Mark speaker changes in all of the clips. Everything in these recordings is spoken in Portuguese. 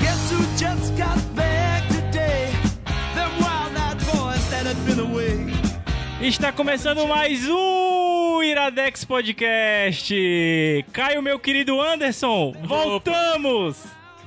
Speaker 1: Guess who just got back today? Them wild eyed boys that had been away.
Speaker 2: Está começando mais um Iradex Podcast. Caio, meu querido Anderson, voltamos!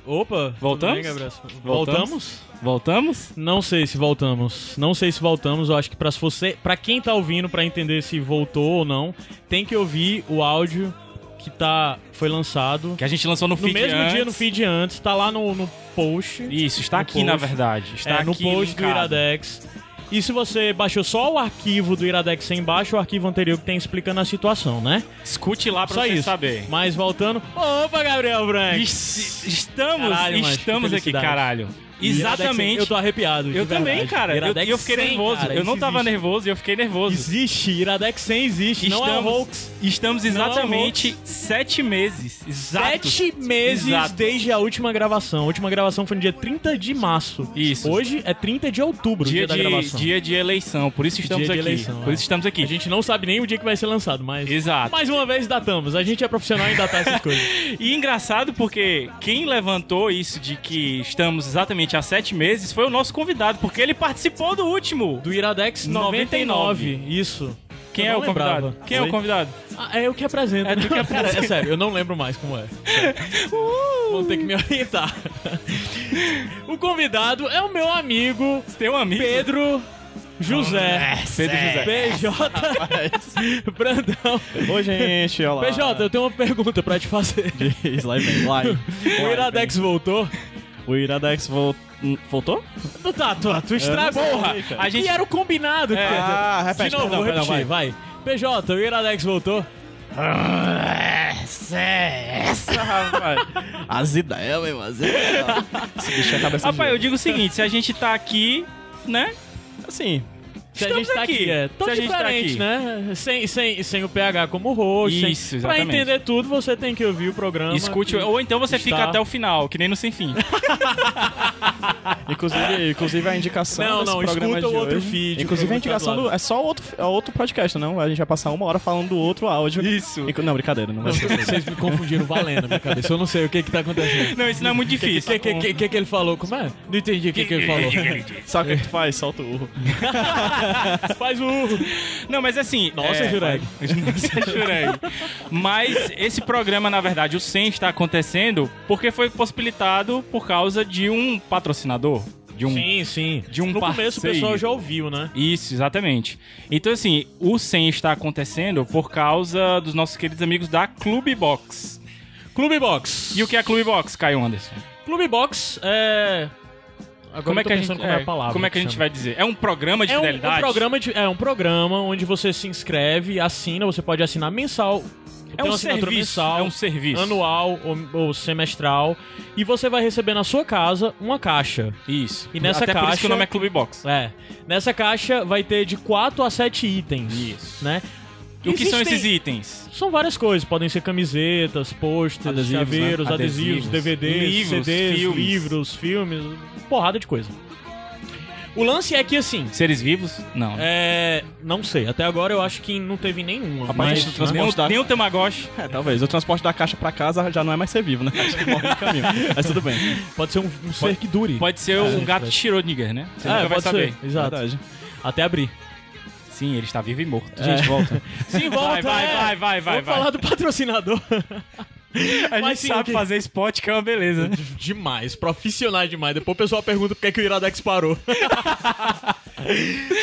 Speaker 3: Opa!
Speaker 2: Voltamos?
Speaker 3: tudo bem, Gabriel?
Speaker 2: Voltamos?
Speaker 3: Voltamos?
Speaker 2: Voltamos?
Speaker 3: Não sei se voltamos. Não sei se voltamos. Eu acho que pra se você, para quem tá ouvindo, pra entender se voltou ou não, tem que ouvir o áudio que tá foi lançado
Speaker 2: Que a gente lançou no,
Speaker 3: no
Speaker 2: feed
Speaker 3: mesmo
Speaker 2: antes.
Speaker 3: dia no feed antes, tá lá no, no post.
Speaker 2: Isso, está
Speaker 3: No
Speaker 2: aqui na
Speaker 3: post.
Speaker 2: verdade. Está
Speaker 3: é, no
Speaker 2: aqui
Speaker 3: post do
Speaker 2: linkado.
Speaker 3: Iradex. E se você baixou só o arquivo do Iradex aí embaixo, o arquivo anterior que tem explicando a situação, né?
Speaker 2: Escute lá pra
Speaker 3: só
Speaker 2: você
Speaker 3: isso.
Speaker 2: saber.
Speaker 3: Mas voltando. Opa, Gabriel Branco!
Speaker 2: Es- Estamos,
Speaker 3: Caralho, macho, que
Speaker 2: estamos aqui,
Speaker 3: felicidade. é
Speaker 2: caralho. Exatamente.
Speaker 3: Eu tô arrepiado. de
Speaker 2: Eu também,
Speaker 3: verdade.
Speaker 2: cara. Eu,
Speaker 3: Iradex
Speaker 2: eu fiquei
Speaker 3: 100,
Speaker 2: nervoso.
Speaker 3: cara,
Speaker 2: eu não
Speaker 3: isso
Speaker 2: tava
Speaker 3: existe.
Speaker 2: nervoso e eu fiquei nervoso.
Speaker 3: Existe, Iradex 100 existe, não é um hoax.
Speaker 2: Estamos
Speaker 3: Não é um
Speaker 2: exatamente sete meses. Exatos.
Speaker 3: Sete meses
Speaker 2: Exato.
Speaker 3: desde a última gravação. A última gravação foi no dia 30 de março.
Speaker 2: Isso.
Speaker 3: Hoje é 30 de outubro, o
Speaker 2: Dia,
Speaker 3: dia, da
Speaker 2: de,
Speaker 3: gravação.
Speaker 2: dia de eleição, por isso estamos
Speaker 3: Dia de
Speaker 2: aqui.
Speaker 3: eleição,
Speaker 2: por
Speaker 3: é.
Speaker 2: isso estamos aqui.
Speaker 3: A gente não sabe nem o dia que vai ser lançado, mas...
Speaker 2: Exato.
Speaker 3: Mais uma vez datamos. A gente é profissional em datar essas coisas.
Speaker 2: E engraçado porque quem levantou isso de que estamos exatamente há sete meses foi o nosso convidado, porque ele participou do último.
Speaker 3: Do Iradex 99. Isso.
Speaker 2: Quem
Speaker 3: Eu
Speaker 2: é
Speaker 3: não
Speaker 2: o convidado?
Speaker 3: lembrava.
Speaker 2: Quem é
Speaker 3: Oi?
Speaker 2: o convidado?
Speaker 3: Ah, é eu que apresento.
Speaker 2: É tu que apresenta.
Speaker 3: Cara, é sério, eu não lembro mais como é. Vou ter que me orientar. o convidado é o meu amigo
Speaker 2: Teu amigo.
Speaker 3: Pedro José.
Speaker 2: Pedro José.
Speaker 3: PJ Brandão.
Speaker 4: Oi, gente, olá.
Speaker 3: PJ, eu tenho uma pergunta pra te fazer.
Speaker 4: Diz, lá vem, lá vem.
Speaker 3: O Iradex voltou?
Speaker 4: O Iradex vol- hum, voltou?
Speaker 3: Tu tá, tu, tu estragou.
Speaker 4: sei,
Speaker 3: Porra,
Speaker 4: cara.
Speaker 3: a gente É. era o combinado, Pedro.
Speaker 4: Ah, repete,
Speaker 3: De novo,
Speaker 4: perdão,
Speaker 3: vou
Speaker 4: perdão,
Speaker 3: repetir, vai. PJ, o Iradex voltou?
Speaker 4: As ideias, meu, as ideias. Esse bicho é cabeça
Speaker 2: Rapaz, eu
Speaker 4: de...
Speaker 2: digo o seguinte: se a gente tá aqui, né?
Speaker 4: Assim,
Speaker 3: Se a
Speaker 2: Estamos
Speaker 3: gente tá
Speaker 2: aqui.
Speaker 3: aqui, é tão
Speaker 2: Se a gente tá
Speaker 3: diferente,
Speaker 2: aqui.
Speaker 3: né? Sem, sem, sem o PH como host. sem-
Speaker 2: Isso,
Speaker 3: Pra
Speaker 2: exatamente.
Speaker 3: entender tudo, você tem que ouvir o programa.
Speaker 2: Escute, ou então você fica
Speaker 3: está-
Speaker 2: até o final, que nem no sem fim.
Speaker 4: inclusive, inclusive a indicação
Speaker 3: Não,
Speaker 4: desse
Speaker 3: não,
Speaker 4: programa
Speaker 3: escuta
Speaker 4: de
Speaker 3: o outro
Speaker 4: hoje-
Speaker 3: feed, o
Speaker 4: Inclusive
Speaker 3: programa
Speaker 4: a indicação
Speaker 3: tá do
Speaker 4: do... É só outro, é outro podcast, não? A gente vai passar uma hora falando do outro áudio.
Speaker 2: Isso.
Speaker 4: Inclu- Não, brincadeira, não vai ser.
Speaker 3: Vocês me confundiram valendo na minha cabeça. Eu não sei o que que tá acontecendo.
Speaker 2: Não, isso não é muito
Speaker 3: O que,
Speaker 2: difícil.
Speaker 3: que, que, que, que que ele falou? Como é? Não entendi o que, que ele falou.
Speaker 4: Sabe o que tu faz? Solta o urro.
Speaker 3: Faz o urro.
Speaker 2: Não, mas assim.
Speaker 3: Nossa,
Speaker 2: é,
Speaker 3: Jureg.
Speaker 2: Nossa, Jureg. Mas esse programa, na verdade, o 100 está acontecendo porque foi possibilitado por causa de um patrocinador. De um.
Speaker 3: Sim, sim.
Speaker 2: De um
Speaker 3: no começo o
Speaker 2: parceiro.
Speaker 3: pessoal já ouviu, né?
Speaker 2: Isso, exatamente. Então, assim, o 100 está acontecendo por causa dos nossos queridos amigos da Clube Box.
Speaker 3: Clube Box.
Speaker 2: E o que é a Clube Box, Caio Anderson?
Speaker 3: Clube Box é... Agora
Speaker 2: Como é,
Speaker 3: eu tô
Speaker 2: que a gente,
Speaker 3: pensando como é
Speaker 2: é,
Speaker 3: a palavra.
Speaker 2: como é que a gente
Speaker 3: chama.
Speaker 2: vai dizer? É um programa de
Speaker 3: É um,
Speaker 2: fidelidade?
Speaker 3: um programa de- é um programa onde você se inscreve, assina, você pode assinar mensal.
Speaker 2: É
Speaker 3: Tem uma
Speaker 2: um
Speaker 3: assinatura
Speaker 2: serviço.
Speaker 3: mensal,
Speaker 2: É um serviço.
Speaker 3: anual ou, ou semestral, e você vai receber na sua casa uma caixa.
Speaker 2: Isso.
Speaker 3: E nessa
Speaker 2: Até por isso que
Speaker 3: caixa-
Speaker 2: o nome é Clube Box.
Speaker 3: É. Nessa caixa vai ter de 4 a 7 itens,
Speaker 2: Isso.
Speaker 3: né?
Speaker 2: E o que são
Speaker 3: Existem-
Speaker 2: esses itens?
Speaker 3: São várias coisas, podem ser camisetas, posters,
Speaker 2: Adesivos,
Speaker 3: chaveiros,
Speaker 2: né?
Speaker 3: adesivos,
Speaker 2: Adesivos,
Speaker 3: DVDs,
Speaker 2: livros,
Speaker 3: CDs,
Speaker 2: filmes.
Speaker 3: livros, filmes, porrada de coisa. O lance é que assim,
Speaker 2: Seres vivos? Não.
Speaker 3: É. Não sei, até agora eu acho que não teve nenhuma.
Speaker 4: Rapaz,
Speaker 3: mas,
Speaker 4: isso
Speaker 3: né?
Speaker 4: transforma-
Speaker 2: nem, o,
Speaker 4: mostrar.
Speaker 2: nem o Tamagotchi.
Speaker 4: É, talvez. O transporte da caixa pra casa já não é mais ser vivo, né? Acho que morre no caminho. Mas tudo bem.
Speaker 3: pode ser um, um ser que dure.
Speaker 2: Pode ser um gato de Schrödinger, né? Você nunca vai saber.
Speaker 3: É. ser. Exato.
Speaker 4: Verdade.
Speaker 3: Até abrir.
Speaker 2: Sim, ele está vivo e morto.
Speaker 4: Gente, volta.
Speaker 3: Sim,
Speaker 2: Vai,
Speaker 3: É. volta,
Speaker 2: vai,
Speaker 3: é.
Speaker 2: vai, vai, vai,
Speaker 3: Vamos
Speaker 2: vai.
Speaker 3: falar do patrocinador.
Speaker 2: A
Speaker 3: Mas sim, o que-
Speaker 2: fazer spot, que é uma beleza.
Speaker 3: demais, profissionais demais. Depois o pessoal pergunta por que, que o Iradex parou.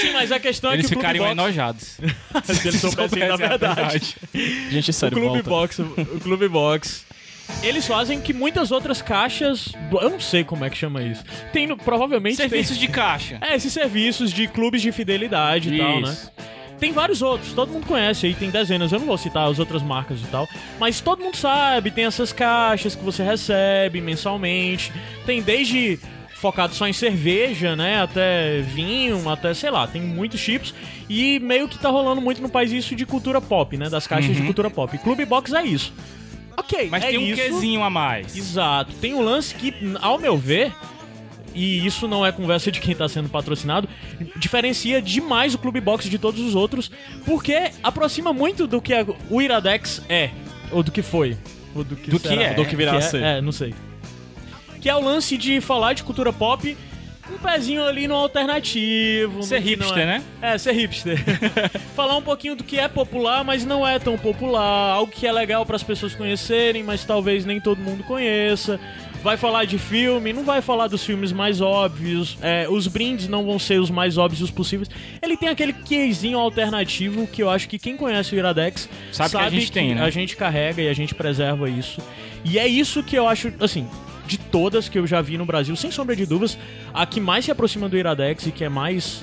Speaker 3: sim, mas a questão é
Speaker 2: Eles
Speaker 3: que o Clube
Speaker 2: ficariam
Speaker 3: Box...
Speaker 2: enojados.
Speaker 3: Se eles soubessem da
Speaker 2: soubessem é a
Speaker 3: verdade.
Speaker 4: Gente,
Speaker 3: O
Speaker 4: sério,
Speaker 3: Clube
Speaker 4: volta.
Speaker 3: Box, o Clube Box. Eles fazem que muitas outras caixas, do- eu não sei como é que chama isso. Tem no- provavelmente tem-
Speaker 2: Serviços de caixa.
Speaker 3: É, esses serviços de clubes de fidelidade e tal, né?
Speaker 2: Isso.
Speaker 3: Tem vários outros, todo mundo conhece aí, tem dezenas, eu não vou citar as outras marcas e tal, mas todo mundo sabe, tem essas caixas que você recebe mensalmente, tem desde focado só em cerveja, né? Até vinho, até sei lá, tem muitos chips. E meio que tá rolando muito no país isso de cultura pop, né? Das caixas de cultura pop. Clube Box é isso. Ok,
Speaker 2: Uhum. Mas
Speaker 3: é
Speaker 2: tem um
Speaker 3: isso.
Speaker 2: quezinho a mais.
Speaker 3: Exato. Tem um lance que, ao meu ver, e isso não é conversa de quem tá sendo patrocinado, diferencia demais o Clube Box de todos os outros, porque aproxima muito do que a- o Iradex é, ou do que foi, ou do que,
Speaker 2: Do que
Speaker 3: será.
Speaker 2: é. Do que
Speaker 4: virá
Speaker 3: é,
Speaker 4: a ser.
Speaker 3: É, não sei. Que é o lance de falar de cultura pop um pezinho ali no alternativo. no
Speaker 2: Ser
Speaker 3: que não
Speaker 2: hipster,
Speaker 3: é.
Speaker 2: né?
Speaker 3: É, ser hipster. Falar um pouquinho do que é popular, mas não é tão popular. Algo que é legal para as pessoas conhecerem, mas talvez nem todo mundo conheça. Vai falar de filme, não vai falar dos filmes mais óbvios. é, os brindes não vão ser os mais óbvios possíveis. Ele tem aquele quezinho alternativo que eu acho que quem conhece o Iradex
Speaker 2: Sabe que a gente tem, né?
Speaker 3: a gente carrega e a gente preserva isso. E é isso que eu acho, assim, de todas que eu já vi no Brasil, sem sombra de dúvidas, a que mais se aproxima do Iradex e que é mais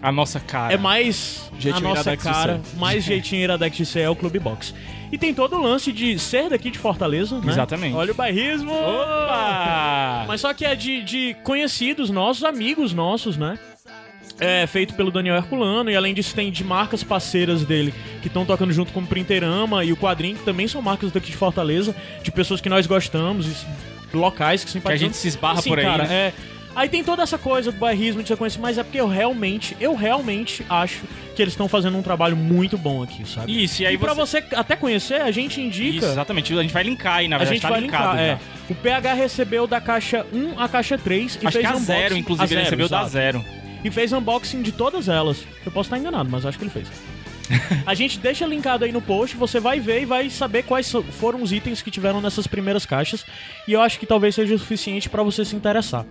Speaker 2: A nossa cara.
Speaker 3: é mais
Speaker 4: Jeitinho
Speaker 3: a nossa
Speaker 4: Iradex de
Speaker 3: cara, mais jeitinho Iradex de ser é o Clube Box. E tem todo o lance de ser daqui de Fortaleza, né?
Speaker 2: Exatamente.
Speaker 3: Olha o bairrismo!
Speaker 2: Opa!
Speaker 3: Mas só que é de, de conhecidos nossos, amigos nossos, né? É feito pelo Daniel Herculano, e além disso tem de marcas parceiras dele que estão tocando junto com o Printerama e o Quadrinho, que também são marcas daqui de Fortaleza, de pessoas que nós gostamos, e locais que
Speaker 2: que a
Speaker 3: simpatizamos.
Speaker 2: gente se esbarra
Speaker 3: Assim,
Speaker 2: por aí.
Speaker 3: cara,
Speaker 2: né?
Speaker 3: é. Aí tem toda essa coisa do bairrismo, de você conhecer, mas é porque eu realmente, eu realmente acho que eles estão fazendo um trabalho muito bom aqui, sabe?
Speaker 2: Isso, e
Speaker 3: E,
Speaker 2: aí
Speaker 3: pra
Speaker 2: você...
Speaker 3: você até conhecer, a gente indica.
Speaker 2: Isso, exatamente. A gente vai linkar aí, na
Speaker 3: A
Speaker 2: verdade.
Speaker 3: gente
Speaker 2: tá
Speaker 3: vai
Speaker 2: linkado
Speaker 3: linkar, é. O PH recebeu da caixa 1 à caixa 3 e
Speaker 2: já. Acho que
Speaker 3: fez
Speaker 2: a
Speaker 3: unboxing.
Speaker 2: zero, inclusive,
Speaker 3: a
Speaker 2: ele recebeu da
Speaker 3: exato.
Speaker 2: zero.
Speaker 3: E fez unboxing de todas elas. Eu posso estar enganado, mas acho que ele fez. A gente deixa linkado aí no post, você vai ver e vai saber quais so- foram os itens que tiveram nessas primeiras caixas. E eu acho que talvez seja o suficiente pra você se interessar.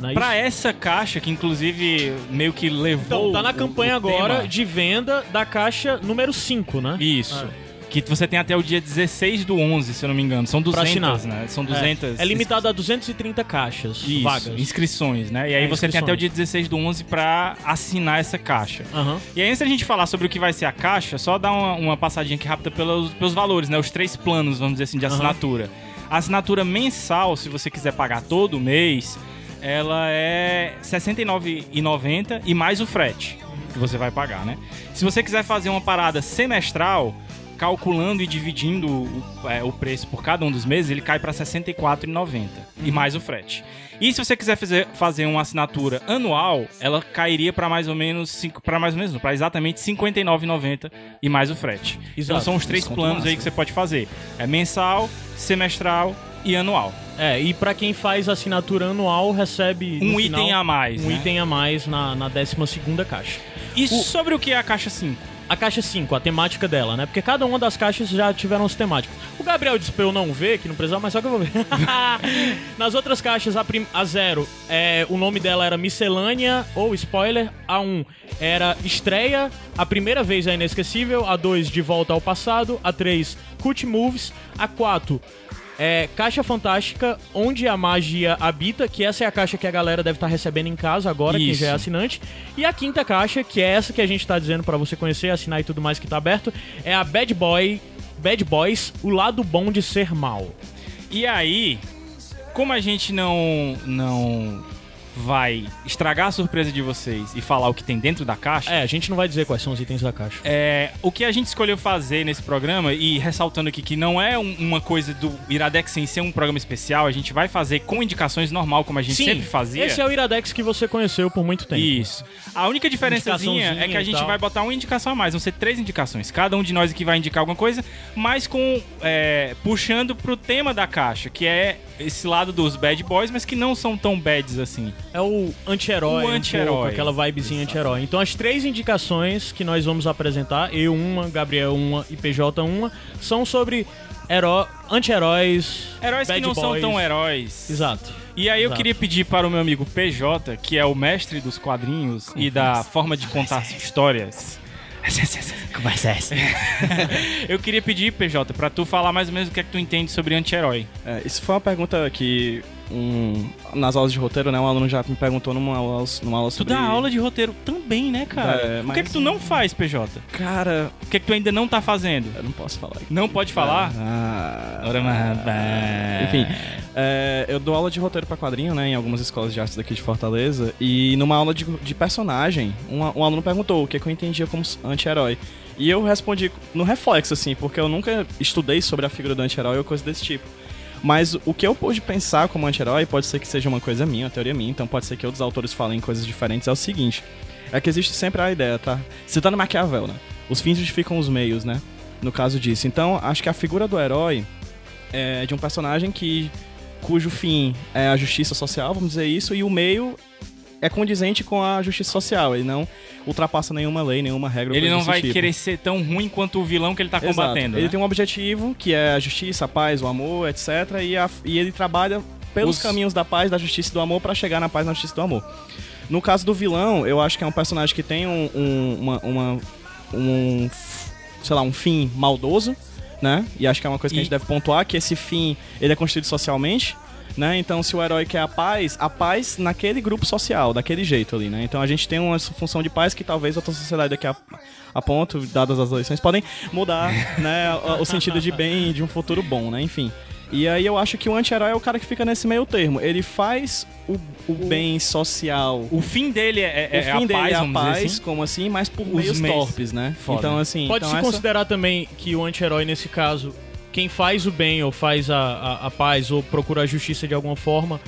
Speaker 3: Não é isso?
Speaker 2: Pra essa caixa, que inclusive meio que levou.
Speaker 3: Então, tá na
Speaker 2: o-
Speaker 3: campanha
Speaker 2: o
Speaker 3: agora
Speaker 2: tema.
Speaker 3: de venda da caixa número 5, né?
Speaker 2: Isso. Que você tem até o dia 16 do 11, se eu não me engano. São
Speaker 3: Pra
Speaker 2: 200,
Speaker 3: assinar.
Speaker 2: né? São
Speaker 3: É.
Speaker 2: 200.
Speaker 3: É, limitado a 230 caixas
Speaker 2: Isso,
Speaker 3: vagas.
Speaker 2: inscrições, né? E aí
Speaker 3: É,
Speaker 2: você tem
Speaker 3: inscrições.
Speaker 2: até o dia 16 do 11 pra assinar essa caixa.
Speaker 3: Aham.
Speaker 2: E aí, antes da gente falar sobre o que vai ser a caixa, só dar uma, uma passadinha aqui rápida pelos, pelos valores, né? Os três planos, vamos dizer assim, de assinatura. A assinatura mensal, se você quiser pagar todo mês, ela é R$ 69,90 e mais o frete que você vai pagar, né? Se você quiser fazer uma parada semestral, calculando e dividindo o, é, o preço por cada um dos meses, ele cai para R$ 64,90 e mais o frete. E se você quiser fazer, fazer uma assinatura anual, ela cairia para mais ou menos para mais ou menos, para exatamente R$ 59,90 e mais o frete. Então
Speaker 3: Exato.
Speaker 2: são os três
Speaker 4: Desconto
Speaker 2: planos
Speaker 4: massa.
Speaker 2: aí que você pode fazer. É mensal, semestral e anual.
Speaker 3: É, e pra quem faz assinatura anual, recebe
Speaker 2: Um
Speaker 3: no
Speaker 2: item
Speaker 3: final,
Speaker 2: a mais,
Speaker 3: Um
Speaker 2: né?
Speaker 3: item a mais na, na 12 caixa.
Speaker 2: E sobre o que é a caixa 5?
Speaker 3: A caixa 5, a temática dela, né? Porque cada uma das caixas já tiveram as temáticas. O Gabriel disse pra eu não ver, que não precisava, mas só que eu vou ver. Nas outras caixas, a, prim- a zero, é, o nome dela era Miscelânea ou Spoiler. A 1 um era Estreia. A primeira vez é Inesquecível. A 2, De Volta ao Passado. A 3, Cut Moves. A 4, é, Caixa Fantástica, Onde a Magia Habita, que essa é a caixa que a galera deve estar recebendo em casa agora, quem
Speaker 2: Isso.
Speaker 3: já é assinante. E a quinta caixa, que é essa que a gente tá dizendo pra você conhecer, assinar e tudo mais que tá aberto, é a Bad Boy, Bad Boys, o lado bom de ser mal.
Speaker 2: E aí, como a gente não não vai estragar a surpresa de vocês e falar o que tem dentro da caixa,
Speaker 3: É, a gente não vai dizer quais são os itens da caixa.
Speaker 2: É, o que a gente escolheu fazer nesse programa, e ressaltando aqui que não é um- uma coisa do Iradex sem ser um programa especial, a gente vai fazer com indicações normal, como a gente sempre fazia.
Speaker 3: Esse é o Iradex que você conheceu por muito tempo.
Speaker 2: Isso. A única diferençazinha é que a
Speaker 3: Indicaçãozinha e
Speaker 2: gente
Speaker 3: tal.
Speaker 2: vai botar uma indicação a mais, vão ser três indicações. Cada um de nós aqui vai indicar alguma coisa, mas com. é, puxando pro tema da caixa, que é esse lado dos bad boys, mas que não são tão bads assim.
Speaker 3: É o anti-herói.
Speaker 2: O
Speaker 3: um
Speaker 2: anti-herói.
Speaker 3: pouco, aquela vibezinha anti-herói. Então, as três indicações que nós vamos apresentar, eu uma, Gabriel uma e PJ uma, são sobre heró- anti-heróis.
Speaker 2: Heróis
Speaker 3: bad
Speaker 2: que não são
Speaker 3: boys.
Speaker 2: tão heróis.
Speaker 3: Exato.
Speaker 2: E aí eu
Speaker 3: Exato.
Speaker 2: queria pedir para o meu amigo PJ, que é o mestre dos quadrinhos e
Speaker 4: Uhum.
Speaker 2: da forma de contar histórias. eu queria pedir, PJ, para tu falar mais ou menos o que é que tu entende sobre anti-herói.
Speaker 4: É, isso foi uma pergunta que um, nas aulas de roteiro, né? Um aluno já me perguntou numa aula, numa aula
Speaker 2: Tu
Speaker 4: sobre...
Speaker 2: dá aula de roteiro também, né, cara?
Speaker 4: É,
Speaker 2: O que é que
Speaker 4: mas-
Speaker 2: tu não faz, PJ?
Speaker 4: Cara,
Speaker 2: O que é que tu ainda não tá fazendo?
Speaker 4: eu não posso falar.
Speaker 2: Não pode falar?
Speaker 4: Ah,
Speaker 2: Ora, mas-
Speaker 4: enfim, É, eu dou aula de roteiro pra quadrinho, né, em algumas escolas de artes daqui de Fortaleza, e numa aula de, de personagem, um, a- um aluno perguntou o que, que eu entendia como s- anti-herói. E eu respondi no reflexo, assim, porque eu nunca estudei sobre a figura do anti-herói ou coisa desse tipo. Mas o que eu pude pensar como anti-herói pode ser que seja uma coisa minha, uma teoria minha, então pode ser que outros autores falem coisas diferentes, é o seguinte. É que existe sempre a ideia, tá? Citando Maquiavel, né? Os fins justificam os meios, né? No caso disso. Então, acho que a figura do herói é de um personagem que cujo fim é a justiça social, vamos dizer isso, e o meio é condizente com a justiça social, ele não ultrapassa nenhuma lei, nenhuma regra.
Speaker 2: Ele
Speaker 4: coisa
Speaker 2: não
Speaker 4: desse
Speaker 2: vai
Speaker 4: tipo.
Speaker 2: querer ser tão ruim quanto o vilão que ele tá
Speaker 4: Exato.
Speaker 2: combatendo.
Speaker 4: Ele
Speaker 2: né?
Speaker 4: tem um objetivo, que é a justiça, a paz, o amor, etc. E, a- e ele trabalha pelos
Speaker 2: Os-
Speaker 4: caminhos da paz, da justiça e do amor pra chegar na paz, na justiça e do amor. No caso do vilão, eu acho que é um personagem que tem um, um- uma, uma- um, f- sei lá, um fim maldoso, né? E acho que é uma coisa que a
Speaker 2: E-
Speaker 4: gente deve pontuar, que esse fim, ele é construído socialmente, né? Então, se o herói quer a paz, a paz naquele grupo social, daquele jeito ali, né? Então, a gente tem uma função de paz que talvez outra sociedade daqui a, a ponto, dadas as eleições, podem mudar, né? o- o sentido de bem, de um futuro bom, né? Enfim. E aí eu acho que o anti-herói é o cara que fica nesse meio termo. Ele faz o, o bem social
Speaker 2: O fim dele é, é-
Speaker 4: o
Speaker 2: é
Speaker 4: fim
Speaker 2: a
Speaker 4: dele
Speaker 2: paz,
Speaker 4: é a
Speaker 2: vamos dizer
Speaker 4: paz,
Speaker 2: assim.
Speaker 4: como assim, mas por
Speaker 2: Os
Speaker 4: meios
Speaker 2: meios.
Speaker 4: torpes, né?
Speaker 2: Foda.
Speaker 4: Então, assim.
Speaker 3: Pode
Speaker 4: então
Speaker 3: se
Speaker 4: essa-
Speaker 3: considerar também que o anti-herói, nesse caso, quem faz o bem ou faz a, a, a paz ou procura a justiça de alguma forma.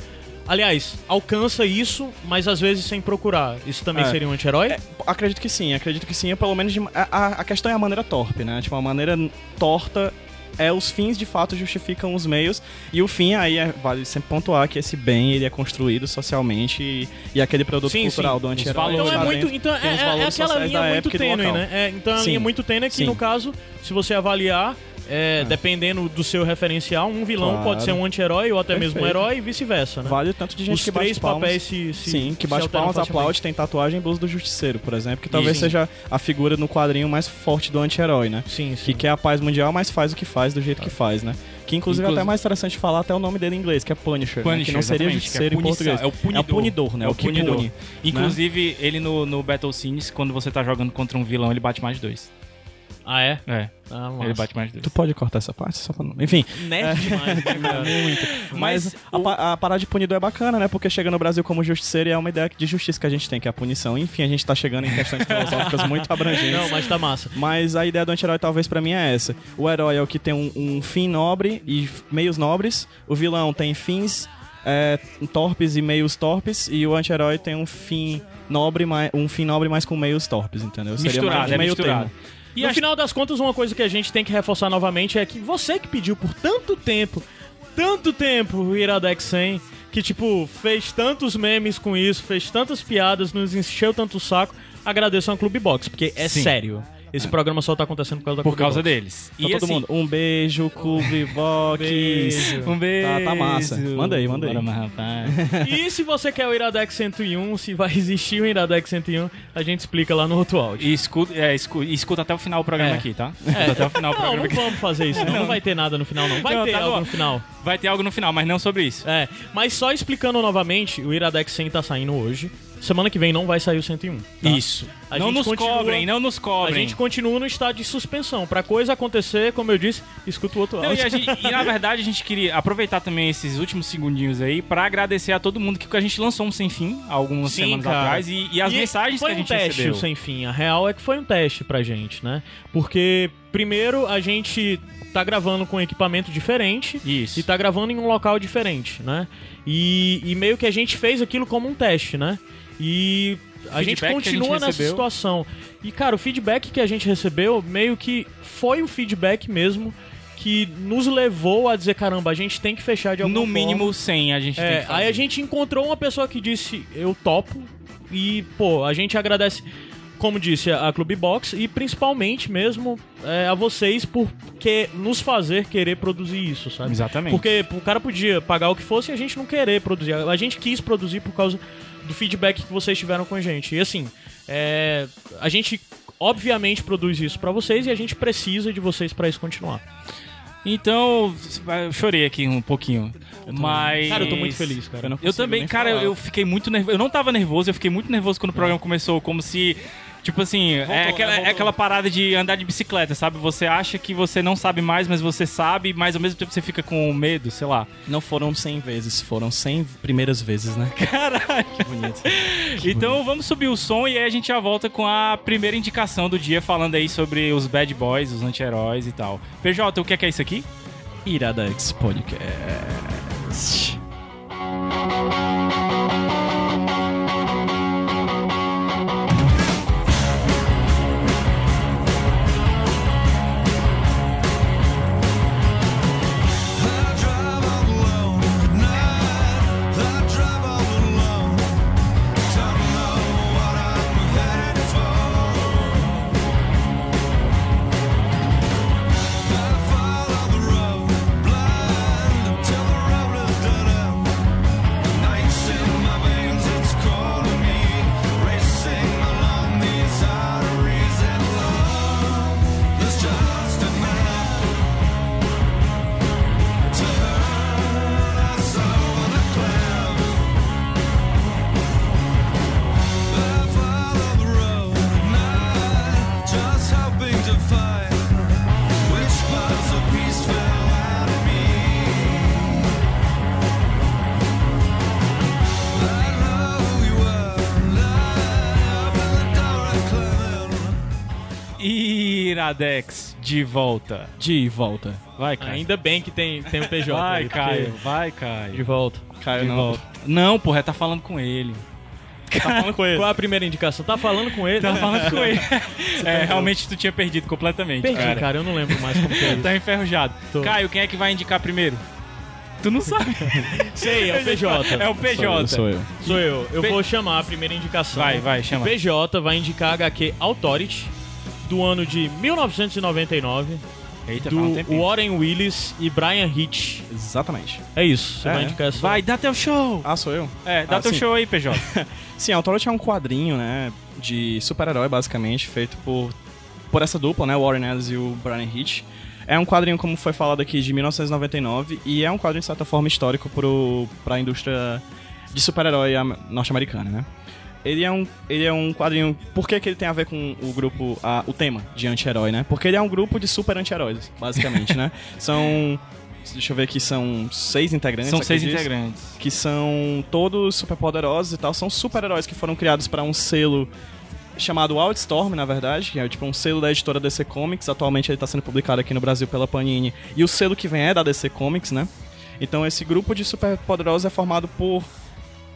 Speaker 3: Aliás, alcança isso, mas às vezes sem procurar. Isso também
Speaker 4: É.
Speaker 3: seria um anti-herói?
Speaker 4: Acredito que sim, acredito que sim, pelo menos de- a, a- a questão é a maneira torpe, né? Tipo, a maneira torta é os fins de fato justificam os meios e o fim aí é- vale sempre pontuar que esse bem ele é construído socialmente e, e aquele produto
Speaker 3: Sim,
Speaker 4: cultural
Speaker 3: sim.
Speaker 4: do anti-herói.
Speaker 3: Então
Speaker 2: valores
Speaker 4: tá
Speaker 3: é
Speaker 2: lá
Speaker 3: muito.
Speaker 4: dentro.
Speaker 3: Então
Speaker 4: tem
Speaker 3: é,
Speaker 4: os
Speaker 3: é- é
Speaker 4: valores
Speaker 3: aquela
Speaker 4: sociais
Speaker 3: linha
Speaker 4: da
Speaker 3: muito
Speaker 4: época e do
Speaker 3: tênue,
Speaker 4: local.
Speaker 3: né? É, então é a
Speaker 4: Sim,
Speaker 3: linha muito tênue que,
Speaker 4: sim.
Speaker 3: no caso, se você avaliar, é, dependendo do seu referencial, um vilão
Speaker 4: Claro.
Speaker 3: pode ser um anti-herói ou até mesmo um
Speaker 4: Perfeito.
Speaker 3: herói e vice-versa, né?
Speaker 4: Vale o tanto de gente
Speaker 3: Os
Speaker 4: que bate
Speaker 3: três
Speaker 4: palmas.
Speaker 3: papéis se, se
Speaker 4: Sim, que
Speaker 3: se
Speaker 4: bate
Speaker 3: alternam
Speaker 4: palmas,
Speaker 3: facilmente.
Speaker 4: aplaude, tem tatuagem e blusa do justiceiro, por exemplo, que talvez
Speaker 3: Sim.
Speaker 4: seja a figura no quadrinho mais forte do anti-herói, né?
Speaker 3: Sim, sim.
Speaker 4: que quer a paz mundial, mas faz o que faz do jeito que faz, né? Que inclusive, é
Speaker 2: Inclusive-
Speaker 4: até mais interessante falar até o nome dele em inglês, que é Punisher, né? que
Speaker 2: Punisher,
Speaker 4: não seria
Speaker 2: exatamente, que é
Speaker 4: justiceiro em
Speaker 2: punição,
Speaker 4: português.
Speaker 2: é o punidor.
Speaker 4: punidor, né?
Speaker 2: É o
Speaker 4: o que
Speaker 2: punidor.
Speaker 4: pune.
Speaker 2: Inclusive, ele no, no Battle Scenes, quando você tá jogando contra um vilão, ele bate mais dois.
Speaker 3: Ah, é?
Speaker 2: É,
Speaker 3: Ah,
Speaker 2: ele
Speaker 3: massa.
Speaker 2: bate mais dois.
Speaker 4: Tu pode cortar essa parte? Só pra... não- Enfim,
Speaker 3: Nerd demais, né, cara?
Speaker 4: mas, a, pa- a parada de punidor é bacana, né? Porque chega no Brasil como justiceiro e é uma ideia de justiça que a gente tem, que é a punição. Enfim, a gente tá chegando em questões filosóficas muito abrangentes.
Speaker 3: Não, mas tá massa.
Speaker 4: Mas a ideia do anti-herói talvez pra mim é essa. O herói é o que tem um, um fim nobre e f- meios nobres. O vilão tem fins é, torpes e meios torpes. E o anti-herói tem um fim nobre, mais, um fim nobre mais com meios torpes, entendeu? mais
Speaker 2: Misturado,
Speaker 4: um
Speaker 2: é
Speaker 4: meio
Speaker 2: misturado.
Speaker 4: termo.
Speaker 3: E no final das contas, uma coisa que a gente tem que reforçar novamente é que você que pediu por tanto tempo, tanto tempo o Iradex 100, que tipo, fez tantos memes com isso, fez tantas piadas, nos encheu tanto o saco, agradeço ao Clube Box, porque é
Speaker 2: Sim.
Speaker 3: sério. Esse programa só tá acontecendo por causa da
Speaker 2: Por
Speaker 3: Clube
Speaker 2: causa Tá
Speaker 3: Box.
Speaker 2: deles. assim,
Speaker 4: Pra todo mundo, um beijo, Clube Box.
Speaker 2: Um beijo.
Speaker 4: Tá- tá massa. Manda aí, manda aí.
Speaker 2: Bora, mas, rapaz.
Speaker 3: E se você quer o Iradex 101, se vai existir o Iradex 101, a gente explica lá no outro áudio.
Speaker 2: E escuta, é, escu- e escuta até o final do programa
Speaker 3: É.
Speaker 2: aqui, tá? Escuta até o final do
Speaker 3: Não,
Speaker 2: programa
Speaker 3: não
Speaker 2: aqui.
Speaker 3: vamos fazer isso, não. Não vai ter nada no final, não. Vai
Speaker 2: Não,
Speaker 3: ter
Speaker 2: tá
Speaker 3: algo
Speaker 2: bom.
Speaker 3: no final.
Speaker 2: Vai ter algo no final, mas não sobre isso.
Speaker 3: É, mas só explicando novamente, o Iradex 100 tá saindo hoje. Semana que vem não vai sair o 101. tá?
Speaker 2: Isso.
Speaker 3: A
Speaker 2: não
Speaker 3: gente
Speaker 2: nos
Speaker 3: continua-
Speaker 2: cobrem, não nos
Speaker 3: A
Speaker 2: cobrem.
Speaker 3: gente continua no estado de suspensão. Pra coisa acontecer, como eu disse, escuta o outro
Speaker 2: Não,
Speaker 3: áudio.
Speaker 2: e, a gente- e, na verdade a gente queria aproveitar também esses últimos segundinhos aí pra agradecer a todo mundo que a gente lançou um sem fim algumas
Speaker 3: Sim,
Speaker 2: semanas
Speaker 3: cara.
Speaker 2: atrás e, e as
Speaker 3: E
Speaker 2: mensagens que
Speaker 3: foi
Speaker 2: a gente
Speaker 3: um teste
Speaker 2: recebeu.
Speaker 3: o sem fim. A real é que foi um teste pra gente, né? Porque, primeiro, a gente tá gravando com equipamento diferente.
Speaker 2: Isso.
Speaker 3: E tá gravando em um local diferente, né? E, e meio que a gente fez aquilo como um teste, né? E a
Speaker 2: Feedback
Speaker 3: gente
Speaker 2: que a gente
Speaker 3: continua nessa
Speaker 2: recebeu.
Speaker 3: situação. E, cara, o feedback que a gente recebeu meio que foi o feedback mesmo que nos levou a dizer, caramba, a gente tem que fechar de alguma
Speaker 2: no
Speaker 3: forma.
Speaker 2: mínimo 100 a gente tem
Speaker 3: É,
Speaker 2: que fazer.
Speaker 3: aí a gente encontrou uma pessoa que disse, eu topo. E, pô, a gente agradece, como disse, a a Clube Box e principalmente mesmo é, a vocês por que- nos fazer querer produzir isso, sabe?
Speaker 2: Exatamente.
Speaker 3: Porque o cara podia pagar o que fosse e a gente não querer produzir. A gente quis produzir por causa do feedback que vocês tiveram com a gente. E assim, é, a gente obviamente produz isso pra vocês e a gente precisa de vocês pra isso continuar.
Speaker 2: Então, eu chorei aqui um pouquinho. Mas.
Speaker 3: Cara, eu tô muito feliz, cara.
Speaker 4: Eu não
Speaker 2: Eu
Speaker 4: consigo
Speaker 2: também,
Speaker 4: nem
Speaker 2: cara,
Speaker 4: falar. É.
Speaker 2: eu fiquei muito nervoso. Eu não tava nervoso, eu fiquei muito nervoso quando o programa começou, como se Tipo assim, é, aquela,
Speaker 3: né?
Speaker 2: é
Speaker 3: Voltou.
Speaker 2: aquela parada de andar de bicicleta, sabe? Você acha que você não sabe mais, mas você sabe, mas ao mesmo tempo você fica com medo, sei lá.
Speaker 4: Não foram 100 vezes, foram 100 primeiras vezes, né?
Speaker 2: Caralho.
Speaker 4: Que bonito.
Speaker 2: Então vamos subir o som e aí a gente já volta com a primeira indicação do dia, falando aí sobre os bad boys, os anti-heróis e tal. PJ, o que é que é isso aqui?
Speaker 4: Iradex Podcast.
Speaker 2: Iradex, de volta.
Speaker 4: De volta.
Speaker 2: Vai, Caio.
Speaker 3: Ainda bem que tem, tem o PJ.
Speaker 2: Vai,
Speaker 3: aí, porque-
Speaker 2: Caio. Vai, Caio.
Speaker 3: De volta.
Speaker 4: Caio,
Speaker 2: De
Speaker 4: não.
Speaker 2: volta. Não, Tá porra, é tá falando com ele.
Speaker 3: Qual é a primeira indicação? Tá falando com ele?
Speaker 2: Tá falando com ele. É, realmente tu tinha perdido completamente.
Speaker 3: Perdi, cara.
Speaker 2: cara.
Speaker 3: eu não lembro mais como que é isso.
Speaker 2: Tá enferrujado.
Speaker 3: Tô.
Speaker 2: Caio, quem é que vai indicar primeiro? Tu não sabe.
Speaker 3: Sei, é o
Speaker 2: É
Speaker 3: PJ.
Speaker 2: o PJ.
Speaker 4: Sou eu.
Speaker 3: Sou eu. Eu
Speaker 2: P-
Speaker 3: vou chamar a primeira indicação.
Speaker 2: Vai, vai, chama.
Speaker 3: PJ vai indicar a HQ Authority, do ano de 1999,
Speaker 2: Eita, fala um
Speaker 3: do
Speaker 2: tempinho.
Speaker 3: Warren Willis e Brian Hitch.
Speaker 4: Exatamente.
Speaker 3: É isso, você
Speaker 4: É,
Speaker 3: vai
Speaker 4: é.
Speaker 3: indicar essa.
Speaker 2: Vai, dá teu show.
Speaker 4: Ah, sou eu?
Speaker 2: É, dá
Speaker 4: Ah,
Speaker 2: teu
Speaker 4: sim.
Speaker 2: show aí, PJ.
Speaker 4: Sim, Authority é um quadrinho, né, de super-herói, basicamente, feito por, por essa dupla, né, Warren Ellis e o Brian Hitch. É um quadrinho, como foi falado aqui, de 1999, e é um quadrinho, de certa forma, histórico pro, pra indústria de super-herói am- norte-americana, né. Ele é, um, ele é um quadrinho... Por que, que ele tem a ver com o grupo... a- o tema de anti-herói, né? Porque ele é um grupo de super-anti-heróis, basicamente, né? São... Deixa eu ver aqui, são seis integrantes.
Speaker 2: São seis
Speaker 4: acredito
Speaker 2: integrantes.
Speaker 4: que são todos superpoderosos e tal, são super-heróis que foram criados para um selo chamado Wildstorm, na verdade, que é tipo um selo da editora DC Comics, atualmente ele tá sendo publicado aqui no Brasil pela Panini, e o selo que vem é da DC Comics, né? Então esse grupo de superpoderosos é formado por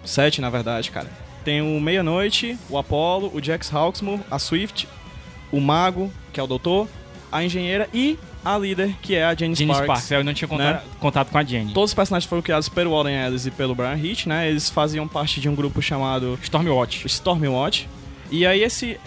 Speaker 4: sete, na verdade, cara. Tem o Meia-Noite, o Apollo, o Jax Hawksmoor, a Swift, o Mago, que é o Doutor, a Engenheira e a líder, que é a Jane,
Speaker 2: Jenny
Speaker 4: Sparks.
Speaker 2: Sparks, eu não tinha conta-
Speaker 4: né?
Speaker 2: contato com a Jenny.
Speaker 4: Todos os personagens foram criados pelo Warren Ellis e pelo Brian Hitch, né? Eles faziam parte de um grupo chamado
Speaker 2: Stormwatch.
Speaker 4: Stormwatch. E aí esse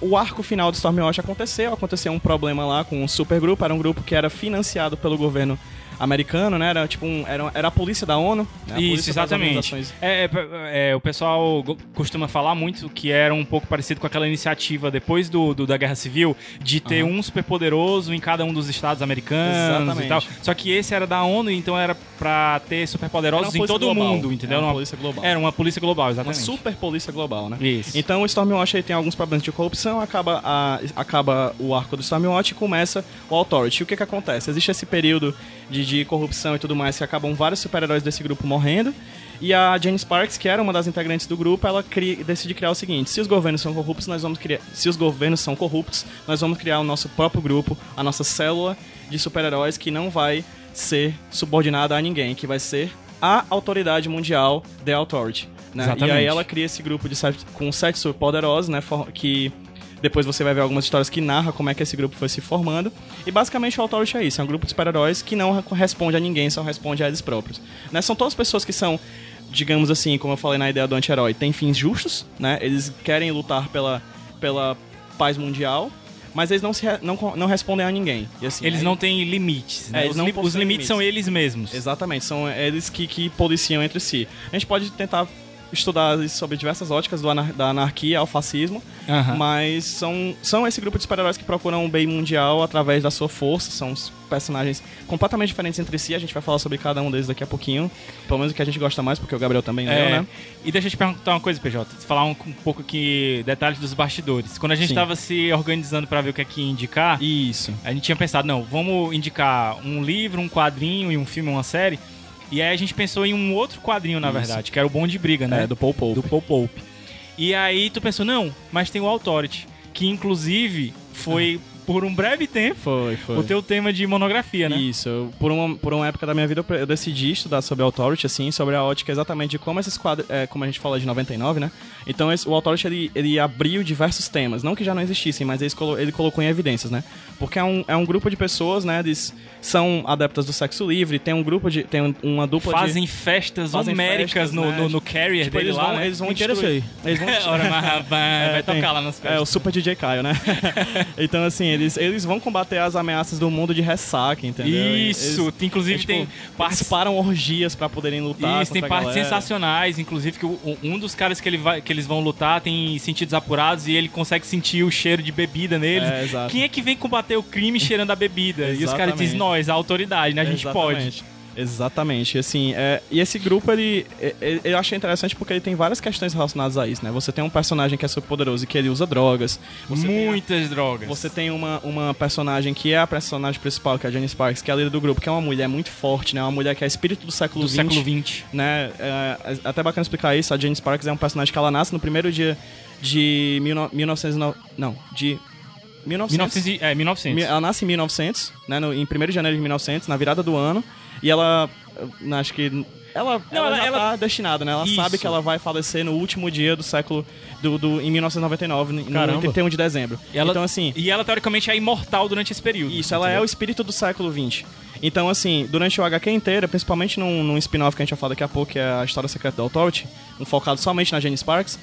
Speaker 4: o arco final do Stormwatch aconteceu, aconteceu um problema lá com um supergrupo, era um grupo que era financiado pelo governo americano, né? Era tipo um, era, era a polícia da ONU, né? A
Speaker 2: Isso,
Speaker 4: polícia das
Speaker 2: exatamente.
Speaker 4: organizações-
Speaker 2: É, é, é, é, o pessoal go- costuma falar muito que era um pouco parecido com aquela iniciativa depois do, do- da Guerra Civil de ter um superpoderoso em cada um dos estados americanos e
Speaker 4: Exatamente.
Speaker 2: tal. Só que esse era da ONU, então era pra ter
Speaker 4: Era uma
Speaker 2: superpoderosos em
Speaker 4: polícia
Speaker 2: todo o
Speaker 4: global,
Speaker 2: mundo, entendeu?
Speaker 4: Era uma
Speaker 2: Uma-
Speaker 4: polícia global.
Speaker 2: Era uma polícia global,
Speaker 4: uma
Speaker 2: exatamente.
Speaker 4: super polícia global, né?
Speaker 2: Isso.
Speaker 4: Então o Stormwatch aí tem alguns problemas de corrupção, acaba, a- acaba o arco do Stormwatch e começa o Authority. E O que que acontece? Existe esse período de, de corrupção e tudo mais que acabam vários super-heróis desse grupo morrendo. E a Jane Sparks, que era uma das integrantes do grupo, ela cri- decide criar o seguinte: se os governos são corruptos, nós vamos criar. Se os governos são corruptos, nós vamos criar o nosso próprio grupo, a nossa célula de super-heróis que não vai ser subordinada a ninguém, que vai ser a autoridade mundial, The Authority. né? E
Speaker 2: Exatamente.
Speaker 4: aí ela cria esse grupo de sete, com sete superpoderosos, né? for- que depois você vai ver algumas histórias que narra como é que esse grupo foi se formando. E basicamente o Authority é isso, é um grupo de super-heróis que não responde a ninguém, só responde a eles próprios. Né? São todas pessoas que são, digamos assim, como eu falei na ideia do anti-herói, têm fins justos, né? Eles querem lutar pela, pela paz mundial, mas eles não, se re- não, co- não respondem a ninguém. E assim,
Speaker 2: Eles
Speaker 4: aí-
Speaker 2: não têm limites. né?
Speaker 4: É, eles
Speaker 2: os,
Speaker 4: não
Speaker 2: li- os
Speaker 4: possuem
Speaker 2: limites
Speaker 4: limites.
Speaker 2: são eles mesmos.
Speaker 4: Exatamente, são eles que, que policiam entre si. A gente pode tentar estudar isso sobre diversas óticas do anar- da anarquia ao fascismo,
Speaker 2: Aham.
Speaker 4: mas são, são esse grupo de super-heróis que procuram o bem mundial através da sua força, são os personagens completamente diferentes entre si, a gente vai falar sobre cada um deles daqui a pouquinho, pelo menos o que a gente gosta mais, porque o Gabriel também leu,
Speaker 2: É,
Speaker 4: né?
Speaker 2: E deixa eu te perguntar uma coisa, PJ. Falar um, um pouco aqui, detalhes dos bastidores. Quando a gente
Speaker 4: Sim.
Speaker 2: tava se organizando pra ver o que é que ia indicar,
Speaker 4: Isso.
Speaker 2: a gente tinha pensado, não, vamos indicar um livro, um quadrinho e um filme, uma série. E aí a gente pensou em um outro quadrinho, na
Speaker 4: Isso.
Speaker 2: verdade, que era o Bom de Briga, né?
Speaker 4: É, do Paul Paul.
Speaker 2: do Paul Pope. E aí tu pensou, não, mas tem o Authority, que inclusive foi por um breve tempo
Speaker 4: Foi, foi.
Speaker 2: o teu tema de monografia, né?
Speaker 4: Isso, eu- por uma, por uma época da minha vida eu pre- eu decidi estudar sobre Authority, assim, sobre a ótica exatamente de como esses quadros, é, como a gente fala de 99, né? Então esse- o Authority ele, ele abriu diversos temas, não que já não existissem, mas ele, colo- ele colocou em evidências, né? Porque é um, é um grupo de pessoas, né? Eles são adeptas do sexo livre, tem um grupo de. tem um- uma dupla de.
Speaker 2: Fazem festas
Speaker 4: Fazem
Speaker 2: homéricas
Speaker 4: festas,
Speaker 2: no,
Speaker 4: né?
Speaker 2: no, no carrier
Speaker 4: Tipo,
Speaker 2: dele
Speaker 4: eles
Speaker 2: lá,
Speaker 4: vão,
Speaker 2: né?
Speaker 4: eles vão
Speaker 3: Me
Speaker 4: destruir.
Speaker 3: interessei.
Speaker 4: Eles vão
Speaker 2: Ora, mas, rapaz, vai
Speaker 4: É, tem-
Speaker 2: tocar lá nas festas.
Speaker 4: É, o Super DJ Caio, né? então, assim, eles, eles vão combater as ameaças do mundo de ressaca, É, entendeu? E
Speaker 2: Isso,
Speaker 4: eles-
Speaker 2: tem- inclusive
Speaker 4: é, tipo,
Speaker 2: tem partes
Speaker 4: Eles param orgias pra poderem lutar.
Speaker 2: Isso, tem
Speaker 4: contra a
Speaker 2: partes
Speaker 4: galera.
Speaker 2: sensacionais, inclusive que o- o- um dos caras que, ele vai- que eles vão lutar tem sentidos apurados e ele consegue sentir o cheiro de bebida neles.
Speaker 4: É, exato.
Speaker 2: Quem é que vem combater o crime cheirando a bebida? e os caras
Speaker 4: Exatamente.
Speaker 2: dizem, nós, a autoridade, né? A gente pode.
Speaker 4: Exatamente. Exatamente, assim, é, e esse grupo ele, é- é- eu achei interessante porque ele tem várias questões relacionadas a isso, né? Você tem um personagem que é super poderoso e que ele usa drogas, você tem a-
Speaker 2: Muitas drogas.
Speaker 4: Você tem uma, uma personagem que é a personagem principal, que é a Jane Sparks, que é a líder do grupo, que é uma mulher muito forte, né? Uma mulher que é espírito do século
Speaker 2: do
Speaker 4: XX.
Speaker 2: século XX.
Speaker 4: né? É, é até bacana explicar isso. A Jane Sparks é um personagem que ela nasce no primeiro dia de 1909. Não, de 1900.
Speaker 2: 1900, é, 1900.
Speaker 4: Mi- ah, Ela nasce em 1900, né? no- em 1 de janeiro de 1900, na virada do ano. E ela. eh, Acho que. Ela,
Speaker 2: Não,
Speaker 4: ela,
Speaker 2: ela-
Speaker 4: já
Speaker 2: ela-
Speaker 4: tá destinada, né? Ela
Speaker 2: Isso.
Speaker 4: sabe que ela vai falecer no último dia do século. Do, do- em 1999, no- no
Speaker 3: Caramba.
Speaker 4: 31 de dezembro.
Speaker 2: Ela-
Speaker 4: Então, assim.
Speaker 2: E ela, teoricamente, é imortal durante esse período.
Speaker 4: Isso, ela é o espírito do século XX. Então, assim, durante o HQ inteira, principalmente num, num spin-off que a gente vai falar daqui a pouco, que é a História Secreta da Authority, um focado somente na Jane Sparks,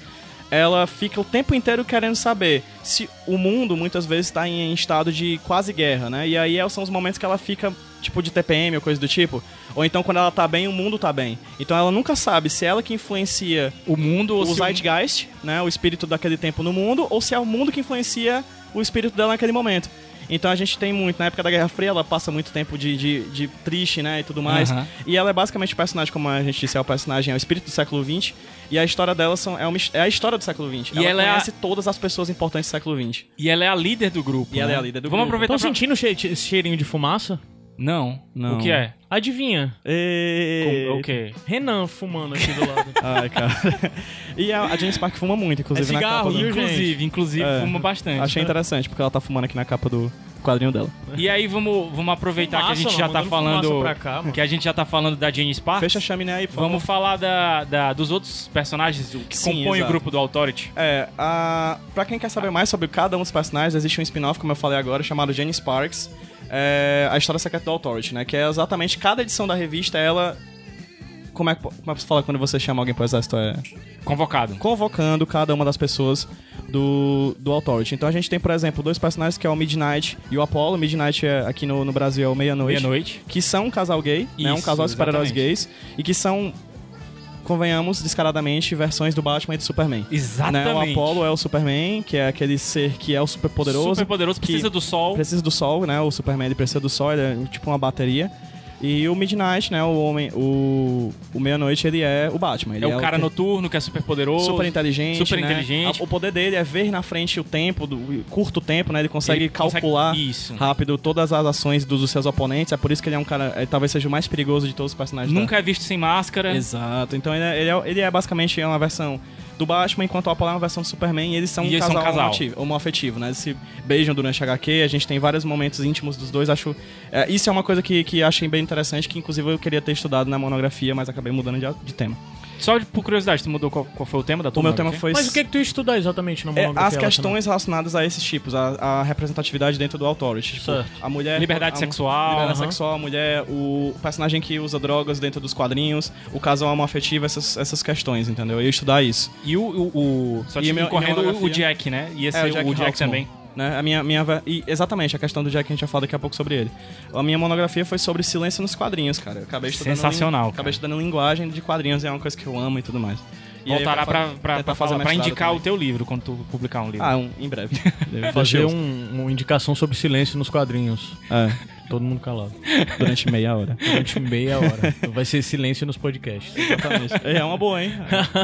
Speaker 4: ela fica o tempo inteiro querendo saber se o mundo, muitas vezes, está em, em estado de quase guerra, né? E aí é- são os momentos que ela fica, tipo, de TPM ou coisa do tipo. Ou então, quando ela tá bem, o mundo tá bem. Então, ela nunca sabe se é ela que influencia
Speaker 2: O mundo... ou
Speaker 4: o
Speaker 2: se o-
Speaker 4: zeitgeist, né, o espírito daquele tempo no mundo, ou se é o mundo que influencia o espírito dela naquele momento. Então a gente tem muito, na época da Guerra Fria, ela passa muito tempo de, de, de triste, né, e tudo mais.
Speaker 2: Aham.
Speaker 4: E ela é basicamente o personagem, como a gente disse, é o personagem, é o espírito do século XX, e a história dela são, é, uma his- é a história do século XX.
Speaker 2: E ela é a-
Speaker 4: conhece todas as pessoas importantes do século XX.
Speaker 2: E ela é a líder do grupo,
Speaker 4: E ela
Speaker 2: né?
Speaker 4: é a líder do
Speaker 2: Vamos
Speaker 4: grupo.
Speaker 2: aproveitar
Speaker 3: Estão
Speaker 2: pra-
Speaker 3: sentindo o che- esse cheirinho de fumaça?
Speaker 2: Não.
Speaker 4: Não.
Speaker 2: O que é?
Speaker 3: Adivinha?
Speaker 4: E...
Speaker 2: O que?
Speaker 3: Renan fumando aqui do lado.
Speaker 4: Ai, cara. e a, a Jane Spark fuma muito, inclusive,
Speaker 3: É
Speaker 4: na
Speaker 3: cigarro,
Speaker 4: capa do...
Speaker 3: viu?
Speaker 2: Inclusive, inclusive,
Speaker 4: É.
Speaker 2: fuma bastante.
Speaker 4: Achei interessante, porque ela tá fumando aqui na capa do quadrinho dela.
Speaker 2: E aí vamos, vamos aproveitar
Speaker 3: Fumaça,
Speaker 2: que a gente já
Speaker 3: mano,
Speaker 2: tá
Speaker 3: mandando fumaça
Speaker 2: falando.
Speaker 3: pra cá, mano.
Speaker 2: que a gente já tá falando da Jane Sparks.
Speaker 4: Fecha a chaminé aí, por
Speaker 2: Vamos falar da, da- dos outros personagens o que
Speaker 4: Sim,
Speaker 2: compõem o
Speaker 4: exato.
Speaker 2: grupo do Authority.
Speaker 4: É, a... pra quem quer saber mais sobre cada um dos personagens, existe um spin-off, como eu falei agora, chamado Jane Sparks, é, a história secreta do Authority, né? Que é exatamente cada edição da revista, ela... Como é que po- como é que se fala quando você chama alguém pra usar a história?
Speaker 2: Convocado.
Speaker 4: Convocando cada uma das pessoas do, do Authority. Então a gente tem, por exemplo, dois personagens que é o Midnight e o Apollo. Midnight é, aqui no, no Brasil é o Meia-Noite.
Speaker 2: Meia-noite.
Speaker 4: Que são um casal gay, né? Um
Speaker 2: Isso,
Speaker 4: casal de super-heróis
Speaker 2: exatamente.
Speaker 4: gays. E que são, convenhamos, descaradamente, versões do Batman e do Superman.
Speaker 2: Exatamente.
Speaker 4: Né, o Apollo é o Superman, que é aquele ser que é o super poderoso.
Speaker 2: Super poderoso,
Speaker 4: que
Speaker 2: precisa do sol.
Speaker 4: Precisa do sol, né? O Superman ele precisa do sol, ele é tipo uma bateria. E o Midnight, né? O homem, o, o meia-noite, ele é o Batman. Ele
Speaker 2: É o cara
Speaker 4: que-
Speaker 2: noturno que é super poderoso.
Speaker 4: Super inteligente.
Speaker 2: Super
Speaker 4: né?
Speaker 2: inteligente.
Speaker 4: A- O poder dele é ver na frente o tempo, do, curto tempo, né? Ele consegue
Speaker 2: Ele consegue-
Speaker 4: calcular
Speaker 2: Isso.
Speaker 4: rápido todas as ações dos, dos seus oponentes. É por isso que ele é um cara. Ele talvez seja o mais perigoso de todos os personagens. da-
Speaker 2: Nunca é visto sem máscara.
Speaker 4: Exato. Então ele é, ele é- ele é basicamente uma versão do Batman, enquanto o Apollo é uma versão do Superman, e eles são
Speaker 2: E
Speaker 4: um
Speaker 2: eles são
Speaker 4: casal,
Speaker 2: um casal.
Speaker 4: homoafetivo- homoafetivo, né? Eles se beijam durante a HQ, a gente tem vários momentos íntimos dos dois, acho... é, isso é uma coisa que, que achei bem interessante, que inclusive eu queria ter estudado na monografia, mas acabei mudando de, de tema.
Speaker 2: Só de- por curiosidade, tu mudou qual, qual foi o tema da tua
Speaker 4: O meu tema
Speaker 2: monografia?
Speaker 4: foi...
Speaker 3: Mas o que, que tu ia estudar exatamente na
Speaker 4: é,
Speaker 3: monografia?
Speaker 4: as
Speaker 3: Alexandre?
Speaker 4: questões relacionadas a esses tipos, a, a representatividade dentro do Authority. Tipo,
Speaker 3: Certo.
Speaker 4: a mulher...
Speaker 2: Liberdade
Speaker 4: a-
Speaker 2: sexual.
Speaker 4: Liberdade
Speaker 3: Aham.
Speaker 4: sexual, a mulher, o personagem que usa drogas dentro dos quadrinhos, o casal homoafetivo, essas, essas questões, entendeu? Eu ia estudar isso.
Speaker 2: E o. o, o- só
Speaker 4: E
Speaker 2: tinha
Speaker 4: meu-
Speaker 2: correndo
Speaker 4: e minha
Speaker 2: o- o
Speaker 4: monografia?
Speaker 2: Jack, né? Ia ser
Speaker 4: É,
Speaker 2: o Jack,
Speaker 4: Hawksman,
Speaker 2: também.
Speaker 4: Né? A minha, minha, va- e exatamente, a questão do Jack a gente já fala daqui a pouco sobre ele. A minha monografia foi sobre silêncio nos quadrinhos, cara. Eu acabei estudando.
Speaker 2: Sensacional,
Speaker 4: lin- Acabei
Speaker 2: cara.
Speaker 4: estudando linguagem de quadrinhos, é uma coisa que eu amo e tudo mais. E aí
Speaker 2: Voltará
Speaker 4: eu vou
Speaker 2: pra,
Speaker 4: fa-
Speaker 2: pra,
Speaker 4: tentar
Speaker 2: pra,
Speaker 4: fazer
Speaker 2: falar- pra
Speaker 4: mestrado
Speaker 2: indicar
Speaker 4: tá também.
Speaker 2: o teu livro quando tu publicar um livro.
Speaker 4: Ah, um- em breve. Deve
Speaker 3: Fazer
Speaker 4: Deus.
Speaker 3: um- uma indicação sobre silêncio nos quadrinhos.
Speaker 4: É,
Speaker 3: Todo mundo calado.
Speaker 4: durante meia hora.
Speaker 3: Durante meia hora. Vai ser silêncio nos podcasts.
Speaker 4: Exatamente. É uma boa, hein?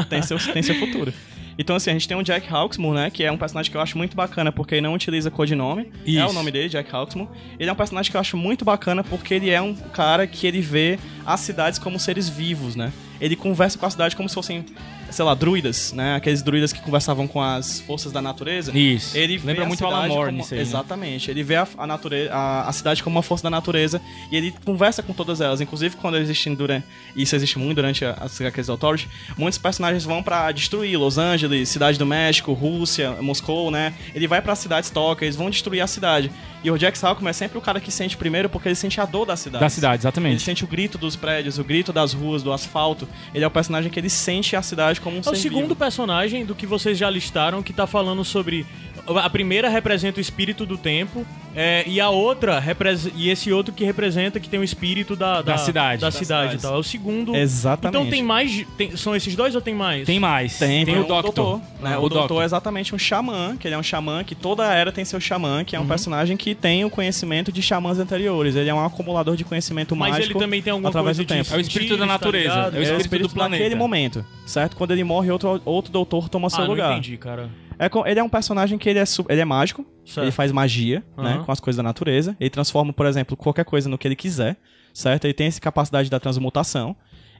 Speaker 4: Tem seu, tem seu futuro. Então, assim, a gente tem o Jack Hawksmoor, né? Que é um personagem que eu acho muito bacana, porque ele não utiliza codinome. É
Speaker 3: Isso.
Speaker 4: o nome dele, Jack Hawksmoor. Ele é um personagem que eu acho muito bacana, porque ele é um cara que ele vê as cidades como seres vivos, né? Ele conversa com a cidade como se fossem, sei lá, druidas, né? Aqueles druidas que conversavam com as forças da natureza.
Speaker 2: Isso.
Speaker 4: Ele vê
Speaker 2: Lembra
Speaker 4: a
Speaker 2: muito
Speaker 4: cidade
Speaker 2: Alan Moore
Speaker 4: como-
Speaker 2: nisso aí. né?
Speaker 4: Exatamente. Ele vê a, a natureza, a, a cidade como uma força da natureza e ele conversa com todas elas. Inclusive, quando existem durante. Isso existe muito durante a- as HQs do Authority. Muitos personagens vão pra destruir Los Angeles, Cidade do México, Rússia, Moscou, né? Ele vai pra cidades toca, eles vão destruir a cidade. E o Jack Salcom é sempre o cara que sente primeiro porque ele sente a dor da cidade.
Speaker 2: Da cidade,
Speaker 4: Ele
Speaker 2: exatamente.
Speaker 4: sente o grito dos prédios, o grito das ruas, do asfalto. Ele é o personagem que ele sente a cidade como um
Speaker 3: É
Speaker 4: ser
Speaker 3: o segundo
Speaker 4: vivo.
Speaker 3: personagem do que vocês já listaram que tá falando sobre. A primeira representa o espírito do tempo, é, e a outra repres- e esse outro que representa que tem o espírito da,
Speaker 2: Da cidade.
Speaker 3: Da,
Speaker 2: Da
Speaker 3: cidade
Speaker 4: cidade.
Speaker 3: e tal. É o segundo.
Speaker 4: Exatamente.
Speaker 3: Então tem mais. de- tem- são esses dois ou tem mais?
Speaker 2: Tem mais.
Speaker 4: Tem,
Speaker 2: o Doctor.
Speaker 4: né?
Speaker 2: Ah,
Speaker 4: o, doutor, é exatamente um xamã, que ele é um xamã que toda a era tem seu xamã, que é um personagem que tem o conhecimento de xamãs anteriores. Ele é um acumulador de conhecimento
Speaker 3: Mas
Speaker 4: mágico
Speaker 3: ele também tem alguma
Speaker 4: através
Speaker 3: coisa
Speaker 4: do tempo.
Speaker 3: de
Speaker 2: É o espírito
Speaker 3: sentir,
Speaker 2: da
Speaker 3: tá
Speaker 2: natureza.
Speaker 3: ligado?
Speaker 2: É o
Speaker 4: Ele
Speaker 2: espírito do
Speaker 4: naquele
Speaker 2: planeta.
Speaker 4: momento, certo? Quando ele morre, outro, outro doutor toma seu
Speaker 3: Ah,
Speaker 4: lugar.
Speaker 3: não entendi, cara.
Speaker 4: É, co- ele é um personagem que ele é, su- ele é mágico,
Speaker 3: Certo.
Speaker 4: ele faz magia, né,
Speaker 3: Aham.
Speaker 4: com as coisas da natureza. Ele transforma, por exemplo, qualquer coisa no que ele quiser, certo? Ele tem essa capacidade da transmutação.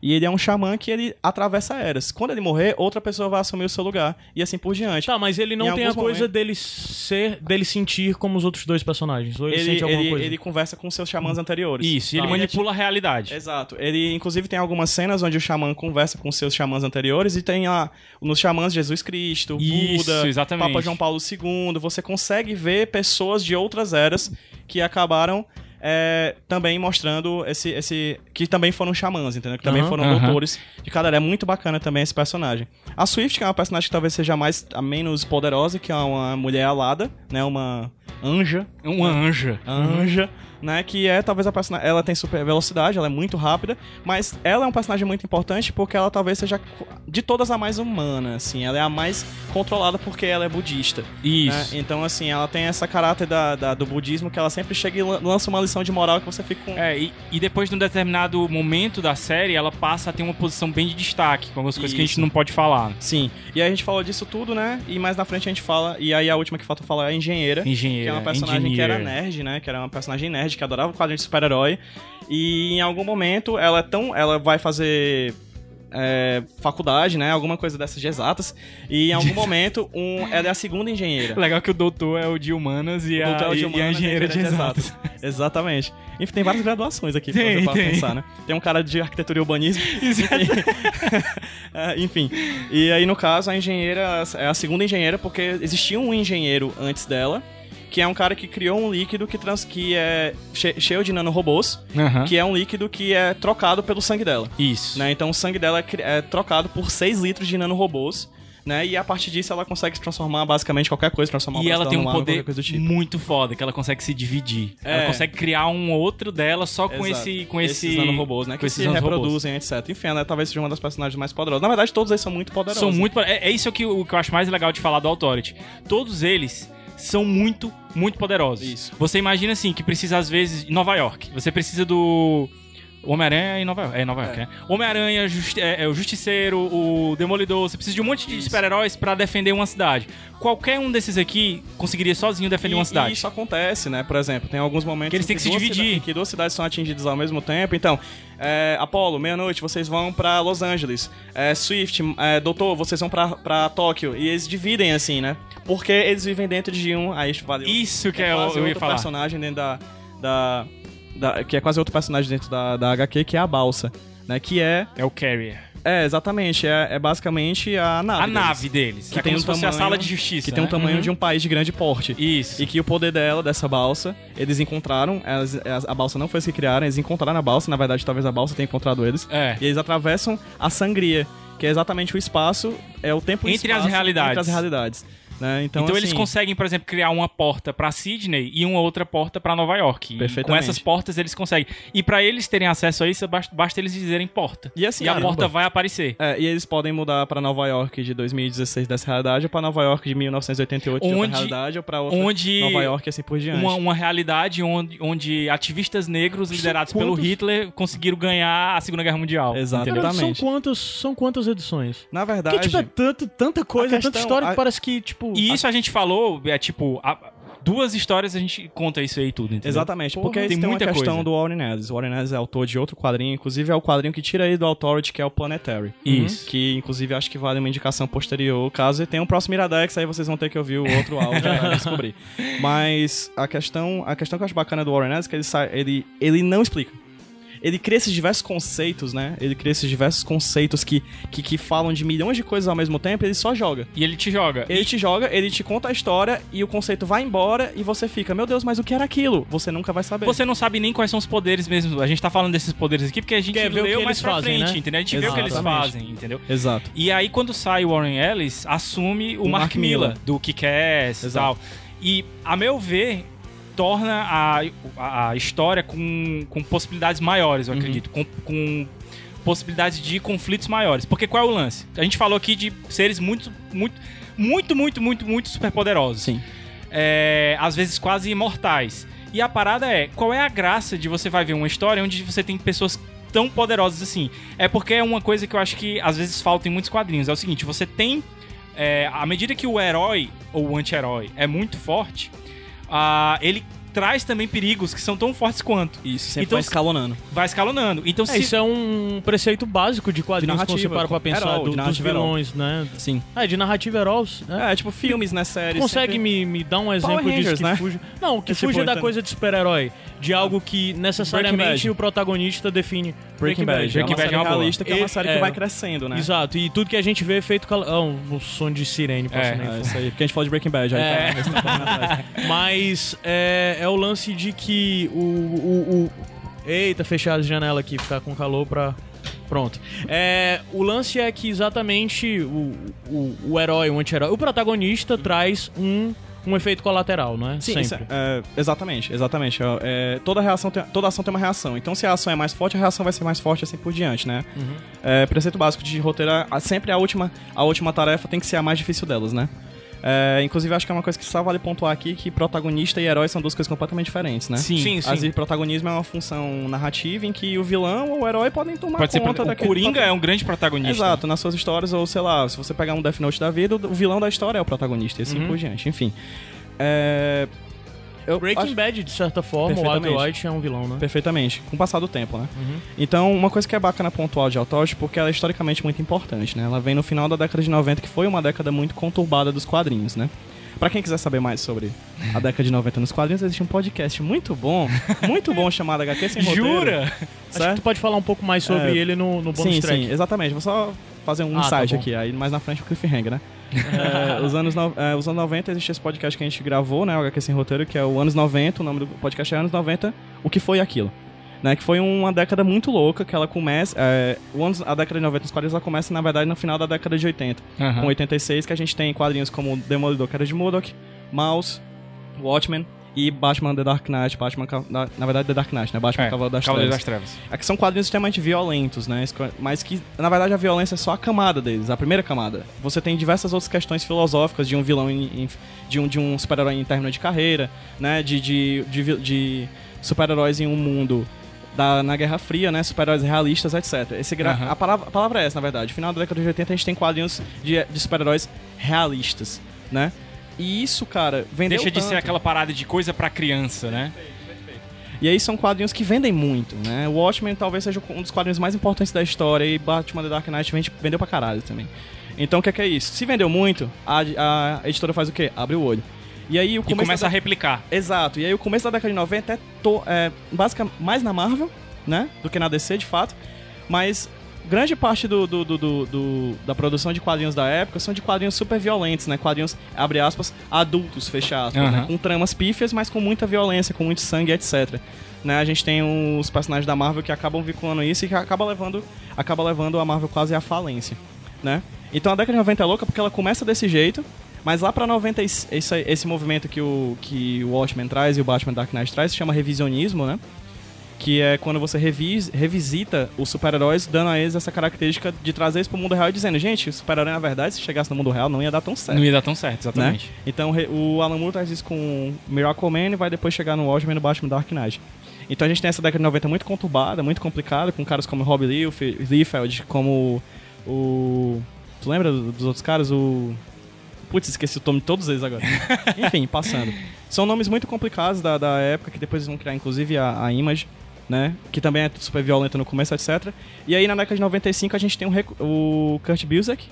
Speaker 4: E ele é um xamã que ele atravessa eras. Quando ele morrer, outra pessoa vai assumir o seu lugar e assim por diante.
Speaker 3: Tá, mas ele
Speaker 4: Em
Speaker 3: não tem a
Speaker 4: alguns
Speaker 3: coisa
Speaker 4: momentos-
Speaker 3: dele ser, dele sentir como os outros dois personagens. Ou ele,
Speaker 4: ele,
Speaker 3: sente alguma
Speaker 4: ele-
Speaker 3: coisa.
Speaker 4: ele conversa com seus xamãs anteriores.
Speaker 2: Isso, e
Speaker 4: Tá.
Speaker 2: ele manipula a realidade.
Speaker 4: Exato. Ele, inclusive, tem algumas cenas onde o xamã conversa com seus xamãs anteriores e tem lá nos xamãs Jesus Cristo,
Speaker 2: Isso,
Speaker 4: Buda,
Speaker 2: exatamente.
Speaker 4: Papa João Paulo II. Você consegue ver pessoas de outras eras que acabaram é, também mostrando esse, esse. que também foram xamãs, entendeu? Que também
Speaker 3: Aham,
Speaker 4: foram
Speaker 2: aham.
Speaker 4: doutores de cada era. É muito bacana também esse personagem. A Swift, que é uma personagem que talvez seja mais, a menos poderosa, que é uma mulher alada, né? Uma anja,
Speaker 2: É Um anjo.
Speaker 4: Anja, né? Que é talvez a personagem. Ela tem super velocidade, ela é muito rápida, mas ela é um personagem muito importante porque ela talvez seja co- de todas a mais humana, assim. Ela é a mais controlada porque ela é budista. né?
Speaker 2: Isso.
Speaker 4: Então, assim, ela tem essa caráter da, da- do budismo que ela sempre chega e lan- lança uma lição de moral que você fica com.
Speaker 2: É, e, e depois de um determinado momento da série, ela passa a ter uma posição bem de destaque, com algumas coisas que a gente
Speaker 4: Isso.
Speaker 2: não pode falar.
Speaker 4: Sim. E aí a gente falou disso tudo, né? E mais na frente a gente fala. E aí a última que falta falar é a engenheira.
Speaker 2: Engenheiro.
Speaker 4: Que é uma personagem que era nerd, né? Que era uma personagem nerd, que adorava o quadrinho de super-herói. E em algum momento ela é tão. Ela vai fazer. é, faculdade, né? Alguma coisa dessas de exatas. E em algum momento, um, ela é a segunda engenheira.
Speaker 2: Legal que o doutor é o de humanas e,
Speaker 4: O doutor é o
Speaker 2: a,
Speaker 4: de
Speaker 2: e- e a
Speaker 4: humanas e a
Speaker 2: engenheira de
Speaker 4: engenheira de
Speaker 2: exatas.
Speaker 4: Exatamente. Enfim, tem várias graduações aqui pra
Speaker 2: Tem,
Speaker 4: você- pra
Speaker 2: tem.
Speaker 4: pensar, né? Tem um cara de arquitetura e urbanismo. Enfim. É, Enfim. E aí, no caso, a engenheira é a segunda engenheira, porque existia um engenheiro antes dela, que é um cara que criou um líquido que, trans, que é che- cheio de nanorobôs,
Speaker 2: Aham.
Speaker 4: que é um líquido que é trocado pelo sangue dela.
Speaker 2: Isso.
Speaker 4: né? Então o sangue dela é cri- é trocado por 6 litros de nanorobôs. Né? E a partir disso ela consegue se transformar basicamente em qualquer coisa, transformar o
Speaker 2: E
Speaker 4: braço
Speaker 2: ela
Speaker 4: dela
Speaker 2: tem
Speaker 4: num
Speaker 2: um
Speaker 4: ar,
Speaker 2: poder
Speaker 4: qualquer coisa do tipo.
Speaker 2: muito foda, que ela consegue se dividir.
Speaker 4: É.
Speaker 2: Ela consegue criar um outro dela só com
Speaker 4: Exato.
Speaker 2: esse. Com
Speaker 4: esses
Speaker 2: esse
Speaker 4: nanorobôs, né?
Speaker 2: Com
Speaker 4: Que
Speaker 2: esses
Speaker 4: se
Speaker 2: nanorobôs.
Speaker 4: reproduzem, etc. Enfim, ela talvez seja uma das personagens mais poderosas. Na verdade, todos eles são muito poderosos.
Speaker 2: São muito. É, é isso que, eu- o que eu acho mais legal de falar do Authority. Todos eles são muito, muito poderosos.
Speaker 4: Isso.
Speaker 2: Você imagina assim que precisa às vezes de Nova York. Você precisa do Homem-Aranha em Nova York. É em Nova York, né? Homem-Aranha, Justi- é, é, o Justiceiro, o Demolidor. Você precisa de um monte de
Speaker 4: Isso.
Speaker 2: super-heróis pra defender uma cidade. Qualquer um desses aqui conseguiria sozinho defender
Speaker 4: E-
Speaker 2: uma cidade.
Speaker 4: E isso acontece, né? Por exemplo, tem alguns momentos
Speaker 2: Que eles têm
Speaker 4: em
Speaker 2: que se
Speaker 4: duas
Speaker 2: dividir.
Speaker 4: cida- em que duas cidades são atingidas ao mesmo tempo. Então, é, Apolo, meia-noite, vocês vão pra Los Angeles. É, Swift, é, Doutor, vocês vão pra, pra Tóquio. E eles dividem, assim, né? Porque eles vivem dentro de um. Aí, valeu.
Speaker 2: Isso que
Speaker 4: é
Speaker 2: é o-
Speaker 4: quase
Speaker 2: eu ia
Speaker 4: outro
Speaker 2: falar.
Speaker 4: personagem dentro da, da, da- Que é quase outro personagem dentro da, da HQ, que é a Balsa. Né, que é.
Speaker 2: É o Carrier.
Speaker 4: É, exatamente. É, é basicamente a nave.
Speaker 2: a
Speaker 4: deles.
Speaker 2: nave deles. Que, é
Speaker 4: Ah, tem
Speaker 2: como
Speaker 4: um
Speaker 2: se fosse a
Speaker 4: tamanho-
Speaker 2: sala de justiça.
Speaker 4: Que tem um
Speaker 2: né?
Speaker 4: tamanho
Speaker 2: Uhum.
Speaker 4: de um país de grande porte.
Speaker 2: Isso.
Speaker 4: E que o poder dela, dessa balsa, eles encontraram. elas- elas- a balsa não foi eles que criaram, eles encontraram a balsa. Na verdade, talvez a balsa tenha encontrado eles.
Speaker 2: É.
Speaker 4: E eles atravessam a sangria, que é exatamente o espaço, é o tempo e
Speaker 2: Entre as
Speaker 4: espaço
Speaker 2: realidades.
Speaker 4: Entre as realidades. né? Então,
Speaker 2: Então, eles
Speaker 4: assim,
Speaker 2: conseguem, por exemplo, criar uma porta pra Sydney e uma outra porta pra Nova York. E com
Speaker 4: Perfeitamente.
Speaker 2: essas portas eles conseguem. E pra eles terem acesso a isso, basta, basta eles dizerem porta.
Speaker 4: E assim,
Speaker 2: a
Speaker 4: caramba.
Speaker 2: porta vai aparecer.
Speaker 4: É, e eles podem mudar pra Nova York de 2016 dessa realidade, ou pra Nova York de 1988 de
Speaker 2: Onde-
Speaker 4: outra realidade, ou pra É, outra
Speaker 2: onde-
Speaker 4: Nova York e assim por diante.
Speaker 2: Uma, uma realidade onde, onde ativistas negros liderados pelo
Speaker 3: quantos-
Speaker 2: Hitler conseguiram ganhar a Segunda Guerra Mundial.
Speaker 4: Exatamente.
Speaker 3: Caralho, são quantas, são quantas edições?
Speaker 4: Na verdade,
Speaker 3: Porque, tipo, é tanto, tanta coisa,
Speaker 4: A questão-
Speaker 3: tanta história que
Speaker 4: a-
Speaker 3: parece que, tipo...
Speaker 2: E isso a gente falou, é tipo, a- duas histórias a gente conta isso aí tudo, entendeu?
Speaker 4: Exatamente,
Speaker 2: Porra,
Speaker 4: porque
Speaker 2: tem
Speaker 4: tem, tem
Speaker 2: muita
Speaker 4: uma questão
Speaker 2: coisa.
Speaker 4: do Warren Ellis. O Warren Ellis é autor de outro quadrinho, inclusive é o quadrinho que tira ele do Authority, que é o Planetary.
Speaker 2: Isso.
Speaker 4: Que, inclusive, acho que vale uma indicação posterior, caso e tenha um próximo Iradex, aí vocês vão ter que ouvir o outro áudio pra descobrir. Mas a questão, a questão que eu acho bacana do Warren Ellis é que ele, sai- ele, ele não explica. Ele cria esses diversos conceitos, né? Ele cria esses diversos conceitos que, que, que falam de milhões de coisas ao mesmo tempo, ele só joga.
Speaker 2: E ele te joga.
Speaker 4: Ele te joga, ele te conta a história e o conceito vai embora e você fica, meu Deus, mas o que era aquilo? Você nunca vai saber.
Speaker 2: Você não sabe nem quais são os poderes mesmo. A gente tá falando desses poderes aqui porque a gente
Speaker 3: Quer ver o
Speaker 2: leu
Speaker 3: que
Speaker 2: mais
Speaker 3: eles
Speaker 2: pra
Speaker 3: fazem,
Speaker 2: frente,
Speaker 3: né?
Speaker 2: entendeu? A gente vê o que eles
Speaker 4: Exatamente.
Speaker 2: fazem, entendeu?
Speaker 4: Exato.
Speaker 2: E aí, quando sai o Warren Ellis, assume o,
Speaker 4: O
Speaker 2: Mark,
Speaker 4: Mark
Speaker 2: Miller,
Speaker 4: Millar.
Speaker 2: do Kick-Ass e tal.
Speaker 4: Exato.
Speaker 2: E, a meu ver, torna a, a, a história com, com possibilidades maiores,
Speaker 3: Uhum.
Speaker 2: eu acredito. Com, com possibilidades de conflitos maiores. Porque qual é o lance? A gente falou aqui de seres muito, muito, muito, muito, muito, muito superpoderosos.
Speaker 4: Sim.
Speaker 2: É, às vezes quase imortais. E a parada é, qual é a graça de você vai ver uma história onde você tem pessoas tão poderosas assim? É porque é uma coisa que eu acho que às vezes falta em muitos quadrinhos. É o seguinte, você tem... é, à medida que o herói ou o anti-herói é muito forte, ah, ele traz também perigos que são tão fortes quanto.
Speaker 4: Isso, sempre
Speaker 2: Então,
Speaker 4: vai escalonando.
Speaker 2: Vai escalonando. Então,
Speaker 3: É,
Speaker 2: se...
Speaker 3: isso é um preceito básico de quadrinhos
Speaker 4: De
Speaker 3: quando você
Speaker 4: narrativa,
Speaker 3: para pra
Speaker 4: com-
Speaker 3: pensar,
Speaker 4: herói,
Speaker 3: do-
Speaker 4: de
Speaker 3: dos
Speaker 4: narrativa herói.
Speaker 3: vilões, né?
Speaker 4: Sim.
Speaker 3: É, de narrativa heróis, né?
Speaker 4: É, tipo filmes, né, séries.
Speaker 3: Consegue
Speaker 4: sempre-
Speaker 3: me, me dar um exemplo disso
Speaker 4: Rangers,
Speaker 3: que
Speaker 4: né?
Speaker 3: fuja... Não, que
Speaker 4: Esse
Speaker 3: fuja
Speaker 4: ponto,
Speaker 3: da
Speaker 4: né?
Speaker 3: coisa de super-herói. De algo que necessariamente
Speaker 4: Bad.
Speaker 3: o protagonista define.
Speaker 4: Breaking Bad.
Speaker 2: Breaking
Speaker 4: Breaking
Speaker 2: Bad
Speaker 4: Bad
Speaker 2: é uma boa.
Speaker 4: realista, que é
Speaker 3: E-
Speaker 4: uma série que
Speaker 3: é.
Speaker 4: vai crescendo, né?
Speaker 3: Exato, e tudo que a gente vê é feito com... a- Ah, um, um som de sirene assim
Speaker 2: É,
Speaker 3: passando
Speaker 4: É,
Speaker 3: aí.
Speaker 4: isso aí. Porque a gente falou de Breaking Bad. Aí
Speaker 3: É.
Speaker 4: tá, esse tá falando atrás.
Speaker 3: Mas é, é o lance de que o, o, o- Eita, fechar a janela aqui, ficar com calor pra. Pronto. É, o lance é que exatamente o, o, o herói, o anti-herói, o protagonista traz um, um efeito colateral, não é?
Speaker 4: Sim, isso é- é, exatamente, exatamente. É, é, toda, reação tem- toda ação tem uma reação. Então, se a ação é mais forte, a reação vai ser mais forte assim por diante, né?
Speaker 2: Uhum.
Speaker 4: É, preceito básico de roteiro, a- sempre a última, a última tarefa tem que ser a mais difícil delas, né? É, inclusive, acho que é uma coisa que só vale pontuar aqui, que protagonista e herói são duas coisas completamente diferentes, né?
Speaker 2: Sim. Sim,
Speaker 4: Às vezes, protagonismo é uma função narrativa em que o vilão ou o herói podem tomar
Speaker 2: Pode ser...
Speaker 4: conta
Speaker 2: O
Speaker 4: daquele
Speaker 2: Coringa é um grande protagonista.
Speaker 4: Exato, nas suas histórias, ou sei lá, se você pegar um Death Note da vida, o vilão da história é o protagonista, e assim
Speaker 2: Uhum.
Speaker 4: por diante, enfim. É, eu
Speaker 3: Breaking
Speaker 4: acho-
Speaker 3: Bad, de certa forma, o Walter
Speaker 4: Perfeitamente.
Speaker 3: White é um vilão, né?
Speaker 4: Perfeitamente, com o passar do tempo, né?
Speaker 3: Uhum.
Speaker 4: Então, uma coisa que é bacana pontuar de Autosh, porque ela é historicamente muito importante, né? Ela vem no final da década de 90, que foi uma década muito conturbada dos quadrinhos, né? Pra quem quiser saber mais sobre a década de 90 nos quadrinhos, existe um podcast muito bom, muito bom, chamado HQ Sem Roteiro.
Speaker 2: Jura?
Speaker 3: Acho que tu pode falar um pouco mais sobre
Speaker 4: É.
Speaker 3: ele no, no bonus
Speaker 4: Sim,
Speaker 3: track.
Speaker 4: sim, exatamente. Vou só fazer um
Speaker 3: Ah, tá
Speaker 4: insight
Speaker 3: bom.
Speaker 4: aqui, aí mais na frente o cliffhanger, né? É, os, anos no, é, os anos 90 existe esse podcast que a gente gravou, né? O HQ Sem Roteiro, que é o Anos 90, o nome do podcast é Anos 90, O Que Foi Aquilo. Né, que foi uma década muito louca, que ela começa... É, o anos, a década de 90 nos quadrinhos, ela começa, na verdade, no final da década de 80. Com 86, que a gente tem quadrinhos como Demolidor, Cara de Murdoch, Mouse, Watchmen e Batman The Dark Knight. Batman, Ca- na, na verdade, The Dark Knight, né? Batman
Speaker 2: É,
Speaker 4: Cavaleiro das
Speaker 2: Cavaleiro
Speaker 4: Trevas.
Speaker 2: das Trevas.
Speaker 4: É que são quadrinhos extremamente violentos, né? Esco- Mas que, na verdade, a violência é só a camada deles, a primeira camada. Você tem diversas outras questões filosóficas de um vilão, em- em- de um, de um super-herói em término de carreira, né? De, de, de vi- de super-heróis em um mundo da, na Guerra Fria, né? Super-heróis realistas, etc. Esse gra-
Speaker 2: Aham.
Speaker 4: a, palavra, a palavra é essa, na verdade. No final da década de 80, a gente tem quadrinhos de, de super-heróis realistas, né? E isso, cara, vendeu
Speaker 2: Deixa de ser
Speaker 4: tanto.
Speaker 2: aquela parada de coisa pra criança, né?
Speaker 4: E aí são quadrinhos que vendem muito, né? O Watchmen talvez seja um dos quadrinhos mais importantes da história e Batman The Dark Knight vende, vendeu pra caralho também. Então o que é, que é isso? Se vendeu muito, a, a editora faz o quê? Abre o olho. E aí o
Speaker 2: E
Speaker 4: começo
Speaker 2: começa
Speaker 4: da-
Speaker 2: a replicar.
Speaker 4: Exato. E aí o começo da década de 90 é, to... é basica- mais na Marvel, né? Do que na DC, de fato. Mas grande parte do, do- do- do- do- da produção de quadrinhos da época são de quadrinhos super violentos, né? Quadrinhos, abre aspas, adultos, fecha aspas,
Speaker 2: Aham.
Speaker 4: né? Com tramas pífias, mas com muita violência, com muito sangue, etc. Né, a gente tem os personagens da Marvel que acabam vinculando isso e que acaba levando, acaba levando a Marvel quase à falência, né? Então a década de 90 é louca porque ela começa desse jeito, Mas lá pra 90, e- esse, esse movimento que o, que o Watchmen traz e o Batman Dark Knight traz se chama revisionismo, né? Que é quando você revis, revisita os super-heróis, dando a eles essa característica de trazer isso pro mundo real e dizendo, gente, o super-herói, na verdade, se chegasse no mundo real, não ia dar tão certo.
Speaker 2: Não ia dar tão certo,
Speaker 4: né?
Speaker 2: exatamente.
Speaker 4: Então re- o Alan Moore traz isso com Miracle Man e vai depois chegar no Watchmen e no Batman Dark Knight. Então a gente tem essa década de 90 muito conturbada, muito complicada, com caras como Rob Lief- Liefeld, como o... Tu lembra do- dos outros caras? O... Putz, esqueci o nome de todos eles agora. Enfim, passando. São nomes muito complicados da, da época, que depois eles vão criar inclusive a, a Image, né? Que também é super violenta no começo, etc. E aí na década de 95 a gente tem o, recu- o Kurt Busiek,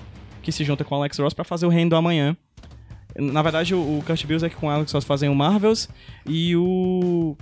Speaker 4: que se junta com o Alex Ross pra fazer o Reino do Amanhã. Na verdade, o o Kurt Busiek com o Alex Ross fazem o Marvels e o...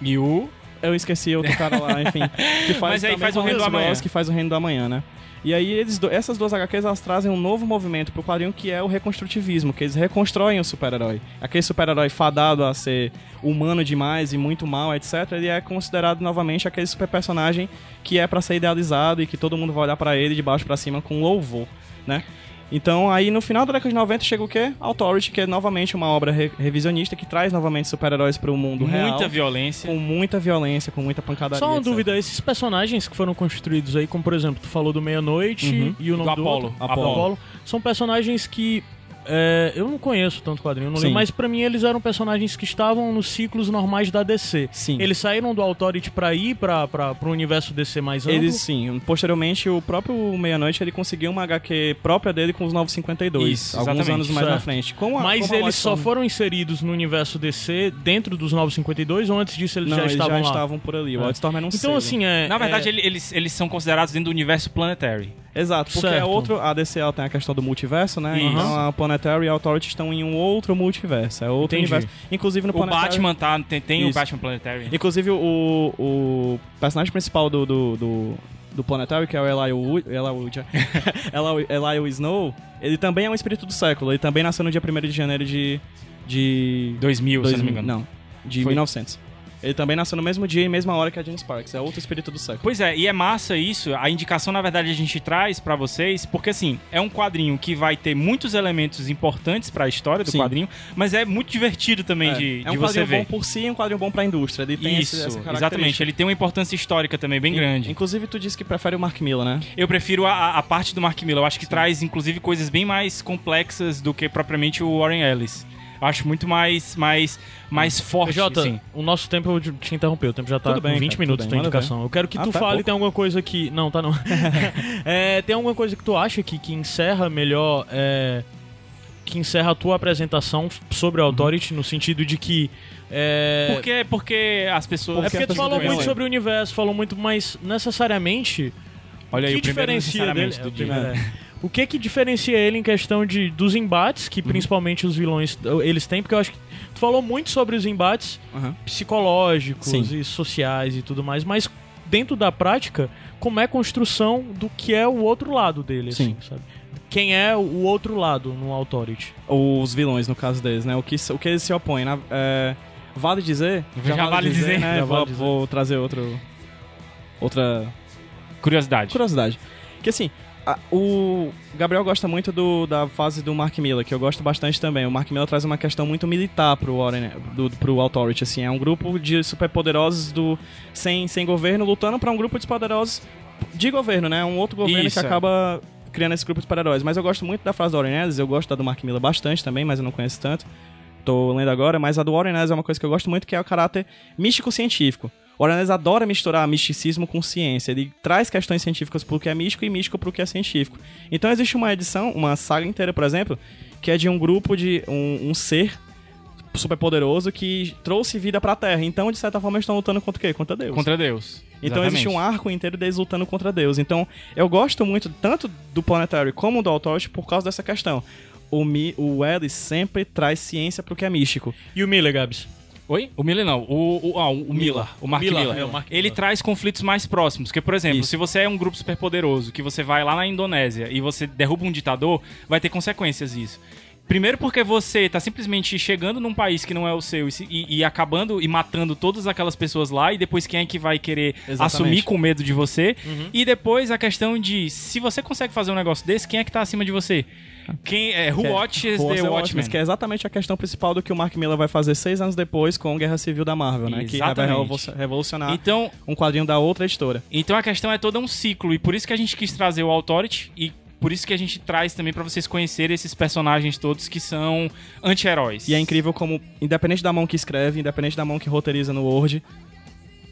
Speaker 2: E o.
Speaker 4: Eu esqueci outro cara lá, enfim. Que faz
Speaker 2: Mas aí
Speaker 4: também
Speaker 2: faz
Speaker 4: com
Speaker 2: o Reino do
Speaker 4: Alex
Speaker 2: Amanhã.
Speaker 4: Ross, Que faz o Reino do Amanhã, né? E aí eles, do- essas duas HQs elas trazem um novo movimento pro quadrinho que é o reconstrutivismo, que eles reconstroem o super-herói. Aquele super-herói fadado a ser humano demais e muito mal, etc, ele é considerado novamente aquele super personagem que é pra ser idealizado e que todo mundo vai olhar pra ele de baixo pra cima com louvor, né? Então, aí no final da década de 90 chega o quê? Authority, que é novamente uma obra re- revisionista que traz novamente super-heróis pro mundo real
Speaker 2: Muita violência.
Speaker 4: com muita violência, com muita pancadaria.
Speaker 3: Só uma
Speaker 4: etc.
Speaker 3: dúvida, esses personagens que foram construídos aí, como por exemplo, tu falou do Meia-Noite
Speaker 4: Uhum.
Speaker 3: e o nome
Speaker 2: Do Apollo.
Speaker 3: outro,
Speaker 4: Apollo.
Speaker 3: Apollo, são personagens que é, eu não conheço tanto quadrinho, não
Speaker 4: Sim.
Speaker 3: lembro, mas pra mim eles eram personagens que estavam nos ciclos normais da DC.
Speaker 4: Sim.
Speaker 3: Eles saíram do Authority pra ir pra, pra, pro universo DC mais amplo.
Speaker 4: Eles sim, posteriormente o próprio Meia-Noite ele conseguiu uma HQ própria dele com os 952,
Speaker 2: Isso,
Speaker 4: alguns
Speaker 2: exatamente,
Speaker 4: anos mais na
Speaker 3: certo.
Speaker 4: frente. Com a-
Speaker 3: é. Mas
Speaker 4: com a
Speaker 3: eles só
Speaker 4: Watson-
Speaker 3: foram inseridos no universo DC dentro dos 952 ou antes disso eles
Speaker 4: Não,
Speaker 3: já
Speaker 4: eles
Speaker 3: estavam
Speaker 4: já
Speaker 3: lá?
Speaker 4: estavam por ali. O
Speaker 3: É.
Speaker 4: Wildstorm era um
Speaker 3: Então
Speaker 4: selo.
Speaker 3: assim, é...
Speaker 2: Na verdade,
Speaker 3: é-
Speaker 2: ele- eles, eles são considerados dentro do universo planetary.
Speaker 4: Exato, porque
Speaker 3: Certo.
Speaker 4: é outro, a DC ela tem a questão do multiverso, né?
Speaker 2: Isso.
Speaker 4: Então a Planetary e a Authority estão em um outro multiverso, é outro
Speaker 3: Entendi.
Speaker 4: universo. Inclusive no
Speaker 2: O
Speaker 4: Planetary-
Speaker 2: Batman tá, tem, tem o
Speaker 4: Isso.
Speaker 2: Batman Planetary.
Speaker 4: Inclusive, o, o personagem principal do, do, do, do Planetário, que é o Eli, Wood, Eli, Wood, Eli, Eli Snow, ele também é um espírito do século. Ele também nasceu no dia 1 de janeiro de. de
Speaker 2: 2000, se eu não me
Speaker 4: 2000,
Speaker 2: engano.
Speaker 4: não, de
Speaker 2: Foi.
Speaker 4: 1900. Ele também nasceu no mesmo dia e mesma hora que a Jane Sparks. É outro espírito do século.
Speaker 2: Pois é, e é massa isso. A indicação, na verdade, a gente traz pra vocês, porque assim, é um quadrinho que vai ter muitos elementos importantes pra história do
Speaker 4: Sim.
Speaker 2: quadrinho, mas é muito divertido também
Speaker 4: é.
Speaker 2: de,
Speaker 4: é um
Speaker 2: de você
Speaker 4: quadrinho
Speaker 2: ver.
Speaker 4: bom por si e um quadrinho bom pra indústria. Ele tem
Speaker 2: Isso,
Speaker 4: esse- essa característica.
Speaker 2: exatamente. Ele tem uma importância histórica também bem grande.
Speaker 4: Inclusive, tu disse que prefere o Mark Miller, né?
Speaker 2: Eu prefiro a, a parte do Mark Miller. Eu acho que traz, inclusive, coisas bem mais complexas do que propriamente o Warren Ellis. Eu acho muito mais, mais, mais forte.
Speaker 3: Jota,
Speaker 2: assim.
Speaker 3: o nosso tempo eu te interrompeu, o tempo já tá
Speaker 4: Tudo bem,
Speaker 3: com 20
Speaker 4: cara,
Speaker 3: minutos
Speaker 4: tudo
Speaker 3: da
Speaker 4: bem, manda
Speaker 3: indicação. Eu quero que
Speaker 4: Ah,
Speaker 3: tu
Speaker 4: tá
Speaker 3: fale,
Speaker 4: pouco.
Speaker 3: tem alguma coisa que. Não, tá não. É, tem alguma coisa que tu acha que, que encerra melhor. é, que encerra a tua apresentação sobre
Speaker 4: Uhum.
Speaker 3: a Authority, no sentido de que. é,
Speaker 2: Porque, porque as pessoas.
Speaker 3: é porque tu
Speaker 4: pessoas
Speaker 3: falou
Speaker 4: também
Speaker 3: muito
Speaker 4: lembram.
Speaker 3: sobre o universo, falou muito, mas necessariamente
Speaker 2: Olha aí,
Speaker 3: que
Speaker 2: o primeiro
Speaker 3: diferencia dele?
Speaker 2: sinceramente
Speaker 3: é, o
Speaker 2: do dia.
Speaker 3: primeiro, é. O que que diferencia ele em questão de, dos embates,
Speaker 4: Uhum.
Speaker 3: que principalmente os vilões uh, eles têm? Porque eu acho que tu falou muito sobre os embates
Speaker 4: Aham.
Speaker 3: psicológicos
Speaker 4: Sim.
Speaker 3: e sociais e tudo mais, mas dentro da prática, como é a construção do que é o outro lado dele, assim,
Speaker 4: Sim.
Speaker 3: sabe? Quem é o outro lado no Authority?
Speaker 4: os vilões, no caso deles, né? O que, o que eles se opõem. na- é, vale dizer?
Speaker 2: Já vale dizer,
Speaker 4: né?
Speaker 3: já
Speaker 4: vou,
Speaker 3: vale dizer.
Speaker 4: vou trazer outro, outra
Speaker 2: Curiosidade.
Speaker 4: curiosidade. Que assim, a- o Gabriel gosta muito do- da fase do Mark Miller, que eu gosto bastante também. O Mark Miller traz uma questão muito militar pro, Warren, do, pro Authority, assim. É um grupo de superpoderosos do, sem, sem governo lutando pra um grupo de poderosos de governo, né? Um outro governo
Speaker 2: Isso, é.
Speaker 4: que acaba criando esse grupo de super-heróis. Mas eu gosto muito da frase do Warren Ellis, eu gosto da do Mark Miller bastante também, mas eu não conheço tanto. Tô lendo agora, mas a do Warren Ellis é uma coisa que eu gosto muito, que é o caráter místico-científico. O Warren Ellis adora misturar misticismo com ciência. Ele traz questões científicas pro que é místico e místico pro que é científico. Então existe uma edição, uma saga inteira, por exemplo, que é de um grupo de um, um ser superpoderoso que trouxe vida pra Terra. Então, de certa forma, eles estão lutando contra o quê? Contra Deus.
Speaker 2: Contra Deus.
Speaker 4: Então existe um
Speaker 2: Exatamente.
Speaker 4: arco inteiro deles lutando contra Deus. Então eu gosto muito tanto do Planetary como do Authority por causa dessa questão. O, Mi, o Ellis sempre traz ciência pro que é místico.
Speaker 3: E o Miller, Gabs?
Speaker 2: Oi? O Miller não. O, o, ah, o Miller. O Mark
Speaker 3: Miller,
Speaker 2: Miller.
Speaker 3: é, o Mark
Speaker 2: Ele
Speaker 3: Miller.
Speaker 2: traz conflitos mais próximos. Porque, por exemplo,
Speaker 4: Isso.
Speaker 2: se você é um grupo superpoderoso, que você vai lá na Indonésia e você derruba um ditador, vai ter consequências isso. Primeiro porque você tá simplesmente chegando num país que não é o seu e, se- e- e acabando e matando todas aquelas pessoas lá, e depois quem é que vai querer
Speaker 4: Exatamente.
Speaker 2: assumir com medo de você? E depois a questão de se você consegue fazer um negócio desse, quem é que tá acima de você? Quem é Who
Speaker 4: Que é-
Speaker 2: Watches
Speaker 4: Pô,
Speaker 2: the
Speaker 4: The
Speaker 2: Watchmen?
Speaker 4: Watchmen, que é exatamente a questão principal do que o Mark Miller vai fazer seis anos depois com Guerra Civil da Marvel, né? Que vai
Speaker 2: Exatamente.
Speaker 4: revolucion- revolucionar
Speaker 2: Então,
Speaker 4: um quadrinho da outra editora.
Speaker 2: Então a questão é toda um ciclo, e por isso que a gente quis trazer o Authority, e por isso que a gente traz também pra vocês conhecerem esses personagens todos que são anti-heróis.
Speaker 4: E é incrível como, independente da mão que escreve, independente da mão que roteiriza no Word,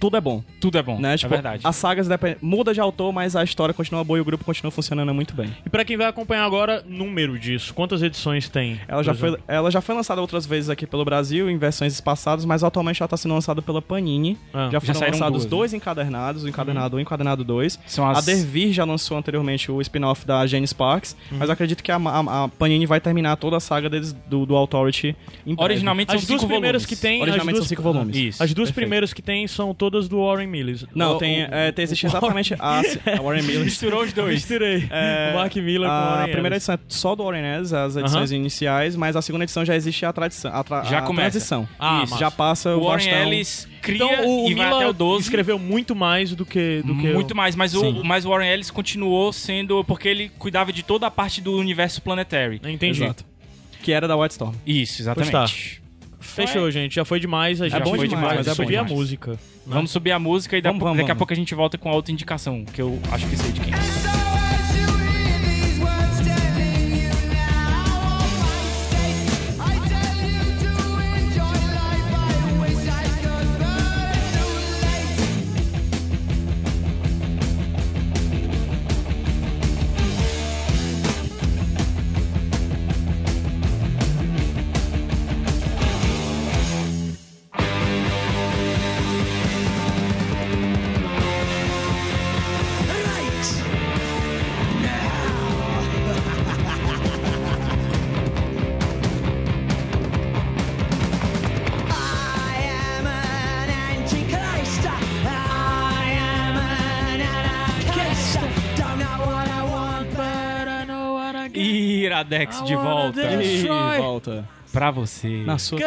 Speaker 4: tudo é bom,
Speaker 2: Tudo é bom,
Speaker 4: né?
Speaker 2: é
Speaker 4: Tipo,
Speaker 2: verdade.
Speaker 4: As sagas depen- muda de autor, mas a história continua boa e o grupo continua funcionando muito bem.
Speaker 3: E pra quem vai acompanhar agora, número disso. Quantas edições tem?
Speaker 4: Ela já,
Speaker 3: por
Speaker 4: foi,
Speaker 3: exemplo?
Speaker 4: ela já foi lançada outras vezes aqui pelo Brasil, em versões espaçadas, mas atualmente ela está sendo lançada pela Panini.
Speaker 3: Ah,
Speaker 4: já
Speaker 3: já
Speaker 4: foram
Speaker 2: saíram
Speaker 4: lançados
Speaker 2: duas, né?
Speaker 4: dois encadernados, o encadernado 1 e o encadernado 2.
Speaker 2: São as-
Speaker 4: A Dervir já lançou anteriormente o spin-off da Jane Sparks, mas eu acredito que a, a- a Panini vai terminar toda a saga deles do, do Authority em breve.
Speaker 2: Originalmente são
Speaker 3: As duas
Speaker 2: cinco
Speaker 3: primeiras
Speaker 2: volumes.
Speaker 3: que tem.
Speaker 4: Originalmente
Speaker 3: as duas... Ah,
Speaker 4: são cinco volumes.
Speaker 2: Isso.
Speaker 3: As duas
Speaker 4: Perfeito.
Speaker 3: primeiras que tem são todas do Warren Millis.
Speaker 4: Não,
Speaker 3: O-
Speaker 4: tem,
Speaker 3: o-
Speaker 4: é, tem- existe exatamente a, a Warren Miller.
Speaker 2: Misturou os dois.
Speaker 3: Misturei. O Mark Miller com o
Speaker 4: É, A
Speaker 3: Warren
Speaker 4: primeira
Speaker 3: Ellis.
Speaker 4: edição é só do Warren Ellis, as edições iniciais, mas a segunda edição já existe a tradição, a, tra
Speaker 2: Já
Speaker 4: a
Speaker 2: começa.
Speaker 4: transição.
Speaker 3: Ah,
Speaker 2: Isso.
Speaker 3: massa.
Speaker 4: Já passa
Speaker 2: O
Speaker 4: o
Speaker 2: Warren
Speaker 4: bastão.
Speaker 2: Ellis
Speaker 4: é
Speaker 2: cria
Speaker 3: Então o, o
Speaker 2: e vai
Speaker 3: Miller
Speaker 2: até o 12.
Speaker 3: escreveu muito mais do que do que
Speaker 2: muito
Speaker 3: o-
Speaker 2: mais, mas
Speaker 4: Sim.
Speaker 2: o, mas o Warren Ellis continuou sendo. Porque ele cuidava de toda a parte do universo planetary.
Speaker 3: Entendi.
Speaker 4: Exato. tá. Que era da White Storm.
Speaker 2: Isso, exatamente.
Speaker 3: Fechou, gente. Já foi demais. A gente
Speaker 4: bom
Speaker 3: foi
Speaker 4: demais,
Speaker 3: demais.
Speaker 4: é bom
Speaker 3: Subir a
Speaker 2: demais.
Speaker 3: música.
Speaker 2: Vamos subir a música e da-
Speaker 4: Vamos, vamos,
Speaker 2: daqui a
Speaker 4: vamos.
Speaker 2: pouco a gente volta com a outra indicação, que eu acho que sei de quem.
Speaker 1: So as you hear these words telling you now of my state, I tell you to enjoy life. I wish I could, but it's too late. I am an antichrist. I am an anarchist. Don't know what I want, but I know what I get.
Speaker 2: Iradex de volta
Speaker 4: E
Speaker 3: Troy.
Speaker 4: volta.
Speaker 2: pra você.
Speaker 4: É, Na sua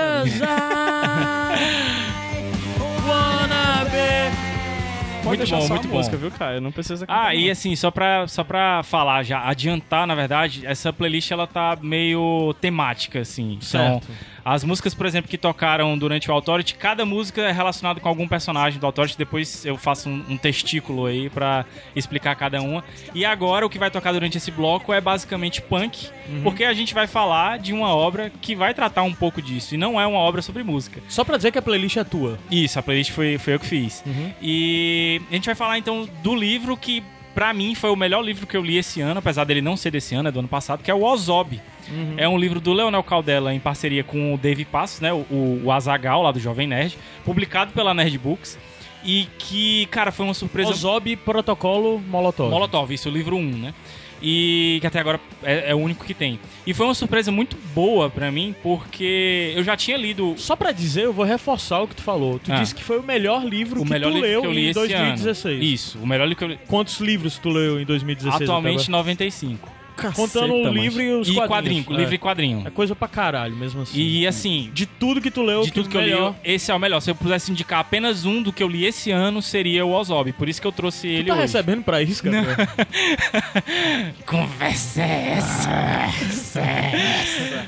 Speaker 2: muito
Speaker 4: deixar
Speaker 2: bom,
Speaker 4: só a
Speaker 2: muito bom.
Speaker 4: música, viu, cara? Não precisa cantar,
Speaker 2: Ah, e assim, só pra, só pra falar já, adiantar, na verdade, essa playlist ela tá meio temática, assim. São
Speaker 3: Certo.
Speaker 2: as músicas, por exemplo, que tocaram durante o Authority, cada música é relacionada com algum personagem do Authority, depois eu faço um, um testículo aí pra explicar cada uma. E agora o que vai tocar durante esse bloco é basicamente punk, porque a gente vai falar de uma obra que vai tratar um pouco disso, e não é uma obra sobre música.
Speaker 3: Só pra dizer que a playlist é tua.
Speaker 2: Isso, a playlist foi, foi eu que fiz.
Speaker 3: Uhum.
Speaker 2: E a gente vai falar então do livro que, pra mim, foi o melhor livro que eu li esse ano, apesar dele não ser desse ano, é do ano passado, que é o Ozob.
Speaker 3: Uhum.
Speaker 2: É um livro do Leonel Caldela em parceria com o Dave Passos, né? O, o, o Azagal, lá do Jovem Nerd, publicado pela Nerd Books. E que, cara, foi uma surpresa.
Speaker 3: Ozob Protocolo Molotov.
Speaker 2: Molotov, isso, o livro 1, né? E que até agora é, é o único que tem. E foi uma surpresa muito boa pra mim, porque eu já tinha lido
Speaker 3: Só pra dizer, eu vou reforçar o que tu falou. Tu
Speaker 2: Ah.
Speaker 3: disse que foi o melhor livro
Speaker 2: o
Speaker 3: que
Speaker 2: melhor
Speaker 3: tu
Speaker 2: livro
Speaker 3: leu
Speaker 2: que eu li
Speaker 3: em
Speaker 2: esse
Speaker 3: 2016.
Speaker 2: ano. Isso, o melhor livro que eu li.
Speaker 3: Quantos livros tu leu em 2016? até
Speaker 2: Atualmente 95.
Speaker 3: agora? Contando o
Speaker 4: mano.
Speaker 3: livro e os
Speaker 2: e
Speaker 3: quadrinhos.
Speaker 2: quadrinho,
Speaker 3: É.
Speaker 2: livro e quadrinho.
Speaker 3: É coisa pra caralho, mesmo assim.
Speaker 2: E assim, de,
Speaker 3: De tudo que tu leu,
Speaker 2: de tudo que eu li,
Speaker 3: melhor.
Speaker 2: esse é o melhor. Se eu pudesse indicar apenas um do que eu li esse ano, seria o Ozob. Por isso que eu trouxe
Speaker 3: Tu
Speaker 2: ele
Speaker 3: tá
Speaker 2: hoje.
Speaker 3: recebendo pra isso, cara?
Speaker 2: Conversa é essa.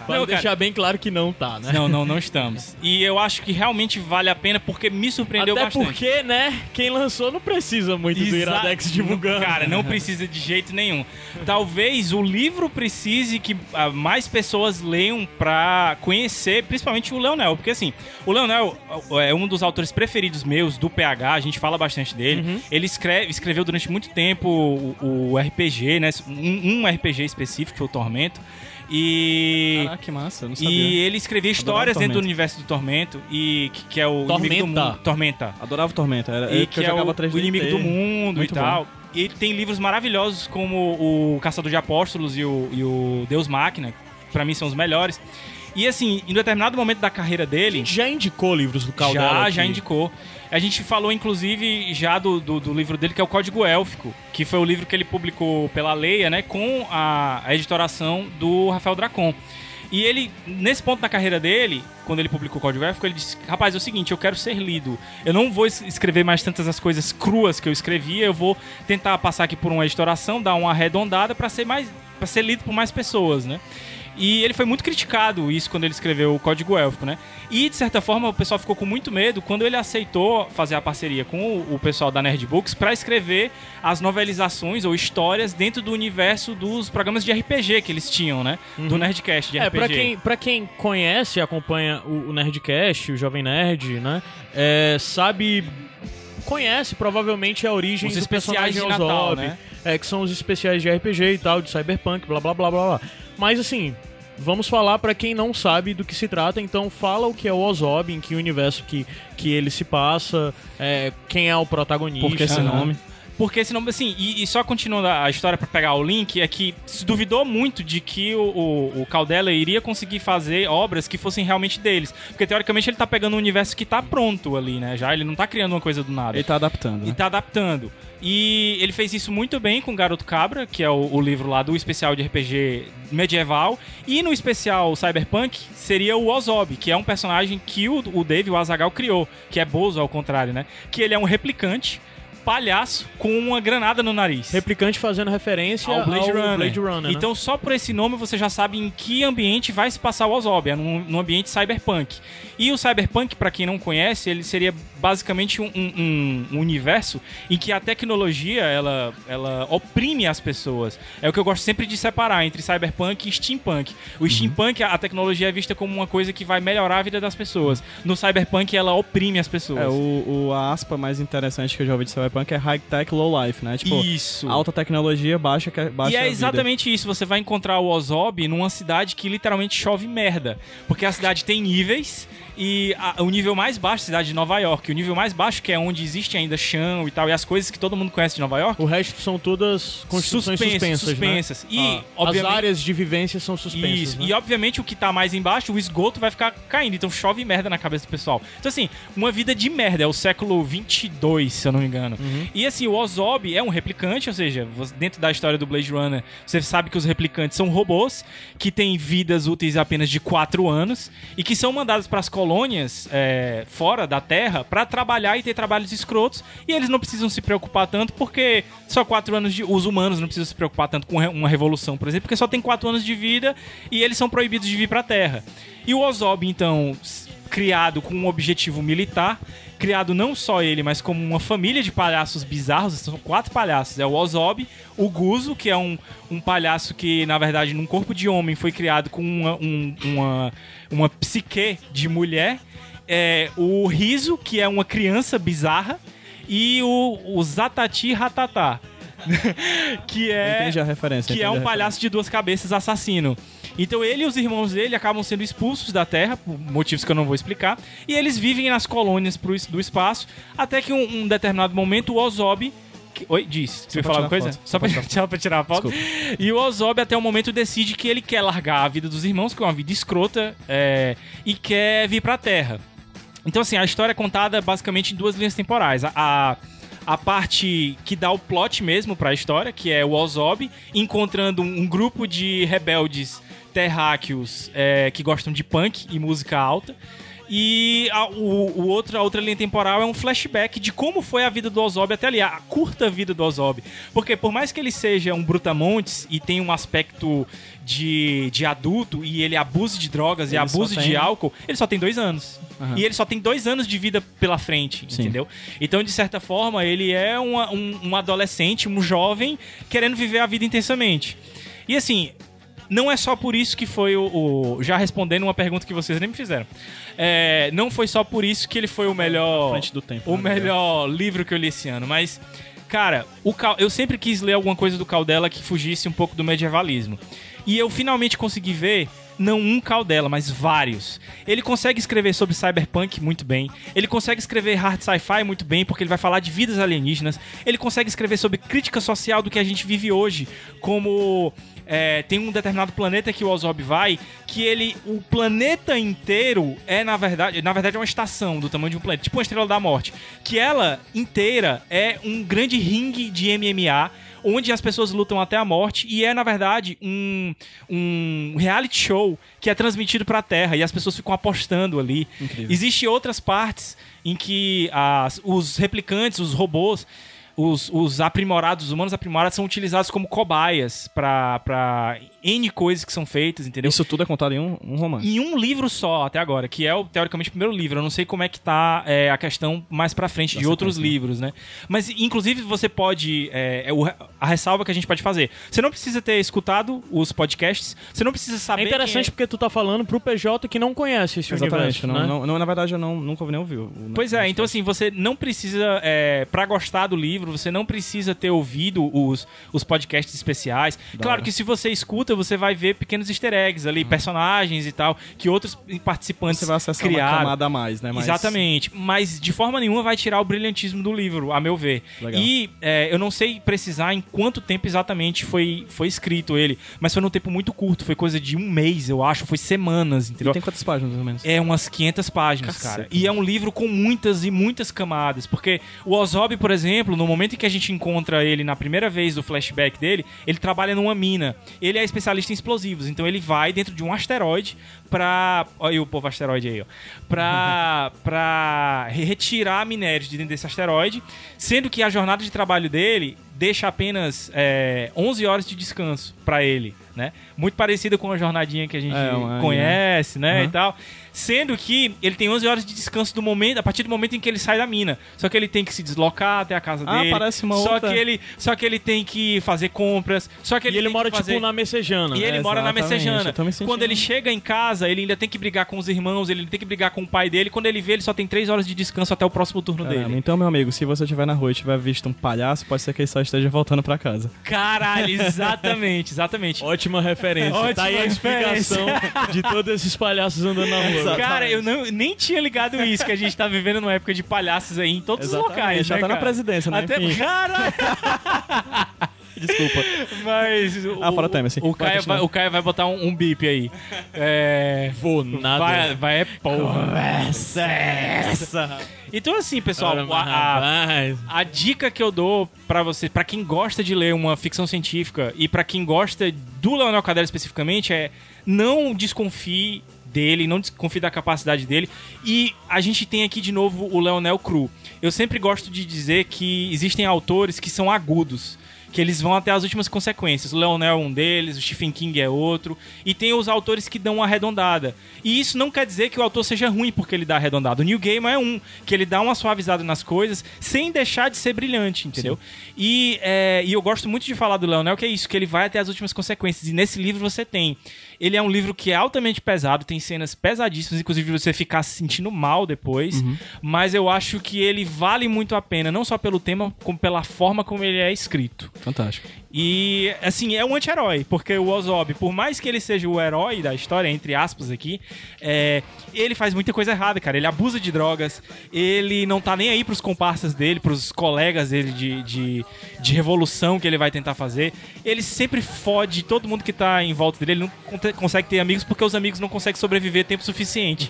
Speaker 3: Pra
Speaker 2: Não,
Speaker 3: deixar bem claro que não tá, né?
Speaker 2: Não, não, não estamos. E eu acho que realmente vale a pena porque me surpreendeu
Speaker 3: Até
Speaker 2: bastante.
Speaker 3: porque, né, quem lançou não precisa muito do
Speaker 2: Exa-
Speaker 3: Iradex
Speaker 2: Não,
Speaker 3: divulgando.
Speaker 2: Cara, não precisa de jeito nenhum. Talvez o livro precise que ah, mais pessoas leiam pra conhecer, principalmente o Leonel. Porque assim, o Leonel ah, é um dos autores preferidos meus, do PH, a gente fala bastante dele.
Speaker 4: Uhum.
Speaker 2: Ele escreve, escreveu durante muito tempo o, o RPG, né? Um, um RPG específico, foi o Tormento. E.
Speaker 4: Caraca, que massa, eu não sabia.
Speaker 2: E ele escrevia histórias dentro do
Speaker 4: Tormento.
Speaker 2: universo do Tormento, e que, que é o inimigo do
Speaker 3: Tormenta.
Speaker 2: mundo. Tormenta
Speaker 4: Adorava o Tormento, era
Speaker 2: e
Speaker 4: eu-
Speaker 2: que
Speaker 4: eu
Speaker 2: é
Speaker 4: jogava
Speaker 2: o,
Speaker 4: 3D
Speaker 2: o inimigo do
Speaker 4: inteiro.
Speaker 2: mundo
Speaker 4: Muito
Speaker 2: e tal. E tem livros maravilhosos como o Caçador de Apóstolos e o, e o Deus Máquina, que pra mim são os melhores. E assim, em determinado momento da carreira
Speaker 3: A
Speaker 2: dele,
Speaker 3: gente já indicou livros do Caldela
Speaker 2: já,
Speaker 3: aqui.
Speaker 2: já indicou. A gente falou, inclusive, já do, do, do livro dele, que é o Código Élfico, que foi o livro que ele publicou pela Leia, né, com a, a editoração do Rafael Dracon. E ele, nesse ponto da carreira dele, quando ele publicou o Código Éfico, ele disse: Rapaz, é o seguinte, eu quero ser lido. Eu não vou es- escrever mais tantas as coisas cruas que eu escrevia, eu vou tentar passar aqui por uma editoração, dar uma arredondada pra ser mais. para ser lido por mais pessoas, né? E ele foi muito criticado isso quando ele escreveu o Código Élfico, né? E, de certa forma, o pessoal ficou com muito medo quando ele aceitou fazer a parceria com o, o pessoal da Nerd Books para escrever as novelizações ou histórias dentro do universo dos programas de RPG que eles tinham, né? Do Nerdcast de
Speaker 3: É,
Speaker 2: RPG.
Speaker 3: pra quem, pra quem conhece e acompanha o, o Nerdcast, o Jovem Nerd, né? é, sabe. Conhece provavelmente a origem
Speaker 2: Os
Speaker 3: do
Speaker 2: especiais de
Speaker 3: personagem
Speaker 2: Natal,
Speaker 3: Ozob,
Speaker 2: né?
Speaker 3: é, que são os especiais de RPG e tal, de Cyberpunk, blá blá blá blá blá. Mas assim, vamos falar pra quem não sabe do que se trata, então fala o que é o Ozob, em que universo que, que ele se passa, é, quem é o protagonista.
Speaker 4: Por que esse
Speaker 3: né?
Speaker 4: nome?
Speaker 2: Porque esse nome, assim, e, e só continuando a história pra pegar o link, é que se duvidou muito de que o, o, o Caldela iria conseguir fazer obras que fossem realmente deles. Porque teoricamente ele tá pegando um universo que tá pronto ali, né? Já ele não tá criando uma coisa do nada.
Speaker 4: Ele tá adaptando,
Speaker 2: E
Speaker 4: né?
Speaker 2: tá adaptando. E ele fez isso muito bem com Garoto Cabra, que é o, o livro lá do especial de RPG medieval. E no especial Cyberpunk seria o Ozob, que é um personagem que o, o Dave, o Azagal, criou, que é Bozo ao contrário, né? Que ele é um replicante, palhaço, com uma granada no nariz.
Speaker 3: Replicante fazendo referência
Speaker 2: ao Blade Runner.
Speaker 3: Blade Runner, né?
Speaker 2: Então, só por esse nome você já sabe em que ambiente vai se passar o Ozob, é num, num ambiente cyberpunk. E o cyberpunk, pra quem não conhece, ele seria basicamente um, um- um universo em que a tecnologia ela, ela oprime as pessoas. É o que eu gosto sempre de separar entre cyberpunk e steampunk. O steampunk, a a tecnologia é vista como uma coisa que vai melhorar a vida das pessoas. No cyberpunk, ela oprime as pessoas.
Speaker 4: É, o, o- a aspa mais interessante que eu já ouvi de Cyberpunk é High Tech Low Life, né? Tipo,
Speaker 2: Isso.
Speaker 4: alta tecnologia, baixa, que- baixa
Speaker 2: E é
Speaker 4: vida.
Speaker 2: exatamente isso. Você vai encontrar o Ozob numa cidade que literalmente chove merda. Porque a cidade tem níveis e a- o nível mais baixo, cidade de Nova York, o nível mais baixo, que é onde existe ainda chão e tal, e as coisas que todo mundo conhece de Nova York,
Speaker 3: O resto são todas construções
Speaker 2: Suspenso,
Speaker 3: suspensas,
Speaker 2: suspensas.
Speaker 3: né?
Speaker 2: E,
Speaker 3: Ah,
Speaker 2: obviamente-
Speaker 3: as áreas de vivência são suspensas,
Speaker 2: Isso.
Speaker 3: né?
Speaker 2: E obviamente o que tá mais embaixo, o esgoto vai ficar caindo. Então chove merda na cabeça do pessoal. Então, assim, uma vida de merda. É o século 22, se eu não me engano. E assim, o Ozob é um replicante, ou seja, você- dentro da história do Blade Runner, você sabe que os replicantes são robôs que têm vidas úteis apenas de 4 anos e que são mandados pras colônias é, fora da Terra pra trabalhar e ter trabalhos escrotos. E eles não precisam se preocupar tanto porque só 4 anos de. Os humanos não precisam se preocupar tanto com re- uma revolução, por exemplo, porque só tem 4 anos de vida e eles são proibidos de vir pra Terra. E o Ozob, então, s- criado com um objetivo militar, criado não só ele, mas como uma família de palhaços bizarros, são quatro palhaços, é o Ozob, o Guzo, que é um, um palhaço que, na verdade, num corpo de homem foi criado com uma, um- uma, uma psique de mulher, é, o Riso, que é uma criança bizarra, e o, o Zatati Ratatá, que é...
Speaker 4: Entendi a referência.
Speaker 2: Que
Speaker 4: entendi
Speaker 2: é
Speaker 4: a
Speaker 2: um
Speaker 4: referência.
Speaker 2: palhaço de duas cabeças assassino. Então ele e os irmãos dele acabam sendo expulsos da Terra, por motivos que eu não vou explicar, e eles vivem nas colônias pro es- do espaço, até que um, um determinado momento o Ozob. que- Oi, diz. Você
Speaker 4: Só
Speaker 2: ia falar
Speaker 4: pra tirar
Speaker 2: alguma coisa?
Speaker 4: foto.
Speaker 2: Só pra, só pra tirar a foto. E o Ozob, até o momento, decide que ele quer largar a vida dos irmãos, que é uma vida escrota, é, e quer vir pra Terra. Então, assim, a história é contada basicamente em duas linhas temporais. A, a, a parte que dá o plot mesmo pra história, que é o Ozob encontrando um, um grupo de rebeldes terráqueos é, que gostam de punk e música alta. E a, o, o outro, a outra linha temporal é um flashback de como foi a vida do Ozob até ali, a curta vida do Ozob. Porque por mais que ele seja um brutamontes e tenha um aspecto de, de adulto e ele abuse de drogas e
Speaker 4: Ele só
Speaker 2: abuse de
Speaker 4: tem-
Speaker 2: álcool, álcool, ele só tem dois anos. E ele só tem dois anos de vida pela frente,
Speaker 4: Sim.
Speaker 2: entendeu? Então, de certa forma, ele é uma- um, um adolescente, um jovem, querendo viver a vida intensamente. E assim, não é só por isso que foi o. o- já respondendo uma pergunta que vocês nem me fizeram. É, não foi só por isso que ele foi o melhor.
Speaker 4: frente do tempo,
Speaker 2: O
Speaker 4: né?
Speaker 2: melhor livro que eu li esse ano, mas. Cara, o Cal- eu sempre quis ler alguma coisa do Caldela que fugisse um pouco do medievalismo. E eu finalmente consegui ver, não um Caldela, mas vários. Ele consegue escrever sobre cyberpunk muito bem. Ele consegue escrever hard sci-fi muito bem, porque ele vai falar de vidas alienígenas. Ele consegue escrever sobre crítica social do que a gente vive hoje, como é, tem um determinado planeta que o Ozob vai, que ele, o planeta inteiro é, na verdade, na verdade é uma estação do tamanho de um planeta, tipo uma Estrela da Morte, que ela inteira é um grande ringue de MMA, onde as pessoas lutam até a morte, e é, na verdade, um, um reality show que é transmitido pra Terra, e as pessoas ficam apostando ali.
Speaker 4: Incrível.
Speaker 2: Existem outras partes em que as- os replicantes, os robôs, os, os aprimorados, os humanos aprimorados, são utilizados como cobaias pra- pra N coisas que são feitas, entendeu?
Speaker 4: Isso tudo é contado em um, um romance.
Speaker 2: Em um livro só até agora, que é o, teoricamente o primeiro livro. Eu não sei como é que tá é, a questão mais pra frente de
Speaker 4: Nossa,
Speaker 2: outros
Speaker 4: parece, né?
Speaker 2: livros, né? Mas, inclusive, você pode. é, é o- a ressalva que a gente pode fazer. Você não precisa ter escutado os podcasts, você não precisa saber.
Speaker 3: É interessante
Speaker 2: quem
Speaker 3: porque tu tá falando pro PJ que não conhece esse
Speaker 4: Exatamente.
Speaker 3: universo,
Speaker 4: não,
Speaker 3: né?
Speaker 4: não- não, na verdade, eu não, nunca nem ouvi. o- o-
Speaker 2: Pois é, então assim, você não precisa, é, para gostar do livro, você não precisa ter ouvido os, os podcasts especiais. claro
Speaker 4: hora. Uhum.
Speaker 2: que se você escuta, você vai ver pequenos easter eggs ali, personagens e tal, que outros participantes
Speaker 4: Você vai acessar uma
Speaker 2: criaram.
Speaker 4: camada a mais, né? Mas-
Speaker 2: Exatamente. Mas de forma nenhuma vai tirar o brilhantismo do livro, a meu ver.
Speaker 4: Legal.
Speaker 2: E é, eu não sei precisar em quanto tempo exatamente foi, foi escrito ele, mas foi num tempo muito curto, foi coisa de um mês, eu acho, foi semanas, entendeu?
Speaker 4: E tem quantas páginas, mais ou menos?
Speaker 2: É umas 500 páginas,
Speaker 4: Caceta.
Speaker 2: cara. E é um livro com muitas e muitas camadas. Porque o Ozob, por exemplo, no momento em que a gente encontra ele na primeira vez do flashback dele, ele trabalha numa mina. Ele é especialista em explosivos. Então ele vai dentro de um asteroide pra. Olha aí o povo asteroide aí, ó. Pra, pra re- retirar minérios de dentro desse asteroide. Sendo que a jornada de trabalho dele deixa apenas é, 11 horas de descanso pra ele, né? Muito parecida com a jornadinha que a gente
Speaker 4: É, uma-
Speaker 2: conhece acontece,
Speaker 4: né?
Speaker 2: né,
Speaker 4: Uhum.
Speaker 2: e tal. Sendo que ele tem 11 horas de descanso do momento, a partir do momento em que ele sai da mina. Só que ele tem que se deslocar até a casa
Speaker 4: Ah,
Speaker 2: dele.
Speaker 4: parece uma
Speaker 2: só
Speaker 4: outra-
Speaker 2: que ele, só que ele tem que fazer compras, só que
Speaker 3: E
Speaker 2: ele
Speaker 3: ele
Speaker 2: tem que
Speaker 3: mora,
Speaker 2: fazer-
Speaker 3: tipo, na Messejana.
Speaker 2: e ele mora na
Speaker 4: né? Exatamente,
Speaker 2: Messejana.
Speaker 4: eu tô me sentindo-
Speaker 2: Quando ele chega em casa, ele ainda tem que brigar com os irmãos, ele tem que brigar com o pai dele. Quando ele vê, ele só tem 3 horas de descanso até o próximo turno
Speaker 4: Caramba,
Speaker 2: dele.
Speaker 4: Então, meu amigo, se você estiver na rua e tiver visto um palhaço, pode ser que ele só esteja voltando pra casa.
Speaker 2: Caralho, exatamente, exatamente.
Speaker 3: Ótima referência.
Speaker 2: Ótima
Speaker 3: tá aí a explicação de todos esses palhaços andando na rua.
Speaker 2: Cara, eu não, nem tinha ligado isso, que a gente tá vivendo numa época de palhaços aí em todos os
Speaker 4: Exatamente,
Speaker 2: locais.
Speaker 4: já
Speaker 2: né,
Speaker 4: tá na
Speaker 2: cara?
Speaker 4: presidência, né?
Speaker 2: Até,
Speaker 4: Enfim.
Speaker 2: cara,
Speaker 4: Desculpa.
Speaker 2: mas. o-
Speaker 4: Ah, fora Temer, sim.
Speaker 2: O
Speaker 4: Vai
Speaker 2: Caio
Speaker 4: continuar.
Speaker 2: vai, o Caio vai botar um, um bip aí. É.
Speaker 3: Vou nada.
Speaker 2: Vai, vai é porra.
Speaker 3: Essa essa.
Speaker 2: Então, assim, pessoal,
Speaker 3: Ora, mas
Speaker 2: a, a-
Speaker 3: rapaz.
Speaker 2: a dica que eu dou pra você, pra quem gosta de ler uma ficção científica e pra quem gosta do Leonel Cadela especificamente é não desconfie dele, não desconfie da capacidade dele. E a gente tem aqui de novo o Leonel Cru. Eu sempre gosto de dizer que existem autores que são agudos. Que eles vão até as últimas consequências. O Leonel é um deles, o Stephen King é outro. E tem os autores que dão uma arredondada. E isso não quer dizer que o autor seja ruim porque ele dá arredondado. O New Gaiman é um, que ele dá uma suavizada nas coisas sem deixar de ser brilhante, entendeu? E, é, e eu gosto muito de falar do Leonel, que é isso, que ele vai até as últimas consequências. E nesse livro você tem. Ele é um livro que é altamente pesado, tem cenas pesadíssimas, inclusive você ficar se sentindo mal depois. Mas eu acho que ele vale muito a pena, não só pelo tema, como pela forma como ele é escrito.
Speaker 4: Fantástico.
Speaker 2: E, assim, é um anti-herói, porque o Ozob, por mais que ele seja o herói da história, entre aspas aqui, é, ele faz muita coisa errada, cara. Ele abusa de drogas, ele não tá nem aí pros comparsas dele, pros colegas dele de, de, de revolução que ele vai tentar fazer. Ele sempre fode todo mundo que tá em volta dele, ele não conte- consegue ter amigos porque os amigos não conseguem sobreviver tempo suficiente.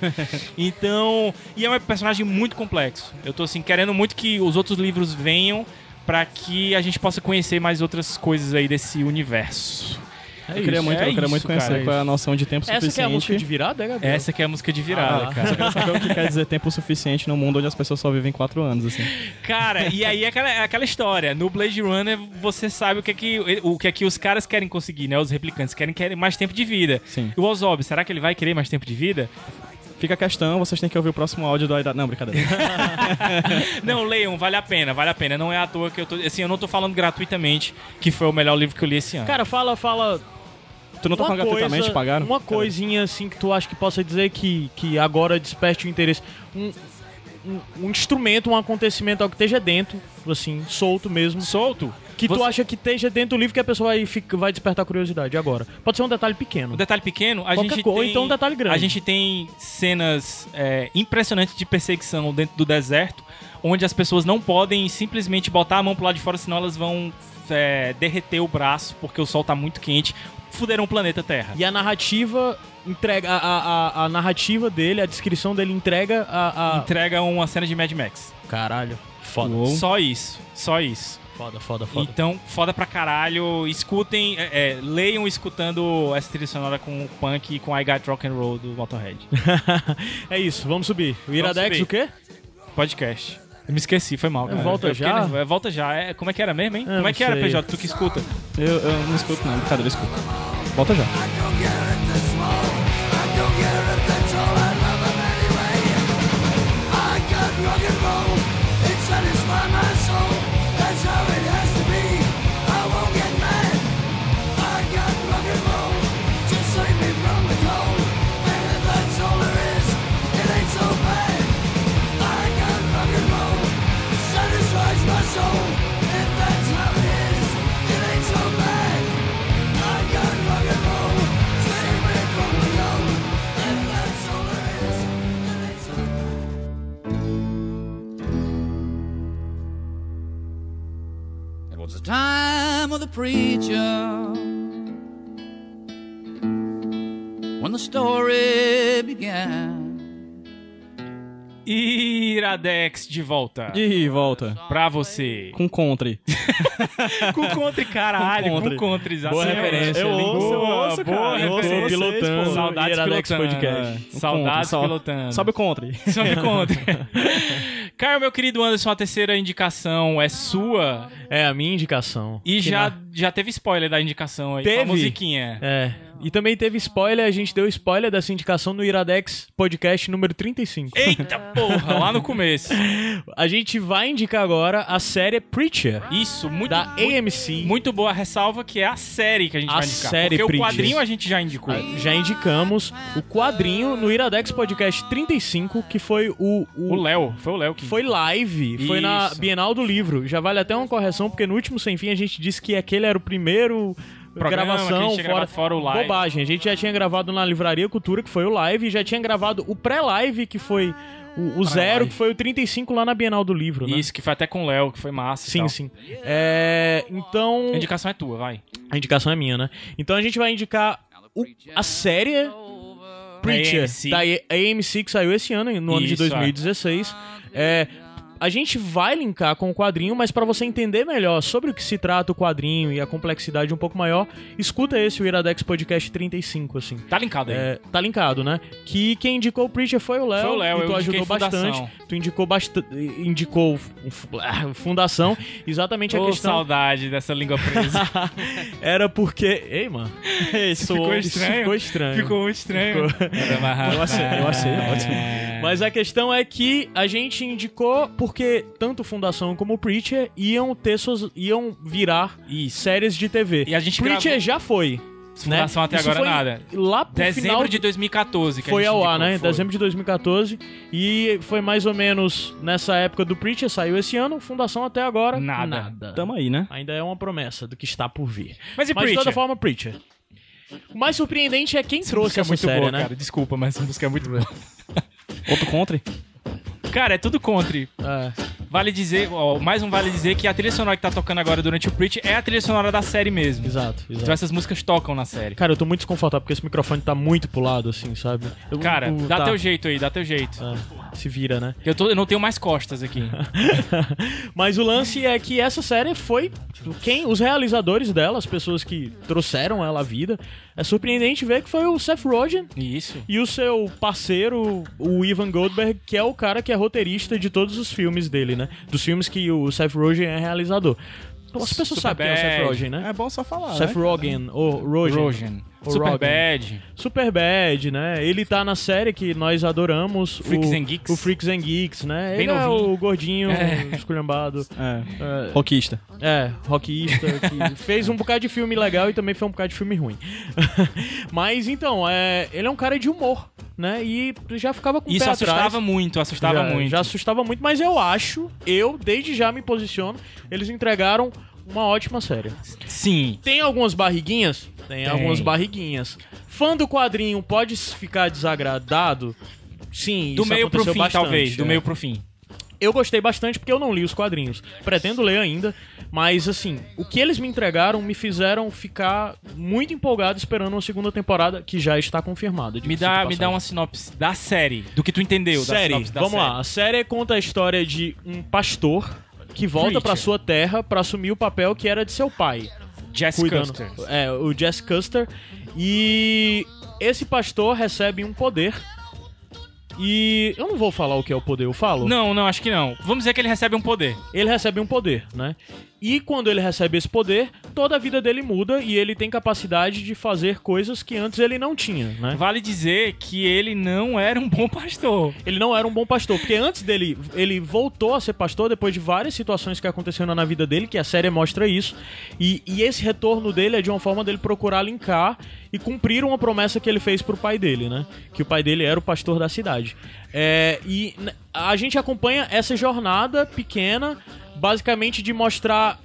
Speaker 2: então, e é um personagem muito complexo. Eu tô, assim, querendo muito que os outros livros venham pra que a gente possa conhecer mais outras coisas aí desse universo.
Speaker 4: eu
Speaker 3: É
Speaker 4: queria muito, eu queria muito conhecer qual é a noção de tempo
Speaker 3: Essa que é a música de
Speaker 4: suficiente.
Speaker 3: virada, é, Gabriel?
Speaker 2: Essa que é a música de virada,
Speaker 3: Ah.
Speaker 2: cara.
Speaker 4: Quero saber o que quer dizer tempo suficiente num mundo onde as pessoas só vivem quatro anos, assim.
Speaker 2: Cara, e aí é aquela, é aquela história. No Blade Runner, você sabe o que é que, o que, é que os caras querem conseguir, né? Os replicantes querem, querem mais tempo de vida.
Speaker 4: Sim.
Speaker 2: E o Ozob, será que ele vai querer mais tempo de vida?
Speaker 4: Fica a questão, vocês têm que ouvir o próximo áudio da idade. Não, brincadeira.
Speaker 2: Não, leiam, vale a pena, vale a pena. Não é à toa que eu tô. Assim, eu não tô falando gratuitamente que foi o melhor livro que eu li esse ano.
Speaker 3: Cara, fala, fala
Speaker 4: Tu não tá
Speaker 3: uma
Speaker 4: falando gratuitamente,
Speaker 3: coisa-
Speaker 4: pagaram?
Speaker 3: Uma coisinha assim que tu acha que possa dizer que, que agora desperte o interesse. Um, um, um instrumento, um acontecimento, algo que esteja dentro, assim, solto mesmo.
Speaker 2: solto.
Speaker 3: Que tu
Speaker 2: Você-
Speaker 3: acha que esteja dentro do livro que a pessoa vai, fica- vai despertar curiosidade agora. Pode ser um detalhe pequeno.
Speaker 2: Um detalhe pequeno, a
Speaker 3: Qualquer
Speaker 2: gente
Speaker 3: coisa,
Speaker 2: tem,
Speaker 3: então um detalhe grande.
Speaker 2: A gente tem cenas é, impressionantes de perseguição dentro do deserto, onde as pessoas não podem simplesmente botar a mão pro lado de fora, senão elas vão é, derreter o braço, porque o sol tá muito quente. fuderam o planeta Terra.
Speaker 3: E a narrativa entrega. A, a- a- a narrativa dele, a descrição dele entrega a. a-
Speaker 2: Entrega uma cena de Mad Max.
Speaker 3: Caralho. Foda.
Speaker 4: Uou.
Speaker 2: Só isso, só isso.
Speaker 3: Foda, foda, foda.
Speaker 2: Então, foda pra caralho. Escutem, é, é, leiam escutando essa trilha sonora com o punk e com I Got Rock and Roll do Motorhead.
Speaker 3: é isso, vamos subir. O Iradex,
Speaker 2: subir.
Speaker 3: o quê?
Speaker 2: Podcast. Eu me esqueci, foi mal. Cara.
Speaker 3: volta
Speaker 2: Eu fiquei
Speaker 3: já?
Speaker 2: nervoso. É, volta já. É, como é que era mesmo, hein?
Speaker 3: Eu
Speaker 2: como é
Speaker 3: não
Speaker 2: que era,
Speaker 3: sei.
Speaker 2: PJ? Tu que escuta.
Speaker 4: Eu, eu não escuto, não. Brincadeira, eu escuto. Volta já.
Speaker 1: Satisfies my soul, if that's how it is, it ain't so bad. I got rock and roll, save me from the low, if that's all there is, it ain't so bad.
Speaker 5: It was the time of the preacher when the story began.
Speaker 2: Iradex de volta.
Speaker 4: E volta.
Speaker 2: Pra você.
Speaker 4: Com contre.
Speaker 2: Com Contre, caralho.
Speaker 4: Com Contre.
Speaker 2: Com Contre,
Speaker 4: Boa
Speaker 2: exatamente.
Speaker 4: referência,
Speaker 2: Eu
Speaker 4: Link.
Speaker 2: ouço, eu ouço, cara.
Speaker 4: Boa, boa
Speaker 2: Eu ouço
Speaker 4: referência,
Speaker 2: pilotando.
Speaker 4: pô.
Speaker 2: Saudades
Speaker 3: Iradex
Speaker 2: pilotando.
Speaker 3: Podcast.
Speaker 2: Com Saudades
Speaker 4: Contra,
Speaker 2: pilotando.
Speaker 4: Sobe o contre.
Speaker 2: Sobe Contre. Caio, meu querido Anderson, a terceira indicação é sua.
Speaker 3: É a minha indicação.
Speaker 2: E
Speaker 3: Que
Speaker 2: já,
Speaker 3: na-
Speaker 2: já teve spoiler da indicação aí. Com
Speaker 3: Teve?
Speaker 2: a musiquinha.
Speaker 3: É. E também teve spoiler, a gente deu spoiler dessa indicação no Iradex Podcast número 35.
Speaker 2: Eita porra, lá no começo.
Speaker 3: A gente vai indicar agora a série Preacher,
Speaker 2: Isso, muito,
Speaker 3: da AMC.
Speaker 2: muito boa a ressalva que é a série que a gente
Speaker 3: A
Speaker 2: vai indicar.
Speaker 3: série,
Speaker 2: porque
Speaker 3: Prentice.
Speaker 2: o quadrinho a gente já indicou.
Speaker 3: Ah, Já indicamos o quadrinho no Iradex Podcast 35, que foi o.
Speaker 2: O Léo, foi o Léo que
Speaker 3: Foi live, foi na
Speaker 2: Isso.
Speaker 3: Bienal do Livro. Já vale até uma correção, porque no último Sem Fim a gente disse que aquele era o primeiro
Speaker 2: Programa que a
Speaker 3: gravação
Speaker 2: gente tinha
Speaker 3: fora,
Speaker 2: gravado fora o live.
Speaker 3: Bobagem. A gente já tinha gravado na Livraria Cultura, que foi o live, e já tinha gravado o pré-live, que foi o, o zero, que foi o 35 lá na Bienal do Livro, né?
Speaker 2: Isso, que foi até com o Léo, que foi massa. e
Speaker 3: Sim,
Speaker 2: tal.
Speaker 3: sim. É, então.
Speaker 2: A indicação é tua, vai.
Speaker 3: A indicação é minha, né? Então a gente vai indicar o- a série Preacher
Speaker 2: AMC.
Speaker 3: da AMC que saiu esse ano, no ano de
Speaker 2: Isso, é.
Speaker 3: 2016. É, a gente vai linkar com o quadrinho, mas pra você entender melhor sobre o que se trata o quadrinho e a complexidade um pouco maior, escuta esse o Iradex Podcast 35, assim.
Speaker 2: Tá linkado aí.
Speaker 3: É, tá linkado, né? Que quem indicou o Preacher foi o Léo.
Speaker 2: Foi o Léo,
Speaker 3: e tu
Speaker 2: eu indiquei
Speaker 3: ajudou
Speaker 2: Fundação.
Speaker 3: bastante. Tu indicou bastante. Indicou o fu- ah, Fundação. Exatamente a
Speaker 2: Ô,
Speaker 3: questão.
Speaker 2: saudade dessa língua presa.
Speaker 3: Era porque. Ei, mano. Isso
Speaker 2: ficou estranho?
Speaker 3: Ficou estranho.
Speaker 2: Ficou muito estranho. Eu
Speaker 4: achei- eu achei
Speaker 2: É.
Speaker 4: ótimo.
Speaker 3: Mas a questão é que a gente indicou porque tanto Fundação como Preacher iam ter suas, iam virar séries de TV.
Speaker 2: E a gente
Speaker 3: Preacher
Speaker 2: gravou-
Speaker 3: já foi. né?
Speaker 2: Fundação até
Speaker 3: Isso
Speaker 2: agora
Speaker 3: foi
Speaker 2: nada.
Speaker 3: Lá pro
Speaker 2: Dezembro
Speaker 3: final
Speaker 2: de 2014 que a
Speaker 3: foi
Speaker 2: gente
Speaker 3: ao ar,
Speaker 2: indicou,
Speaker 3: né?
Speaker 2: foi.
Speaker 3: Dezembro de 2014 e foi mais ou menos nessa época do Preacher saiu esse ano, Fundação até agora
Speaker 2: Nada.
Speaker 4: Tamo aí, né?
Speaker 3: Ainda é uma promessa do que está por vir.
Speaker 2: Mas e
Speaker 3: Mas de toda
Speaker 2: Preacher?
Speaker 3: forma, Preacher. O mais surpreendente é quem trouxe
Speaker 2: música é
Speaker 3: essa
Speaker 2: muito
Speaker 3: série,
Speaker 2: boa,
Speaker 3: né?
Speaker 2: cara. Desculpa, mas essa música é muito boa.
Speaker 4: Outro contre.
Speaker 2: Cara, é tudo contra.
Speaker 3: É.
Speaker 2: Vale dizer, ó, mais um vale dizer que a trilha sonora que tá tocando agora durante o Preach é a trilha sonora da série mesmo.
Speaker 3: Exato,
Speaker 2: Então
Speaker 3: exato.
Speaker 2: essas músicas tocam na série.
Speaker 3: Cara, eu tô muito desconfortável porque esse microfone tá muito pro lado, assim, sabe? Eu-
Speaker 2: Cara,
Speaker 3: eu-
Speaker 2: dá
Speaker 3: tá.
Speaker 2: teu jeito aí, dá teu jeito.
Speaker 3: É, se vira, né?
Speaker 2: Eu, tô- eu não tenho mais costas aqui.
Speaker 3: Mas o lance é que essa série foi tipo, quem os realizadores dela, as pessoas que trouxeram ela à vida. É surpreendente ver que foi o Seth Rogen
Speaker 2: Isso.
Speaker 3: e o seu parceiro, o Ivan Goldberg, que é o cara que é roteirista de todos os filmes dele, né? Dos filmes que o Seth Rogen é realizador. As pessoas sabem quem é o Seth
Speaker 2: Superbad.
Speaker 3: Rogen, né?
Speaker 4: É bom só falar,
Speaker 3: Seth
Speaker 4: né?
Speaker 3: Rogen, ou Rogen. Um
Speaker 2: Rogen.
Speaker 3: O
Speaker 2: Superbad.
Speaker 3: Superbad, né? Ele tá na série que nós adoramos.
Speaker 2: Freaks
Speaker 3: o,
Speaker 2: and Geeks.
Speaker 3: O Freaks and Geeks, né?
Speaker 2: Bem
Speaker 3: Ele é
Speaker 2: novinho.
Speaker 3: o gordinho,
Speaker 2: É.
Speaker 3: esculhambado.
Speaker 4: É.
Speaker 3: É,
Speaker 4: Rockista.
Speaker 3: é, rockista, que fez um bocado de filme legal e também fez um bocado de filme ruim. Mas então, é, ele é um cara de humor, né? E já ficava com o
Speaker 2: Isso
Speaker 3: pé
Speaker 2: assustava
Speaker 3: atrás.
Speaker 2: muito, assustava
Speaker 3: já,
Speaker 2: muito.
Speaker 3: Já assustava muito, mas eu acho, eu desde já me posiciono, eles entregaram uma ótima série.
Speaker 2: Sim.
Speaker 3: Tem algumas barriguinhas? Tem, algumas barriguinhas. Fã do quadrinho pode s- ficar desagradado? Sim,
Speaker 2: Do
Speaker 3: isso
Speaker 2: meio pro
Speaker 3: aconteceu
Speaker 2: fim,
Speaker 3: bastante,
Speaker 2: talvez. Do
Speaker 3: é.
Speaker 2: meio pro fim.
Speaker 3: Eu gostei bastante porque eu não li os quadrinhos. Pretendo ler ainda, mas assim, o que eles me entregaram me fizeram ficar muito empolgado esperando uma segunda temporada que já está confirmada.
Speaker 2: Me
Speaker 3: diga-se
Speaker 2: dá,
Speaker 3: de
Speaker 2: me
Speaker 3: passagem.
Speaker 2: dá uma sinopse da série, do que tu entendeu da
Speaker 3: série.
Speaker 2: sinopse da
Speaker 3: Vamos
Speaker 2: série.
Speaker 3: lá. A série conta a história de um pastor que volta
Speaker 2: Preacher.
Speaker 3: pra sua terra pra assumir o papel que era de seu pai.
Speaker 2: Jess
Speaker 3: cuidando.
Speaker 2: Custer.
Speaker 3: É, o Jess Custer. E esse pastor recebe um poder. E eu não vou falar o que é o poder, eu falo?
Speaker 2: Não, não, acho que não. Vamos dizer que ele recebe um poder.
Speaker 3: ele recebe um poder, né? E quando ele recebe esse poder, toda a vida dele muda e ele tem capacidade de fazer coisas que antes ele não tinha, né?
Speaker 2: Vale dizer que ele não era um bom pastor.
Speaker 3: Ele não era um bom pastor, porque antes dele, ele voltou a ser pastor depois de várias situações que aconteceram na vida dele, que a série mostra isso. E, e esse retorno dele é de uma forma dele procurar linkar e cumprir uma promessa que ele fez pro pai dele, né? Que o pai dele era o pastor da cidade. É, e n- a gente acompanha essa jornada pequena, basicamente de mostrar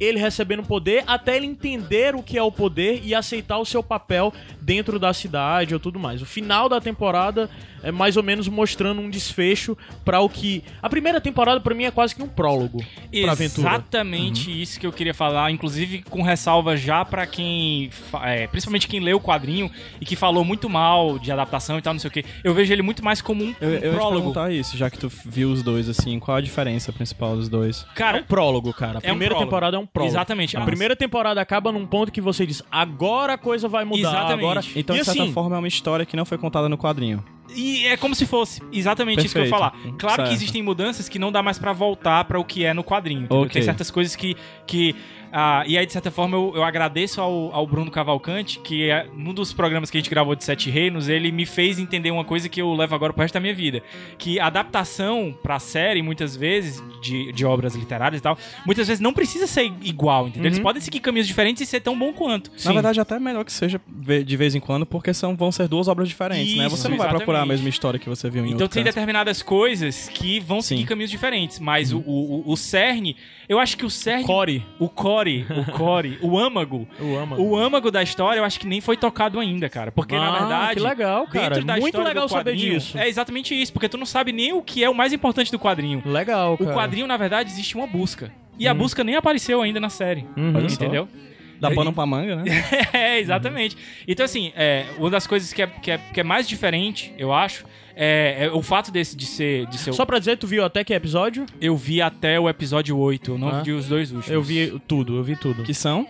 Speaker 3: ele recebendo poder até ele entender o que é o poder e aceitar o seu papel dentro da cidade ou tudo mais. O final da temporada é mais ou menos mostrando um desfecho pra o que a primeira temporada pra mim é quase que um prólogo pra aventura. Uhum.
Speaker 2: Exatamente isso que eu queria falar, inclusive com ressalva já pra quem, fa- é, principalmente quem leu o quadrinho e que falou muito mal de adaptação e tal, não sei o que. Eu vejo ele muito mais como um,
Speaker 4: Eu,
Speaker 2: um
Speaker 4: eu ia te
Speaker 2: prólogo.
Speaker 4: perguntar isso, já que tu viu os dois, assim, qual a diferença principal dos dois?
Speaker 3: Cara, é
Speaker 2: Cara,
Speaker 3: um prólogo, cara. A
Speaker 2: É um
Speaker 3: primeira
Speaker 2: prólogo.
Speaker 3: temporada é um prólogo.
Speaker 2: Exatamente.
Speaker 3: A
Speaker 2: Massa.
Speaker 3: primeira temporada acaba num ponto que você diz: agora a coisa vai mudar.
Speaker 2: Exatamente.
Speaker 3: Agora...
Speaker 4: Então,
Speaker 3: e
Speaker 4: de certa
Speaker 3: assim,
Speaker 4: forma, é uma história que não foi contada no quadrinho.
Speaker 2: e é como se fosse exatamente isso que eu ia
Speaker 4: Perfeito.
Speaker 2: falar. Claro
Speaker 4: Certo.
Speaker 2: que existem mudanças que não dá mais pra voltar pra o que é no quadrinho. entendeu?
Speaker 4: Ok.
Speaker 2: Tem certas coisas que. que ah, e aí, de certa forma, eu, eu agradeço ao, ao Bruno Cavalcante, que é, num dos programas que a gente gravou de Sete Reinos, ele me fez entender uma coisa que eu levo agora pro resto da minha vida. Que a adaptação pra série, muitas vezes, de, de obras literárias e tal, muitas vezes não precisa ser igual, entendeu? Eles podem seguir caminhos diferentes e ser tão bom quanto.
Speaker 4: Uhum. Na verdade, até é melhor que seja ve- de vez em quando, porque são, vão ser duas obras diferentes, né?
Speaker 2: Isso,
Speaker 4: Você não vai procurar a
Speaker 2: exatamente.
Speaker 4: mesma história que você viu em
Speaker 2: Então
Speaker 4: outro
Speaker 2: tem
Speaker 4: canto.
Speaker 2: determinadas coisas que vão seguir
Speaker 4: Sim.
Speaker 2: caminhos diferentes, mas
Speaker 3: Uhum.
Speaker 2: o- o, o, o cerne, eu acho que o cerne,
Speaker 3: Core,
Speaker 2: o core, o core, o âmago,
Speaker 3: eu amo.
Speaker 2: o âmago da história, eu acho que nem foi tocado ainda, cara, porque na
Speaker 3: Ah,
Speaker 2: verdade
Speaker 3: que legal, cara.
Speaker 2: dentro da
Speaker 3: Muito
Speaker 2: história
Speaker 3: legal
Speaker 2: do
Speaker 3: saber
Speaker 2: quadrinho,
Speaker 3: disso.
Speaker 2: É exatamente isso, porque tu não sabe nem o que é o mais importante do quadrinho.
Speaker 3: Legal,
Speaker 2: O
Speaker 3: cara. Uhum.
Speaker 2: quadrinho, na verdade, existe uma busca. E a busca nem apareceu ainda na série.
Speaker 4: Olha só.
Speaker 2: Entendeu?
Speaker 4: Dá pano pra manga, né?
Speaker 2: É, exatamente. Então, assim, é, uma das coisas que é, que, é, que é mais diferente, eu acho, é, é o fato desse de ser. De ser
Speaker 3: Só pra dizer, tu viu até que episódio?
Speaker 2: Eu vi até o episódio 8, eu não
Speaker 3: Ah.
Speaker 2: vi os dois últimos.
Speaker 3: Eu vi tudo, eu vi tudo.
Speaker 4: que são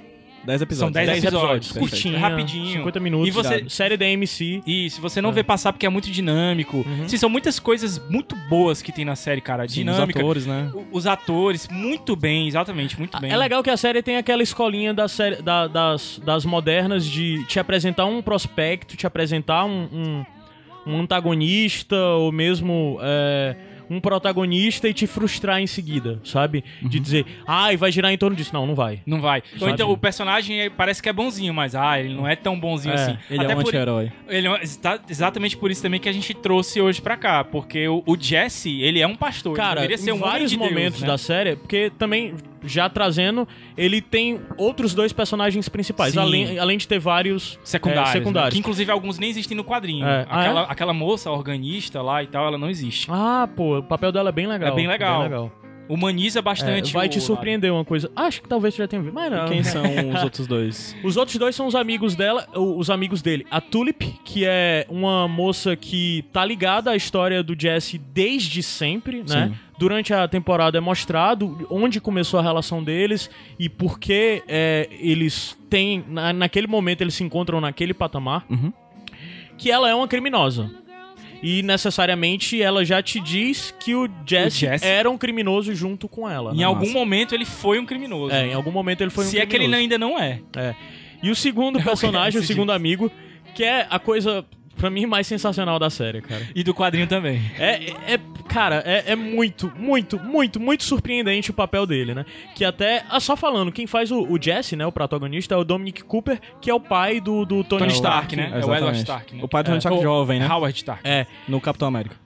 Speaker 4: dez
Speaker 2: São
Speaker 4: episódios.
Speaker 2: dez
Speaker 4: né?
Speaker 3: 10 É. episódios,
Speaker 2: episódios,
Speaker 4: Perfeito.
Speaker 3: curtinho,
Speaker 2: rapidinho.
Speaker 3: 50 minutos.
Speaker 2: E você-
Speaker 3: sabe? série da MC.
Speaker 2: Isso, você não vê passar porque é muito dinâmico.
Speaker 3: Uhum.
Speaker 2: Sim, são muitas coisas muito boas que tem na série, cara.
Speaker 4: Sim,
Speaker 2: Dinâmica.
Speaker 4: Os atores, né?
Speaker 2: o- os atores, muito bem, exatamente, muito bem.
Speaker 3: É legal que a série tem aquela escolinha da série- da- das, das modernas de te apresentar um prospecto, te apresentar um, um- um antagonista ou mesmo é, um protagonista e te frustrar em seguida, sabe? De dizer, ai, vai girar em torno disso. Não, não vai.
Speaker 2: Não vai. Ou
Speaker 3: Sabe?
Speaker 2: então o personagem é- parece que é bonzinho, mas ah, ele não é tão bonzinho
Speaker 3: É,
Speaker 2: assim.
Speaker 4: Ele
Speaker 2: Até
Speaker 4: é um
Speaker 2: por-
Speaker 4: anti-herói.
Speaker 2: Ele é um- está- exatamente por isso também que a gente trouxe hoje pra cá, porque o, o Jesse, ele é um pastor, ele
Speaker 3: Cara,
Speaker 2: deveria ser
Speaker 3: em
Speaker 2: um homem
Speaker 3: vários
Speaker 2: de Deus,
Speaker 3: momentos
Speaker 2: né?
Speaker 3: da série, porque também, já trazendo, ele tem outros dois personagens principais,
Speaker 2: Sim.
Speaker 3: além, além de ter vários
Speaker 2: secundários,
Speaker 3: é,
Speaker 2: né?
Speaker 3: secundários.
Speaker 2: que inclusive alguns nem existem no quadrinho.
Speaker 3: É. Ah,
Speaker 2: Aquela, aquela moça organista lá e tal, ela não existe.
Speaker 3: Ah, pô, o papel dela é bem legal.
Speaker 2: É bem legal. Humaniza bastante.
Speaker 3: É, vai
Speaker 2: o-
Speaker 3: te surpreender uma coisa. Acho que talvez você já tenha visto, mas não.
Speaker 4: Quem são os outros dois?
Speaker 3: Os outros dois são os amigos dela, o- os amigos dele. A Tulip, que é uma moça que tá ligada à história do Jesse desde sempre, né?
Speaker 4: Sim.
Speaker 3: Durante a temporada é mostrado onde começou a relação deles e por que é, eles têm. na- naquele momento eles se encontram naquele patamar.
Speaker 4: Uhum.
Speaker 3: Que ela é uma criminosa. E necessariamente ela já te diz que o Jesse,
Speaker 2: Jesse.
Speaker 3: era um criminoso junto com ela.
Speaker 2: Em
Speaker 3: né?
Speaker 2: algum
Speaker 4: Massa.
Speaker 2: momento ele foi um criminoso.
Speaker 3: É, em algum momento ele foi um
Speaker 2: Se é que ele
Speaker 3: criminoso.
Speaker 2: ainda não é.
Speaker 3: É. E o segundo personagem, o
Speaker 2: esse
Speaker 3: segundo amigo, que é a coisa, pra mim, mais sensacional da série, cara.
Speaker 2: E do quadrinho também.
Speaker 3: É, é- é- cara, é, é muito, muito, muito, muito surpreendente o papel dele, né? Que até, ah, só falando, quem faz o, o Jesse, né, o protagonista, é o Dominic Cooper, que é o pai do, do Tony,
Speaker 2: Tony
Speaker 3: Stark.
Speaker 2: Stark, né? É o
Speaker 4: Exatamente.
Speaker 2: Edward Stark, né?
Speaker 4: O pai do
Speaker 3: É.
Speaker 4: Tony Stark
Speaker 3: O-
Speaker 4: jovem, né?
Speaker 2: Howard Stark.
Speaker 3: É,
Speaker 4: No Capitão América.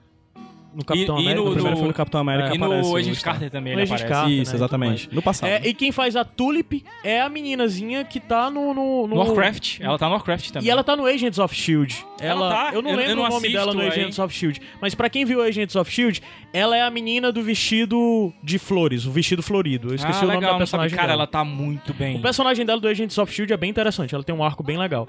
Speaker 3: No É, Capitão
Speaker 2: E- e
Speaker 3: América.
Speaker 2: no-
Speaker 4: O primeiro foi no Capitão América
Speaker 2: e
Speaker 4: que aparece.
Speaker 2: no
Speaker 4: o
Speaker 2: Agent
Speaker 4: Stark.
Speaker 2: Carter também
Speaker 3: No
Speaker 2: ele
Speaker 3: Agent
Speaker 2: aparece.
Speaker 3: Carter,
Speaker 4: Isso,
Speaker 3: né,
Speaker 4: exatamente.
Speaker 3: tudo mais.
Speaker 4: No passado.
Speaker 3: É, e quem faz a Tulip é a meninazinha que tá no. no, no-
Speaker 2: No Warcraft, ela tá no Warcraft também.
Speaker 3: E ela tá no Agents of Shield.
Speaker 2: Ela
Speaker 3: Ela,
Speaker 2: tá?
Speaker 3: eu não
Speaker 2: Eu- eu
Speaker 3: lembro
Speaker 2: não
Speaker 3: o nome
Speaker 2: assisto,
Speaker 3: dela no
Speaker 2: hein?
Speaker 3: Agents of Shield, mas pra quem viu Agents of Shield, ela é a menina do vestido de flores, o vestido florido. Eu esqueci
Speaker 2: ah,
Speaker 3: o
Speaker 2: legal,
Speaker 3: nome da
Speaker 2: não
Speaker 3: personagem
Speaker 2: sabia. Cara,
Speaker 3: dela.
Speaker 2: ela tá muito bem.
Speaker 3: O personagem dela do Agents of Shield é bem interessante, ela tem um arco bem legal.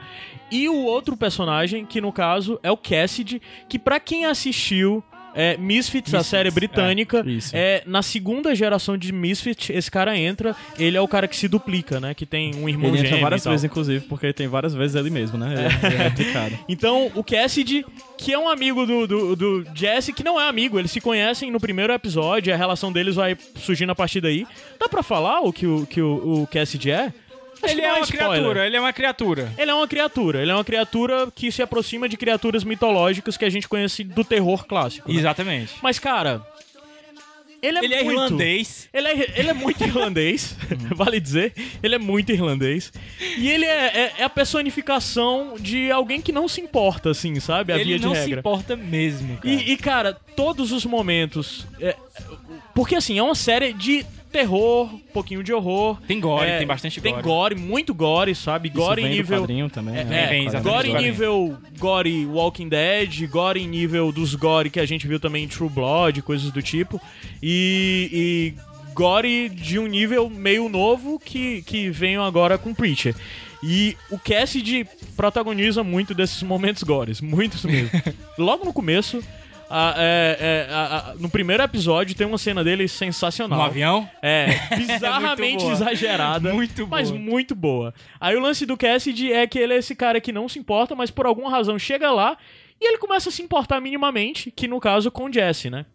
Speaker 3: E o outro personagem, que no caso é o Cassidy, que pra quem assistiu é, Misfits, a
Speaker 2: Misfits,
Speaker 3: série britânica,
Speaker 4: é, isso.
Speaker 3: é, na segunda geração de Misfits, esse cara entra, ele é o cara que se duplica, né? Que tem um irmão
Speaker 4: Ele entra
Speaker 3: gêmeo
Speaker 4: várias
Speaker 3: e tal.
Speaker 4: vezes, inclusive, porque tem várias vezes ele mesmo, né? Ele é replicado.
Speaker 3: Então, o Cassidy, que é um amigo do, do, do Jesse, que não é amigo, eles se conhecem no primeiro episódio, a relação deles vai surgindo a partir daí. Dá pra falar o que o, que o, o Cassidy é? Acho que
Speaker 2: ele
Speaker 3: não
Speaker 2: é uma
Speaker 3: spoiler.
Speaker 2: criatura, ele é uma criatura.
Speaker 3: Ele é uma criatura, ele é uma criatura que se aproxima de criaturas mitológicas que a gente conhece do terror clássico. né?
Speaker 2: Exatamente.
Speaker 3: Mas, cara, ele é
Speaker 2: Ele é
Speaker 3: muito-
Speaker 2: irlandês.
Speaker 3: Ele é, ele é muito irlandês,
Speaker 2: Uhum.
Speaker 3: vale dizer. Ele é muito irlandês. E ele é, é- é a personificação de alguém que não se importa, assim, sabe? A
Speaker 2: Ele
Speaker 3: via
Speaker 2: não
Speaker 3: de
Speaker 2: se
Speaker 3: regra.
Speaker 2: importa mesmo, cara.
Speaker 3: E, e, cara, todos os momentos. é, porque, assim, é uma série de terror, um pouquinho de horror. É,
Speaker 2: Tem gore, tem bastante
Speaker 3: Tem
Speaker 2: gore.
Speaker 3: gore, muito gore, sabe?
Speaker 4: Isso
Speaker 3: Gore em
Speaker 4: vem do
Speaker 3: nível.
Speaker 4: quadrinho também.
Speaker 3: É,
Speaker 2: Vem, exatamente,
Speaker 3: gore em
Speaker 2: gore.
Speaker 3: nível gore Walking Dead, gore em nível dos gore que a gente viu também em True Blood, coisas do tipo. E, e gore de um nível meio novo que, que veio agora com Preacher. E o Cassidy protagoniza muito desses momentos gores, muitos mesmo. Logo no começo, a- é- é- a- a- no primeiro episódio, tem uma cena dele sensacional.
Speaker 2: No avião?
Speaker 3: É,
Speaker 2: Muito
Speaker 3: bizarramente
Speaker 2: boa.
Speaker 3: exagerada.
Speaker 2: Muito
Speaker 3: Mas
Speaker 2: boa.
Speaker 3: muito boa. Aí o lance do Cassidy é que ele é esse cara que não se importa, mas por alguma razão chega lá e ele começa a se importar minimamente, que no caso com o Jesse, né?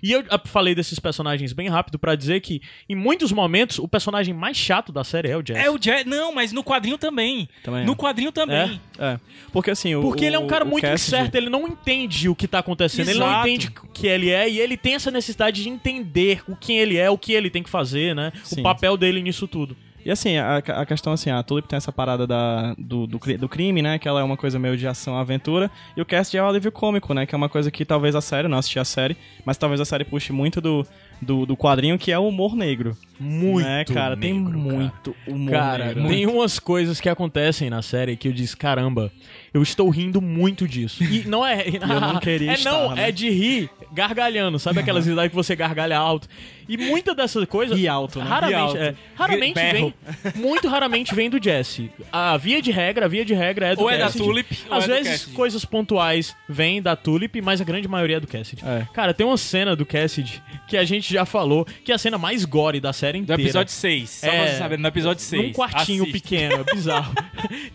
Speaker 3: E eu ah, falei desses personagens bem rápido pra dizer que, em muitos momentos, o personagem mais chato da série é o Jesse.
Speaker 2: É o Jack. Não, mas no quadrinho também.
Speaker 4: Também é.
Speaker 2: No quadrinho também.
Speaker 4: É. Porque assim, o.
Speaker 3: Porque ele é um
Speaker 4: o-
Speaker 3: cara
Speaker 4: o
Speaker 3: muito
Speaker 4: Cassidy-
Speaker 3: incerto, ele não entende o que tá acontecendo, ele não
Speaker 2: Exato.
Speaker 3: entende o que ele é e ele tem essa necessidade de entender o que ele é, o que ele tem que fazer, né? O
Speaker 4: Sim.
Speaker 3: papel dele nisso tudo.
Speaker 4: E assim, a, a questão assim, a Tulip tem essa parada da, do, do, cri- do crime, né? Que ela é uma coisa meio de ação-aventura. E o cast é o alívio cômico, né? Que é uma coisa que talvez a série, não assisti a série, mas talvez a série puxe muito do, do, do quadrinho, que é o humor negro.
Speaker 3: Muito
Speaker 4: né, cara? tem
Speaker 3: negro, cara.
Speaker 4: muito humor
Speaker 3: Cara,
Speaker 4: negro.
Speaker 3: tem umas coisas que acontecem na série que eu disse, caramba, eu estou rindo muito disso. E não é.
Speaker 4: eu não queria
Speaker 3: É
Speaker 4: estar,
Speaker 3: não,
Speaker 4: né?
Speaker 3: é de rir gargalhando, sabe aquelas idades que você gargalha alto. E muita dessas coisas.
Speaker 4: Rir alto, né?
Speaker 3: Raramente,
Speaker 4: Rir alto.
Speaker 3: é, raramente
Speaker 2: Berro.
Speaker 3: vem. Muito raramente vem do Jesse. A via de regra, a via de regra é do
Speaker 2: Ou é da
Speaker 3: Cassidy.
Speaker 2: Tulip, ou
Speaker 3: Às
Speaker 2: é do
Speaker 3: vezes,
Speaker 2: Cassidy.
Speaker 3: coisas pontuais vêm da Tulip, mas a grande maioria é do Cassidy.
Speaker 4: É.
Speaker 3: Cara, tem uma cena do Cassidy que a gente já falou, que é a cena mais gore da série
Speaker 2: Do
Speaker 3: inteira.
Speaker 2: episódio 6. Só
Speaker 3: É.
Speaker 2: pra você saber, no episódio 6.
Speaker 3: Num quartinho
Speaker 2: Assista.
Speaker 3: pequeno, é bizarro.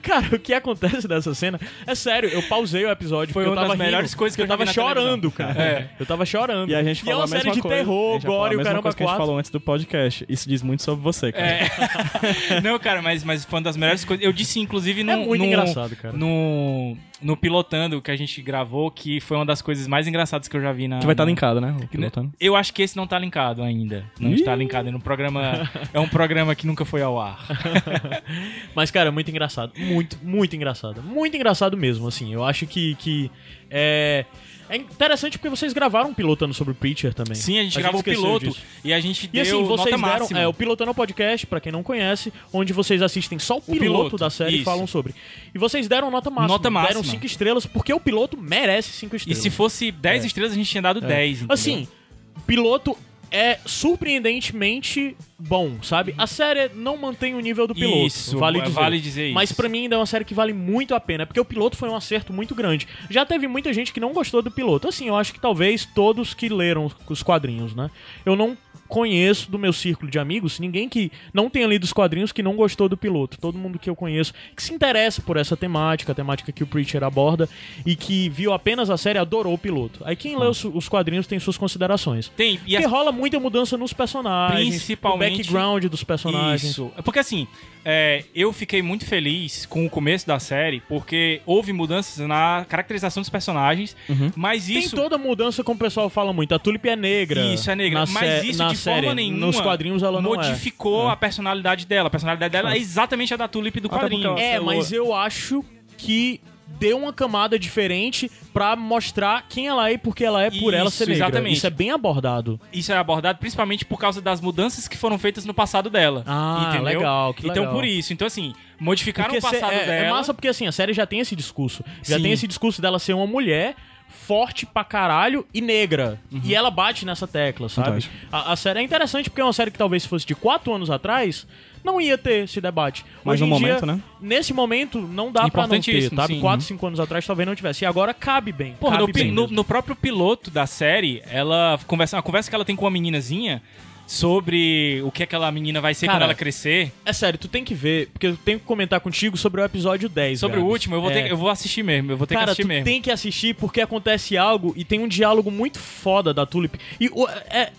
Speaker 3: Cara, o que acontece nessa cena? É sério, eu pausei o episódio
Speaker 2: Foi
Speaker 3: porque eu
Speaker 2: uma
Speaker 3: tava
Speaker 2: das
Speaker 3: rindo,
Speaker 2: melhores coisas que
Speaker 3: eu
Speaker 2: eu já
Speaker 3: tava
Speaker 2: vi na
Speaker 3: chorando,
Speaker 2: televisão.
Speaker 3: cara.
Speaker 2: É.
Speaker 3: Eu tava chorando.
Speaker 4: E a gente
Speaker 3: e é
Speaker 4: falou
Speaker 3: uma
Speaker 4: a mesma
Speaker 3: série de
Speaker 4: coisa. A
Speaker 3: terror,
Speaker 4: gente falou
Speaker 3: gore,
Speaker 4: a
Speaker 3: o
Speaker 4: mesma
Speaker 3: caramba
Speaker 4: coisa que a gente
Speaker 3: quatro.
Speaker 4: falou antes do podcast. Isso diz muito sobre você, cara.
Speaker 2: É. Não, cara, mas, mas foi uma das melhores coisas. Eu disse, inclusive, no.
Speaker 3: É muito
Speaker 2: no-
Speaker 3: engraçado, cara.
Speaker 2: No, no Pilotando que a gente gravou, que foi uma das coisas mais engraçadas que eu já vi na.
Speaker 4: Que vai estar
Speaker 2: na-
Speaker 4: linkado, né? O pilotando.
Speaker 2: Eu acho que esse não tá linkado ainda. Não está linkado. É um programa. É um programa que nunca foi ao ar.
Speaker 3: Mas, cara, é muito engraçado. Muito, muito engraçado. Muito engraçado mesmo, assim. Eu acho que. que é... é interessante porque vocês gravaram pilotando sobre o Preacher também.
Speaker 2: Sim, a gente gravou o
Speaker 3: esqueceu
Speaker 2: piloto
Speaker 3: disso.
Speaker 2: e a gente
Speaker 3: E
Speaker 2: deu
Speaker 3: assim, vocês
Speaker 2: nota
Speaker 3: deram
Speaker 2: máxima.
Speaker 3: é, o Pilotando é um Podcast, pra quem não conhece, onde vocês assistem só o piloto,
Speaker 2: piloto,
Speaker 3: da série e
Speaker 2: isso.
Speaker 3: falam sobre. E vocês deram nota máxima.
Speaker 2: Nota máxima.
Speaker 3: Deram 5 estrelas, porque o piloto merece 5
Speaker 2: E
Speaker 3: estrelas.
Speaker 2: se fosse 10 estrelas, a gente tinha dado 10. entendeu?
Speaker 3: É. Assim, o piloto é surpreendentemente bom, sabe? A série não mantém o nível do piloto.
Speaker 2: Isso,
Speaker 3: vale
Speaker 2: é,
Speaker 3: dizer.
Speaker 2: vale dizer
Speaker 3: Mas
Speaker 2: isso.
Speaker 3: pra mim ainda é uma série que vale muito a pena, porque o piloto foi um acerto muito grande. Já teve muita gente que não gostou do piloto. Assim, eu acho que talvez todos que leram os quadrinhos, né? Eu não conheço do meu círculo de amigos ninguém que não tenha lido os quadrinhos que não gostou do piloto. Todo mundo que eu conheço que se interessa por essa temática, a temática que o Preacher aborda e que viu apenas a série adorou o piloto. Aí quem lê os, os quadrinhos tem suas considerações.
Speaker 2: tem. Hum. E
Speaker 3: Porque
Speaker 2: as
Speaker 3: rola muita mudança nos personagens,
Speaker 2: Principalmente-
Speaker 3: o background dos personagens.
Speaker 2: Isso. É Porque assim, é, eu fiquei muito feliz com o começo da série, porque houve mudanças na caracterização dos personagens, mas
Speaker 3: Uhum. Tem
Speaker 2: isso.
Speaker 3: toda mudança, como o pessoal fala muito. A Tulip é negra.
Speaker 2: Isso, é negra.
Speaker 3: na
Speaker 2: mas
Speaker 3: sé-
Speaker 2: isso,
Speaker 3: na
Speaker 2: de
Speaker 3: série.
Speaker 2: forma nenhuma,
Speaker 3: Nos quadrinhos ela não é.
Speaker 2: modificou a personalidade dela. A personalidade dela é exatamente a da Tulip do
Speaker 4: Até porque
Speaker 2: quadrinho.
Speaker 4: ela-
Speaker 3: é. É, mas eu acho que deu uma camada diferente pra mostrar quem ela é e por que ela é por ela
Speaker 2: Isso,
Speaker 3: ser negra.
Speaker 2: exatamente.
Speaker 3: Isso é bem abordado.
Speaker 2: Isso é abordado principalmente por causa das mudanças que foram feitas no passado dela.
Speaker 3: Ah,
Speaker 2: entendeu?
Speaker 3: legal, que
Speaker 2: Então
Speaker 3: legal.
Speaker 2: por isso. Então assim, modificaram o
Speaker 3: cê-
Speaker 2: passado
Speaker 3: é,
Speaker 2: dela.
Speaker 3: é massa porque assim, a série já tem esse discurso. Já
Speaker 2: Sim.
Speaker 3: tem esse discurso dela ser uma mulher forte pra caralho e negra. E ela bate nessa tecla, sabe?
Speaker 4: Fantástico.
Speaker 3: A, a série é interessante porque é uma série que talvez se fosse de quatro anos atrás, não ia ter esse debate.
Speaker 4: Mas
Speaker 3: Hoje
Speaker 4: no
Speaker 3: em dia,
Speaker 4: momento, né?
Speaker 3: Nesse momento, não dá pra não ter,
Speaker 2: Importantíssimo,
Speaker 3: sabe?
Speaker 2: sim.
Speaker 3: Quatro, cinco anos atrás talvez não tivesse. E agora cabe bem.
Speaker 2: Porra,
Speaker 3: cabe
Speaker 2: no, pi-
Speaker 3: bem
Speaker 2: no-
Speaker 3: mesmo.
Speaker 2: no próprio piloto da série, ela conversa, a conversa que ela tem com uma meninazinha sobre o que aquela menina vai ser
Speaker 3: Cara,
Speaker 2: quando ela crescer.
Speaker 3: É sério, tu tem que ver, porque eu tenho que comentar contigo sobre o episódio 10.
Speaker 2: Sobre o
Speaker 3: Gabs.
Speaker 2: último, eu vou,
Speaker 3: É.
Speaker 2: ter, eu vou assistir mesmo, eu vou ter que
Speaker 3: Cara,
Speaker 2: assistir
Speaker 3: tu
Speaker 2: mesmo.
Speaker 3: tem que assistir porque acontece algo e tem um diálogo muito foda da Tulip. E o- é,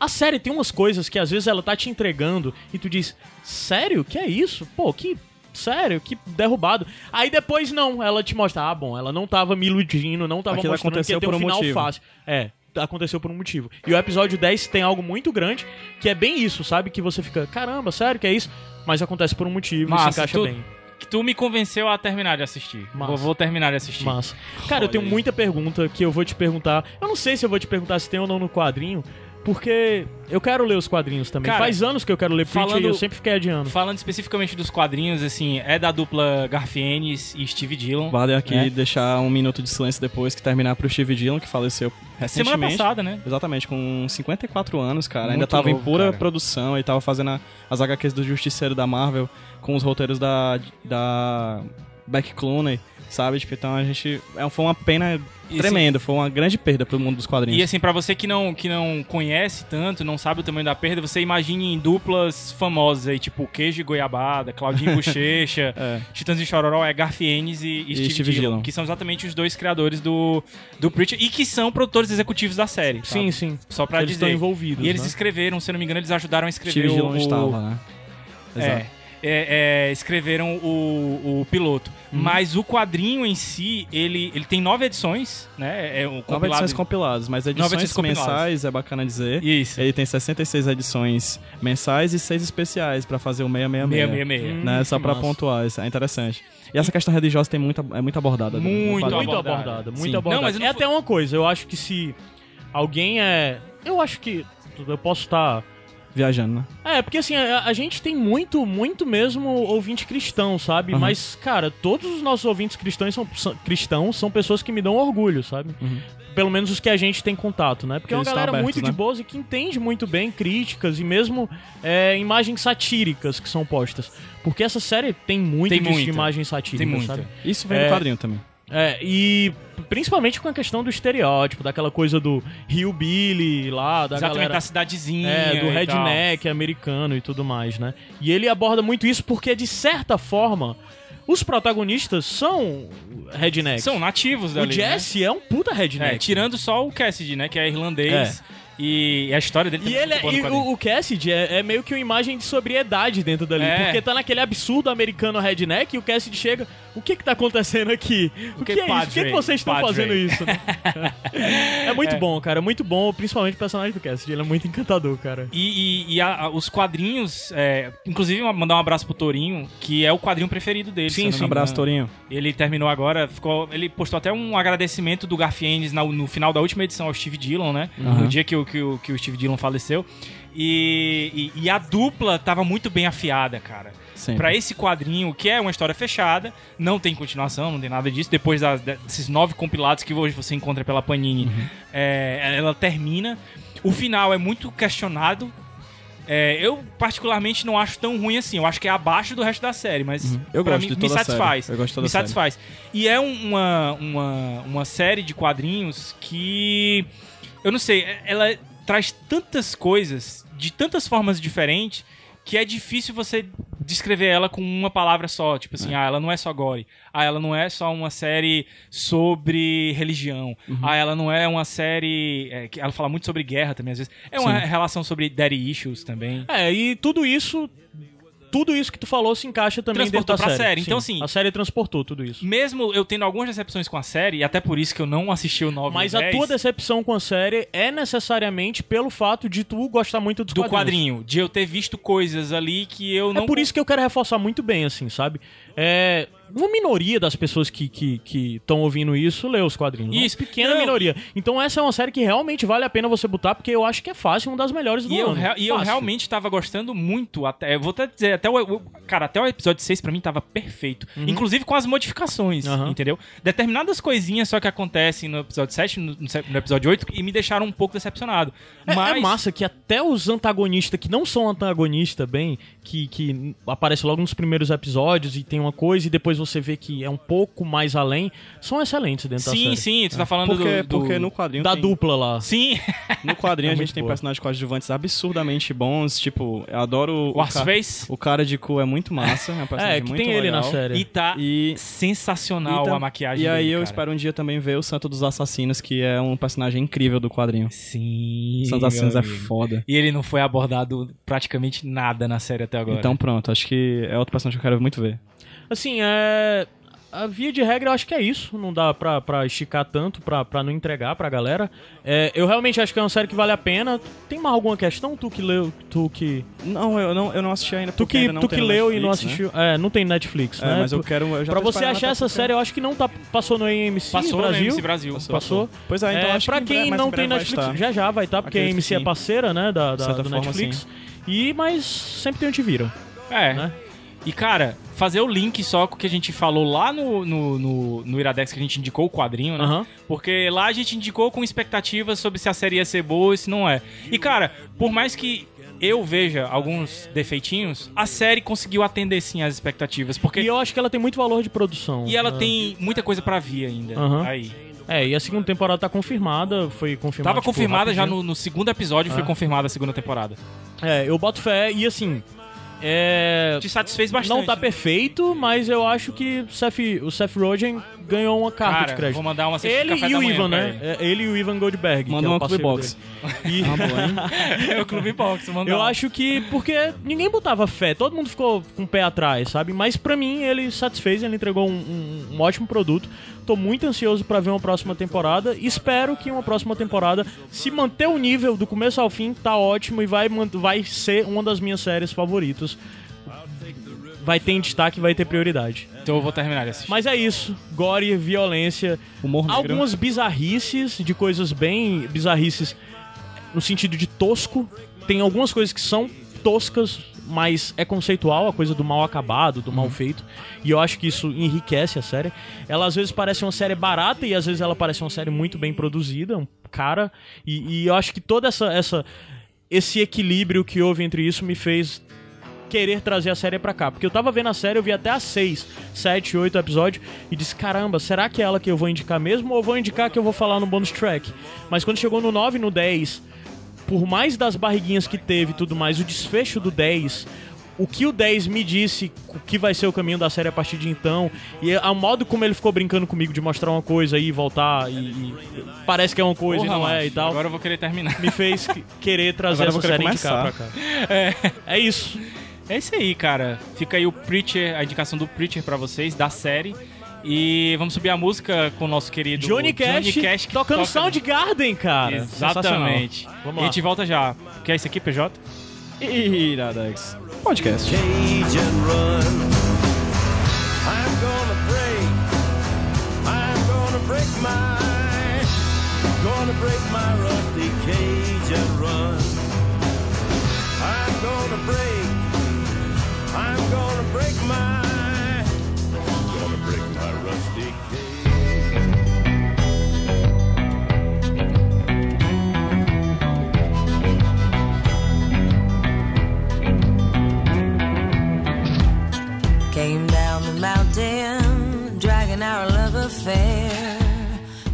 Speaker 3: a série tem umas coisas que às vezes ela tá te entregando e tu diz, sério? Que é isso? Pô, que. Sério, que derrubado. Aí depois não, ela te mostra, ah, bom, ela não tava me iludindo, não tava
Speaker 4: Aquilo
Speaker 3: mostrando que
Speaker 4: aconteceu
Speaker 3: ia ter
Speaker 4: por
Speaker 3: um
Speaker 4: um
Speaker 3: final
Speaker 4: motivo.
Speaker 3: fácil. É, aconteceu por um motivo. E o episódio 10 tem algo muito grande, que é bem isso, sabe? Que você fica, caramba, sério que é isso? Mas acontece por um motivo e
Speaker 2: Massa,
Speaker 3: se encaixa
Speaker 2: tu-
Speaker 3: bem.
Speaker 2: Que tu me convenceu a terminar de assistir.
Speaker 3: Massa.
Speaker 2: Vou, vou terminar de assistir.
Speaker 3: Massa. Cara, eu tenho muita pergunta que eu vou te perguntar. Eu não sei se eu vou te perguntar se tem ou não no quadrinho, porque eu quero ler os quadrinhos também.
Speaker 2: Cara,
Speaker 3: Faz anos que eu quero ler Preacher
Speaker 2: falando-
Speaker 3: e eu sempre fiquei adiando.
Speaker 2: Falando especificamente dos quadrinhos, assim, é da dupla Garfienes e Steve Dillon.
Speaker 4: Vale aqui
Speaker 3: É.
Speaker 2: né?
Speaker 4: deixar um minuto de silêncio depois que terminar pro Steve Dillon, que faleceu recentemente.
Speaker 2: Semana passada, né?
Speaker 4: Exatamente, com 54 anos, cara.
Speaker 2: Muito
Speaker 4: Ainda tava em
Speaker 2: novo,
Speaker 4: pura
Speaker 2: cara.
Speaker 4: produção e tava fazendo a- as HQs do Justiceiro da Marvel com os roteiros da, da Beck Clooney, sabe? Tipo, então a gente... é, foi uma pena
Speaker 2: E,
Speaker 4: tremenda, foi uma grande perda pro mundo dos quadrinhos.
Speaker 2: E assim, pra você que não, que não conhece tanto, não sabe o tamanho da perda, você imagine em duplas famosas aí, tipo Queijo e Goiabada, Claudinho Bochecha,
Speaker 4: É.
Speaker 2: Titãs e Chororó, é Garfienes e, e Steve,
Speaker 4: Steve
Speaker 2: Dillon,
Speaker 4: Dillon.
Speaker 2: que são exatamente os dois criadores do, do Preacher e que são produtores executivos da série.
Speaker 3: Sim,
Speaker 2: sabe?
Speaker 3: sim.
Speaker 2: Só pra
Speaker 3: eles
Speaker 2: dizer.
Speaker 3: estão envolvidos.
Speaker 2: E eles
Speaker 3: né?
Speaker 2: escreveram, se eu não me engano, eles ajudaram a escrever
Speaker 4: Steve
Speaker 2: o...
Speaker 4: Dillon
Speaker 2: o-
Speaker 4: estava, né? Exato.
Speaker 2: É, é, é, escreveram o, o piloto. Mas o quadrinho em si, ele, ele tem nove edições, né? É um
Speaker 4: Nove
Speaker 2: compilado.
Speaker 4: edições compiladas, mas edições
Speaker 2: edições compiladas.
Speaker 4: mensais, é bacana dizer.
Speaker 2: Isso.
Speaker 4: Ele tem 66 edições mensais e 6 especiais pra fazer o 666.
Speaker 2: 666.
Speaker 4: Né?
Speaker 3: Hum,
Speaker 4: Só
Speaker 3: que
Speaker 4: pra
Speaker 3: massa.
Speaker 4: pontuar, isso é interessante. E essa questão religiosa tem muita, é muito abordada. né?
Speaker 2: Muito
Speaker 4: Fala-
Speaker 3: Muito
Speaker 2: abordada.
Speaker 3: abordada, muito
Speaker 4: Sim.
Speaker 3: abordada.
Speaker 2: Não, mas eu não
Speaker 3: é
Speaker 2: fui-
Speaker 3: até uma coisa, eu acho que se alguém é. Eu acho que. Eu posso tá estar.
Speaker 4: Viajando, né?
Speaker 3: É, porque assim, a, a gente tem muito, muito mesmo ouvinte cristão, sabe?
Speaker 4: Aham.
Speaker 3: Mas, cara, todos os nossos ouvintes cristãos são, são- cristãos são pessoas que me dão orgulho, sabe?
Speaker 2: Uhum.
Speaker 3: Pelo menos os que a gente tem contato, né? Porque é uma
Speaker 4: Eles estão
Speaker 3: galera
Speaker 4: abertos,
Speaker 3: muito de
Speaker 4: né?
Speaker 3: boas e que entende muito bem críticas e mesmo é, imagens satíricas que são postas. Porque essa série tem muito
Speaker 2: Tem
Speaker 3: disso de
Speaker 2: muita.
Speaker 3: imagem satírica,
Speaker 2: Tem muita.
Speaker 3: sabe?
Speaker 4: Isso vem
Speaker 3: É.
Speaker 4: do quadrinho também.
Speaker 3: É, e principalmente com a questão do estereótipo, daquela coisa do Rio Billy lá, da
Speaker 2: Exatamente, tá
Speaker 3: galera...
Speaker 2: da cidadezinha.
Speaker 3: É, do
Speaker 2: e tal.
Speaker 3: redneck americano e tudo mais, né? E ele aborda muito isso porque, de certa forma, os protagonistas são rednecks.
Speaker 2: São nativos
Speaker 3: O
Speaker 2: dali.
Speaker 3: Jesse é um puta
Speaker 2: Né?
Speaker 3: redneck.
Speaker 2: É, tirando só o Cassidy, né? Que é irlandês. E a história dele
Speaker 3: E,
Speaker 2: também é muito
Speaker 3: ele,
Speaker 2: boa no
Speaker 3: e
Speaker 2: quadrinho.
Speaker 3: o, o Cassidy é, é meio que uma imagem de sobriedade dentro dali.
Speaker 2: É.
Speaker 3: Porque tá naquele absurdo americano redneck e o Cassidy chega. O que que tá acontecendo aqui? O, que,
Speaker 2: que
Speaker 3: é isso? Por que, que
Speaker 2: padre?
Speaker 3: vocês estão
Speaker 2: Padre.
Speaker 3: fazendo isso? é muito bom, cara. É muito bom, principalmente o personagem do Cassidy. Ele é muito encantador, cara.
Speaker 2: E, e- e a- a- os quadrinhos, é, inclusive mandar um abraço pro Torinho, que é o quadrinho preferido dele. se eu não me
Speaker 4: Um abraço,
Speaker 2: engano.
Speaker 4: Torinho.
Speaker 2: Ele terminou agora, ficou, ele postou até um agradecimento do Garfienes na- no final da última edição ao Steve Dillon, né? No dia que, o- que, o- que o Steve Dillon faleceu. E, e- e a dupla tava muito bem afiada, cara.
Speaker 4: Sempre.
Speaker 2: Pra esse quadrinho, que é uma história fechada, não tem continuação, não tem nada disso. Depois das- desses nove compilados que hoje você encontra pela Panini,
Speaker 4: Uhum.
Speaker 2: é, ela termina. O final é muito questionado. É, eu, particularmente, não acho tão ruim assim. Eu acho que é abaixo do resto da série, mas
Speaker 4: Uhum. Eu
Speaker 2: pra
Speaker 4: gosto
Speaker 2: mim
Speaker 4: de
Speaker 2: me
Speaker 4: toda a série.
Speaker 2: satisfaz.
Speaker 4: Eu gosto de toda
Speaker 2: me
Speaker 4: a série.
Speaker 2: satisfaz. E é um- uma, uma, uma série de quadrinhos que. Eu não sei, ela traz tantas coisas, de tantas formas diferentes, que é difícil você descrever ela com uma palavra só. Tipo assim, ah, ela não é só gore. Ah, ela não é só uma série sobre religião.
Speaker 3: Uhum.
Speaker 2: Ah, ela não é uma série. é, que ela fala muito sobre guerra também, às vezes. É uma relação sobre daddy issues também.
Speaker 3: É, e tudo isso. Tudo isso que tu falou se encaixa também
Speaker 2: Transportou
Speaker 3: dentro da
Speaker 2: pra série,
Speaker 3: Sim,
Speaker 2: então, assim-
Speaker 3: A série transportou tudo isso.
Speaker 2: Mesmo eu tendo algumas decepções com a série, e até por isso que eu não assisti o 9 e o
Speaker 3: Mas a
Speaker 2: 10,
Speaker 3: tua decepção com a série é necessariamente pelo fato de tu gostar muito dos
Speaker 2: do
Speaker 3: quadrinhos.
Speaker 2: quadrinho, de eu ter visto coisas ali que eu
Speaker 3: É
Speaker 2: não
Speaker 3: por isso que eu quero reforçar muito bem, assim, sabe? É, Uma minoria das pessoas que estão que, estão ouvindo isso lê os quadrinhos. Uma
Speaker 2: Isso.
Speaker 3: pequena
Speaker 2: Não.
Speaker 3: minoria. Então essa é uma série que realmente vale a pena você botar, porque eu acho que é fácil, uma das melhores do
Speaker 2: E eu,
Speaker 3: ano.
Speaker 2: rea- e eu
Speaker 3: Fácil.
Speaker 2: realmente tava gostando muito. Até, eu vou até dizer, até o, o- cara, até o episódio 6 pra mim tava perfeito. Inclusive com as modificações,
Speaker 3: Uhum.
Speaker 2: entendeu? Determinadas coisinhas só que acontecem no episódio 7, no, no se- no episódio 8, e me deixaram um pouco decepcionado.
Speaker 3: É,
Speaker 2: Mas
Speaker 3: é massa que até os antagonistas que não são antagonistas bem, que, que aparece logo nos primeiros episódios e tem uma coisa e depois você vê que é um pouco mais além, são excelentes dentro da
Speaker 2: Sim,
Speaker 3: série.
Speaker 2: sim, tu tá falando
Speaker 4: Porque,
Speaker 2: do, do-
Speaker 4: porque no quadrinho.
Speaker 3: Da
Speaker 4: tem-
Speaker 3: dupla lá.
Speaker 2: Sim,
Speaker 4: No quadrinho
Speaker 3: É
Speaker 4: a gente
Speaker 3: muito
Speaker 4: tem
Speaker 3: boa.
Speaker 4: personagens coadjuvantes absurdamente bons. Tipo, eu adoro.
Speaker 2: o
Speaker 4: ca-
Speaker 2: Arseface.
Speaker 4: O cara de cu é muito massa. É, um personagem
Speaker 3: É, que
Speaker 4: muito
Speaker 3: tem ele na
Speaker 4: legal.
Speaker 3: série.
Speaker 2: E tá
Speaker 4: E
Speaker 2: sensacional
Speaker 4: tam-
Speaker 2: a maquiagem
Speaker 4: E aí
Speaker 2: dele,
Speaker 4: eu
Speaker 2: cara.
Speaker 4: espero um dia também ver o Santo dos Assassinos, que é um personagem incrível do quadrinho.
Speaker 2: Sim.
Speaker 4: O Santo dos Assassinos é
Speaker 2: meu amigo.
Speaker 4: foda.
Speaker 2: E ele não foi abordado praticamente nada na série até agora.
Speaker 4: Então pronto, acho que é outro personagem que eu quero muito ver.
Speaker 3: Assim, é. A via de regra, eu acho que é isso. Não dá pra, pra esticar tanto, pra, pra não entregar pra galera. É, eu realmente acho que é uma série que vale a pena. Tem mais alguma questão, tu que leu, tu que.
Speaker 4: Não, eu não, eu não assisti ainda.
Speaker 3: Tu
Speaker 4: porque
Speaker 3: que,
Speaker 4: ainda não
Speaker 3: tu
Speaker 4: tem
Speaker 3: que
Speaker 4: no
Speaker 3: leu e não
Speaker 4: Netflix, né?
Speaker 3: assistiu. É, não tem Netflix,
Speaker 4: É,
Speaker 3: né?
Speaker 4: mas eu quero. Eu já
Speaker 3: pra
Speaker 4: tô
Speaker 3: você
Speaker 4: esperando
Speaker 3: achar
Speaker 4: até
Speaker 3: essa
Speaker 4: porque-
Speaker 3: série, eu acho que não tá, passou no AMC
Speaker 2: Passou
Speaker 3: Brasil.
Speaker 2: no MC Brasil.
Speaker 3: Passou.
Speaker 4: Pois é, então
Speaker 3: é,
Speaker 4: acho
Speaker 3: pra
Speaker 4: que em
Speaker 3: quem
Speaker 4: breve- mas
Speaker 3: não
Speaker 4: em
Speaker 3: tem
Speaker 4: breve vai
Speaker 3: Netflix,
Speaker 4: estar.
Speaker 3: já já vai estar, porque a
Speaker 4: Acredito
Speaker 3: AMC
Speaker 4: que
Speaker 3: é
Speaker 4: sim.
Speaker 3: parceira, né, da, da-
Speaker 4: certa
Speaker 3: do
Speaker 4: forma,
Speaker 3: Netflix. E, mas sempre tem onde vira.
Speaker 2: É.
Speaker 3: Né?
Speaker 2: E, cara, fazer o link só com o que a gente falou lá no, no, no, no Iradex, que a gente indicou o quadrinho, né?
Speaker 3: Aham.
Speaker 2: Porque lá a gente indicou com expectativas sobre se a série ia ser boa e se não é. E, cara, por mais que eu veja alguns defeitinhos, a série conseguiu atender, sim, as expectativas. Porque...
Speaker 3: E
Speaker 2: E,
Speaker 3: eu acho que ela tem muito valor de produção.
Speaker 2: ela
Speaker 3: né?
Speaker 2: tem muita coisa pra vir ainda.
Speaker 3: Aham.
Speaker 2: Aí.
Speaker 3: É, e a segunda temporada tá confirmada, foi confirmada.
Speaker 2: Tava
Speaker 3: tipo,
Speaker 2: confirmada já
Speaker 3: rapidinho.
Speaker 2: no, no segundo episódio, foi
Speaker 3: Ah.
Speaker 2: confirmada a segunda temporada.
Speaker 3: É, eu boto fé e assim. É.
Speaker 2: Te satisfez bastante. né?
Speaker 3: Não tá perfeito, mas eu acho que o Seth, o Seth Rogen ganhou uma carta
Speaker 2: Cara,
Speaker 3: de crédito.
Speaker 2: vou mandar uma cesta de
Speaker 3: Ele
Speaker 2: café
Speaker 3: e
Speaker 2: da
Speaker 3: o
Speaker 2: manhã
Speaker 3: Ivan,
Speaker 2: pra
Speaker 3: né? É, Ele e o Ivan Goldberg.
Speaker 4: Manda
Speaker 3: que é
Speaker 4: uma
Speaker 3: o parceiro
Speaker 4: Clubebox.
Speaker 3: dele.
Speaker 4: E... Ah, boa, hein?
Speaker 2: ele. É o Clube Box, mandar
Speaker 3: Eu
Speaker 2: uma.
Speaker 3: acho que porque ninguém botava fé, todo mundo ficou com o pé atrás, sabe? Mas pra mim ele satisfez, ele entregou um, um- um ótimo produto. Tô muito ansioso pra ver uma próxima temporada. Espero que uma próxima temporada se manter o nível do começo ao fim, tá ótimo e vai man- vai ser uma das minhas séries favoritas. Vai ter em destaque, vai ter prioridade.
Speaker 2: Então eu vou terminar de assistir.
Speaker 3: Mas é isso, gore, violência,
Speaker 4: Humor negro. é
Speaker 3: algumas bizarrices de coisas bem bizarrices no sentido de tosco. Tem algumas coisas que são toscas, mas é conceitual a coisa do mal acabado, do
Speaker 4: Uhum.
Speaker 3: mal feito. E eu acho que isso enriquece a série. Ela às vezes parece uma série barata e às vezes ela parece uma série muito bem produzida, um cara. E, e eu acho que toda essa, essa esse equilíbrio que houve entre isso me fez querer trazer a série pra cá. Porque eu tava vendo a série, eu vi até as 6, 7, 8 episódios e disse: caramba, será que é ela que eu vou indicar mesmo? Ou eu vou indicar que eu vou falar no bonus track? Mas quando chegou no 9 no 10, por mais das barriguinhas que teve e tudo mais, o desfecho do 10. O que o 10 me disse, o que vai ser o caminho da série a partir de então, e a- o modo como ele ficou brincando comigo de mostrar uma coisa e voltar, e, e parece que é uma coisa
Speaker 2: Porra,
Speaker 3: e não é
Speaker 2: macho,
Speaker 3: e tal
Speaker 2: Agora eu vou querer terminar.
Speaker 3: me fez que- querer trazer
Speaker 4: Agora
Speaker 3: essa
Speaker 4: eu vou querer
Speaker 3: série indicar pra
Speaker 4: começar.
Speaker 3: cá. É. isso.
Speaker 2: É isso aí, cara. Fica aí o Preacher, a indicação do Preacher pra vocês, da série. E vamos subir a música com o nosso querido
Speaker 3: Johnny Cash, né?
Speaker 2: que
Speaker 3: tocando
Speaker 2: toca-
Speaker 3: Soundgarden, cara.
Speaker 2: Exatamente.
Speaker 3: Sensacional. Vamos
Speaker 2: E
Speaker 3: lá.
Speaker 2: a gente volta já. Quer isso aqui, PJ?
Speaker 4: Iradex. um Podcast.
Speaker 6: cage and run. I'm gonna break. I'm gonna break my. Gonna break my rusty cage and run. I'm gonna break. I'm gonna break my. Gonna break my rusty cage.
Speaker 7: Came down the mountain, dragging our love affair.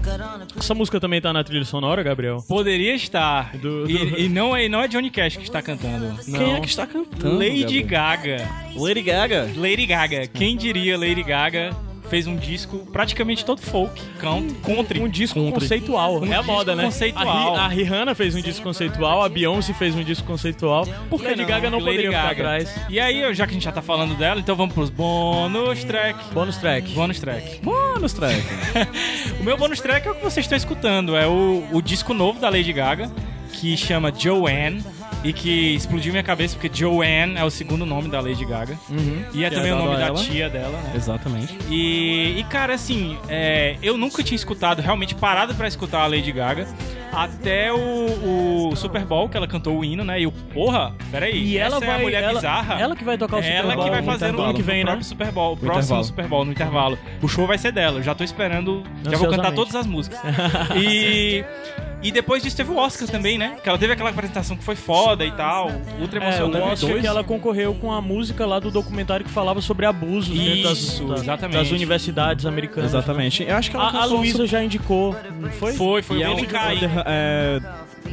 Speaker 7: Got on a
Speaker 3: Essa música também tá na trilha sonora, Gabriel?
Speaker 2: Poderia estar.
Speaker 3: Do- do-
Speaker 2: E, e não, é, não é Johnny Cash que está cantando.
Speaker 4: Quem é que está cantando?
Speaker 2: Lady
Speaker 4: Gabriel?
Speaker 2: Gaga.
Speaker 4: Lady Gaga.
Speaker 2: Lady Gaga. Quem diria Lady Gaga fez um disco praticamente todo folk, country. country.
Speaker 3: Um disco conceitual.
Speaker 2: Um
Speaker 3: é a
Speaker 2: disco
Speaker 3: moda, né?
Speaker 2: conceitual.
Speaker 3: A, Ri- a Rihanna fez um disco conceitual, a Beyoncé fez um disco conceitual. Por que Lady Gaga não
Speaker 2: Lady
Speaker 3: poderia ficar
Speaker 2: Gaga.
Speaker 3: atrás?
Speaker 2: E aí, ó, já que a gente já tá falando dela, então vamos pros bônus track.
Speaker 3: Bônus track.
Speaker 2: Bônus track.
Speaker 4: Bônus track.
Speaker 2: O meu bônus track é o que vocês estão escutando, é o, o disco novo da Lady Gaga, que chama Joanne e que explodiu minha cabeça porque Joanne é o segundo nome da Lady Gaga.
Speaker 3: Hum. Uhum.
Speaker 2: E é
Speaker 4: Que é
Speaker 2: também o
Speaker 4: dado
Speaker 2: nome
Speaker 4: a
Speaker 2: da
Speaker 4: ela.
Speaker 2: tia dela, né?
Speaker 4: Exatamente.
Speaker 2: E, e, cara, assim, é, eu nunca tinha escutado, realmente parado pra escutar a Lady Gaga. Até o, o Super Bowl, que ela cantou o hino, né? E o porra, peraí,
Speaker 3: E ela
Speaker 2: essa é
Speaker 3: vai.
Speaker 2: a mulher
Speaker 3: ela,
Speaker 2: bizarra.
Speaker 3: ela que vai tocar o
Speaker 2: É
Speaker 3: Super
Speaker 2: ela
Speaker 3: Bowl
Speaker 2: que vai
Speaker 3: no
Speaker 2: fazer
Speaker 3: intervalo
Speaker 2: o,
Speaker 3: que vem, né?
Speaker 2: próprio Super Bowl, o próximo
Speaker 4: intervalo.
Speaker 2: Super Bowl no intervalo. O show vai ser dela, eu já tô esperando, já vou cantar
Speaker 3: Ansiosamente.
Speaker 2: todas as músicas. e e depois disso teve o Oscar também, né? Que ela teve aquela apresentação que foi foda e tal, ultra
Speaker 3: É, o
Speaker 2: emocionante.
Speaker 3: Oscar que ela concorreu com a música lá do documentário que falava sobre abusos dentro das-
Speaker 2: Isso,
Speaker 3: da-
Speaker 2: exatamente.
Speaker 3: das universidades americanas.
Speaker 4: Exatamente. Eu acho que ela
Speaker 3: A, a
Speaker 4: alcançou um
Speaker 3: Luísa já indicou, não foi?
Speaker 2: Foi, foi
Speaker 4: E
Speaker 2: o
Speaker 4: é um
Speaker 2: Homem Cai.
Speaker 4: The, é,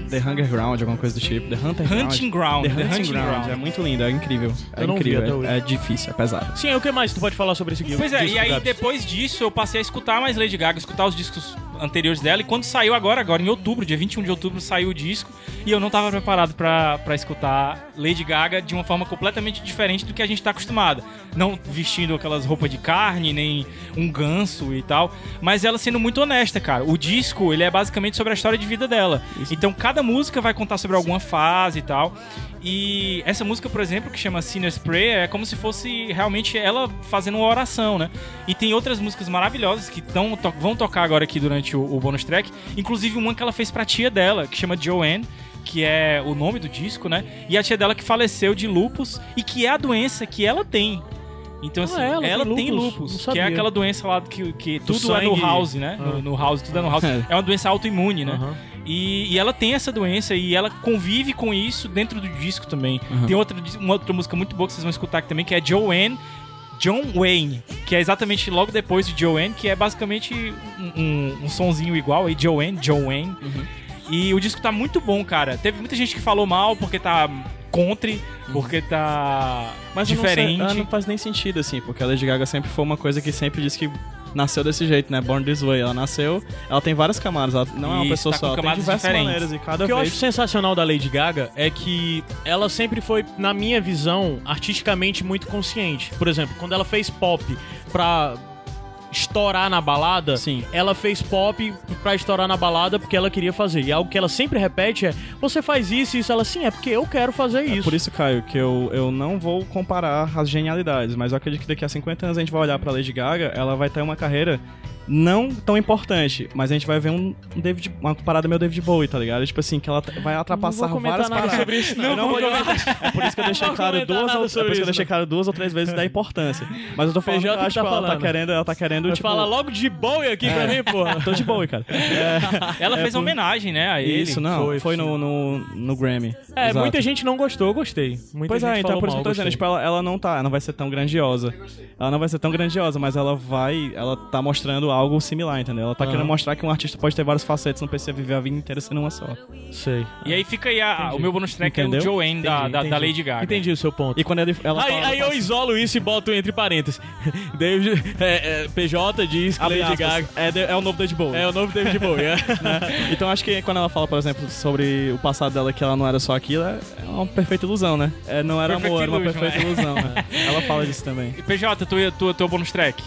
Speaker 4: The Hunger Ground, alguma coisa do tipo. The Hunter Ground.
Speaker 2: Hunting Ground,
Speaker 4: The
Speaker 2: The
Speaker 4: Hunting,
Speaker 2: Hunting
Speaker 4: Ground.
Speaker 2: Ground.
Speaker 4: É muito lindo, é incrível. É
Speaker 3: Eu não vi até
Speaker 4: incrível,
Speaker 3: hoje.
Speaker 4: é, é difícil, é pesado.
Speaker 3: Sim, o que mais tu pode falar sobre esse disco?
Speaker 2: Pois é, e
Speaker 3: disco,
Speaker 2: aí
Speaker 3: Gabs?
Speaker 2: depois disso eu passei a escutar mais Lady Gaga, escutar os discos anteriores dela. E quando saiu agora, agora em outubro, dia 21 de outubro, saiu o disco. E eu não tava preparado pra pra escutar Lady Gaga de uma forma completamente diferente do que a gente tá acostumado. Não vestindo aquelas roupas de carne, nem um ganso e tal. Mas ela sendo muito honesta, cara. O disco, ele é basicamente sobre a história de vida dela. Então cada música vai contar sobre alguma fase e tal. E essa música, por exemplo, que chama Sinner's Prayer, é como se fosse realmente ela fazendo uma oração, né? E tem outras músicas maravilhosas que tão, to- vão tocar agora aqui durante o, o bonus track, inclusive uma que ela fez pra tia dela, que chama Joanne, que é o nome do disco, né? E a tia dela que faleceu de lupus e que é a doença que ela tem. Então, assim,
Speaker 3: Ah, ela
Speaker 2: ela,
Speaker 3: tem
Speaker 2: tem
Speaker 3: lupus?
Speaker 2: lupus,
Speaker 3: Não
Speaker 2: que é
Speaker 3: sabia.
Speaker 2: aquela doença lá que, que tudo é no
Speaker 3: sangue. Ah.
Speaker 2: house, né? No, no house, tudo é no house.
Speaker 4: É.
Speaker 2: É uma doença autoimune, né?
Speaker 3: Aham.
Speaker 2: E, e ela tem essa doença e ela convive com isso dentro do disco também. Tem outra, dis- uma outra música muito boa que vocês vão escutar aqui também, que é Joanne. John Wayne, que é exatamente logo depois de Joanne, que é basicamente um, um, um sonzinho igual aí, Joanne, John Wayne. E o disco tá muito bom, cara. Teve muita gente que falou mal porque tá contra, porque tá
Speaker 4: Mas eu não sei-
Speaker 2: diferente.
Speaker 4: ah, não faz nem sentido, assim, porque a Lady Gaga sempre foi uma coisa que sempre disse que nasceu desse jeito, né? Born This Way. Ela nasceu, ela tem várias camadas, ela não é uma
Speaker 2: Isso,
Speaker 4: pessoa
Speaker 2: tá com
Speaker 4: só, ela tem
Speaker 2: camadas
Speaker 4: diversas
Speaker 2: diferentes.
Speaker 4: maneiras e cada
Speaker 3: O que eu
Speaker 4: vez...
Speaker 3: acho sensacional da Lady Gaga é que ela sempre foi, na minha visão, artisticamente muito consciente. Por exemplo, quando ela fez pop pra estourar na balada,
Speaker 4: Sim.
Speaker 3: ela fez pop pra estourar na balada porque ela queria fazer. E algo que ela sempre repete é: você faz isso e isso. Ela, sim, é porque eu quero fazer
Speaker 4: É
Speaker 3: isso.
Speaker 4: por isso, Caio, que eu, eu não vou comparar as genialidades, mas eu acredito que daqui a 50 anos a gente vai olhar pra Lady Gaga, ela vai ter uma carreira não tão importante, mas a gente vai ver um David, uma parada meio David Bowie, tá ligado? Tipo assim, que ela t- vai ultrapassar
Speaker 3: Não vou comentar
Speaker 4: várias
Speaker 3: nada
Speaker 4: paradas.
Speaker 3: sobre isso, não.
Speaker 4: Eu não
Speaker 3: Não
Speaker 4: vou
Speaker 3: vou
Speaker 4: comentar. É por isso que eu deixei
Speaker 3: Não vou
Speaker 4: claro
Speaker 3: comentar
Speaker 4: duas,
Speaker 3: nada
Speaker 4: ou, é
Speaker 3: sobre
Speaker 4: por isso que
Speaker 3: isso,
Speaker 4: eu deixei claro duas ou três vezes da importância. Mas eu tô falando,
Speaker 3: PJ
Speaker 4: eu
Speaker 3: que
Speaker 4: acho
Speaker 3: tá
Speaker 4: que ela tá
Speaker 3: falando.
Speaker 4: querendo, ela tá querendo,
Speaker 3: Vou te
Speaker 4: tipo, é.
Speaker 3: falar logo de Bowie aqui pra mim, porra.
Speaker 4: tô de Bowie, cara.
Speaker 2: Ela fez uma homenagem, né, a ele.
Speaker 4: é isso não,
Speaker 3: foi,
Speaker 4: foi, no, no, no Grammy.
Speaker 3: É,
Speaker 4: Exato.
Speaker 3: muita gente não gostou, eu gostei. Muita
Speaker 4: Pois
Speaker 3: gente
Speaker 4: é, então
Speaker 3: falou
Speaker 4: por isso que
Speaker 3: mal,
Speaker 4: eu tô dizendo,
Speaker 3: gostei.
Speaker 4: tipo, ela, ela não tá, ela não vai ser tão grandiosa. Ela não vai ser tão grandiosa, mas ela vai, ela tá mostrando algo similar, entendeu? Ela tá
Speaker 3: Aham.
Speaker 4: querendo mostrar que um artista pode ter vários facetes, não precisa viver a vida inteira sendo uma só.
Speaker 3: Sei.
Speaker 2: E aí fica aí a- o meu bonus track
Speaker 4: Entendeu?
Speaker 2: é o Joanne da,
Speaker 3: Entendi,
Speaker 2: da, da
Speaker 3: entendi.
Speaker 2: Lady Gaga.
Speaker 3: Entendi o seu ponto.
Speaker 4: E quando ela, ela
Speaker 3: Aí,
Speaker 4: fala-
Speaker 3: aí eu isolo isso e boto entre parênteses. David, é, é, PJ diz que
Speaker 4: abre
Speaker 3: Lady Gaga
Speaker 4: aspas, É, de- é o novo Dead Bowl.
Speaker 3: é o novo David Bowie. é.
Speaker 4: Então acho que quando ela fala, por exemplo, sobre o passado dela, que ela não era só aquilo, é é uma perfeita ilusão, né? É, não era
Speaker 2: Perfect
Speaker 4: amor, era uma
Speaker 2: illusion,
Speaker 4: perfeita
Speaker 2: é.
Speaker 4: ilusão. né? Ela fala disso também.
Speaker 2: PJ, tu, tu, teu bonus track.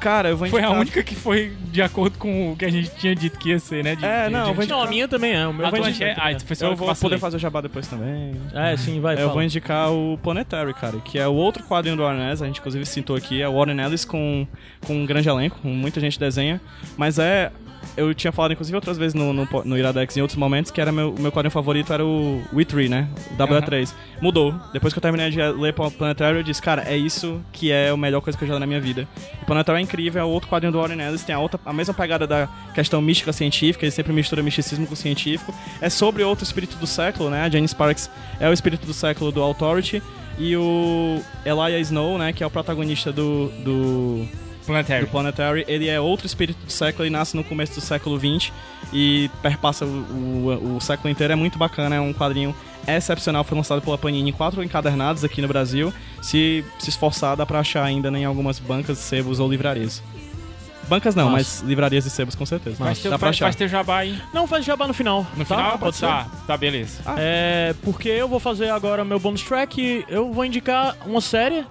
Speaker 4: Cara, eu vou
Speaker 2: Foi
Speaker 4: indicar...
Speaker 2: a única que foi de acordo com o que a gente tinha dito que ia ser, né? De-
Speaker 4: É,
Speaker 2: de-
Speaker 4: não,
Speaker 2: de-
Speaker 4: eu vou
Speaker 3: Não, a
Speaker 4: indicar...
Speaker 3: minha também é. O meu
Speaker 2: Ah, tu
Speaker 3: vai
Speaker 2: vai-
Speaker 3: dizer.
Speaker 2: é, ah, tu foi só
Speaker 4: Eu
Speaker 2: que
Speaker 4: vou
Speaker 2: vacilei.
Speaker 4: poder fazer o jabá depois também.
Speaker 3: É, sim, vai.
Speaker 4: Eu
Speaker 3: fala.
Speaker 4: vou indicar o Planetary, cara, que é o outro quadrinho do Warren Ellis, a gente inclusive citou aqui, é o Warren Ellis com, com um grande elenco, com muita gente desenha, mas é... Eu tinha falado, inclusive, outras vezes no, no, no Iradex, em outros momentos, que era meu, meu quadrinho favorito era o W3, né? O W3. Mudou. Depois que eu terminei de ler Planetary, eu disse, cara, é isso que é a melhor coisa que eu já li na minha vida. E Planetary é incrível, é o outro quadrinho do Warren Ellis, tem a, outra, a mesma pegada da questão mística científica, ele sempre mistura misticismo com científico. É sobre outro espírito do século, né? A Jane Sparks é o espírito do século do Authority. E o Elijah Snow, né, que é o protagonista do, do,
Speaker 2: Planetary.
Speaker 4: do Planetary, ele é outro espírito do século, ele nasce no começo do século XX e perpassa o, o, o século inteiro. É muito bacana, é um quadrinho excepcional, foi lançado pela Panini em quatro encadernados aqui no Brasil. Se se esforçar, dá pra achar ainda né, em algumas bancas, sebos ou livrarias. Bancas não,
Speaker 3: Massa.
Speaker 4: mas livrarias e sebos com certeza.
Speaker 2: Faz teu,
Speaker 4: dá pra
Speaker 2: faz,
Speaker 4: achar.
Speaker 2: faz teu jabá aí.
Speaker 3: Não, faz jabá no final.
Speaker 2: No
Speaker 3: tá?
Speaker 2: final?
Speaker 3: Pode ser?
Speaker 2: tá, tá, beleza.
Speaker 3: É, porque eu vou fazer agora meu bonus track. e Eu vou indicar uma série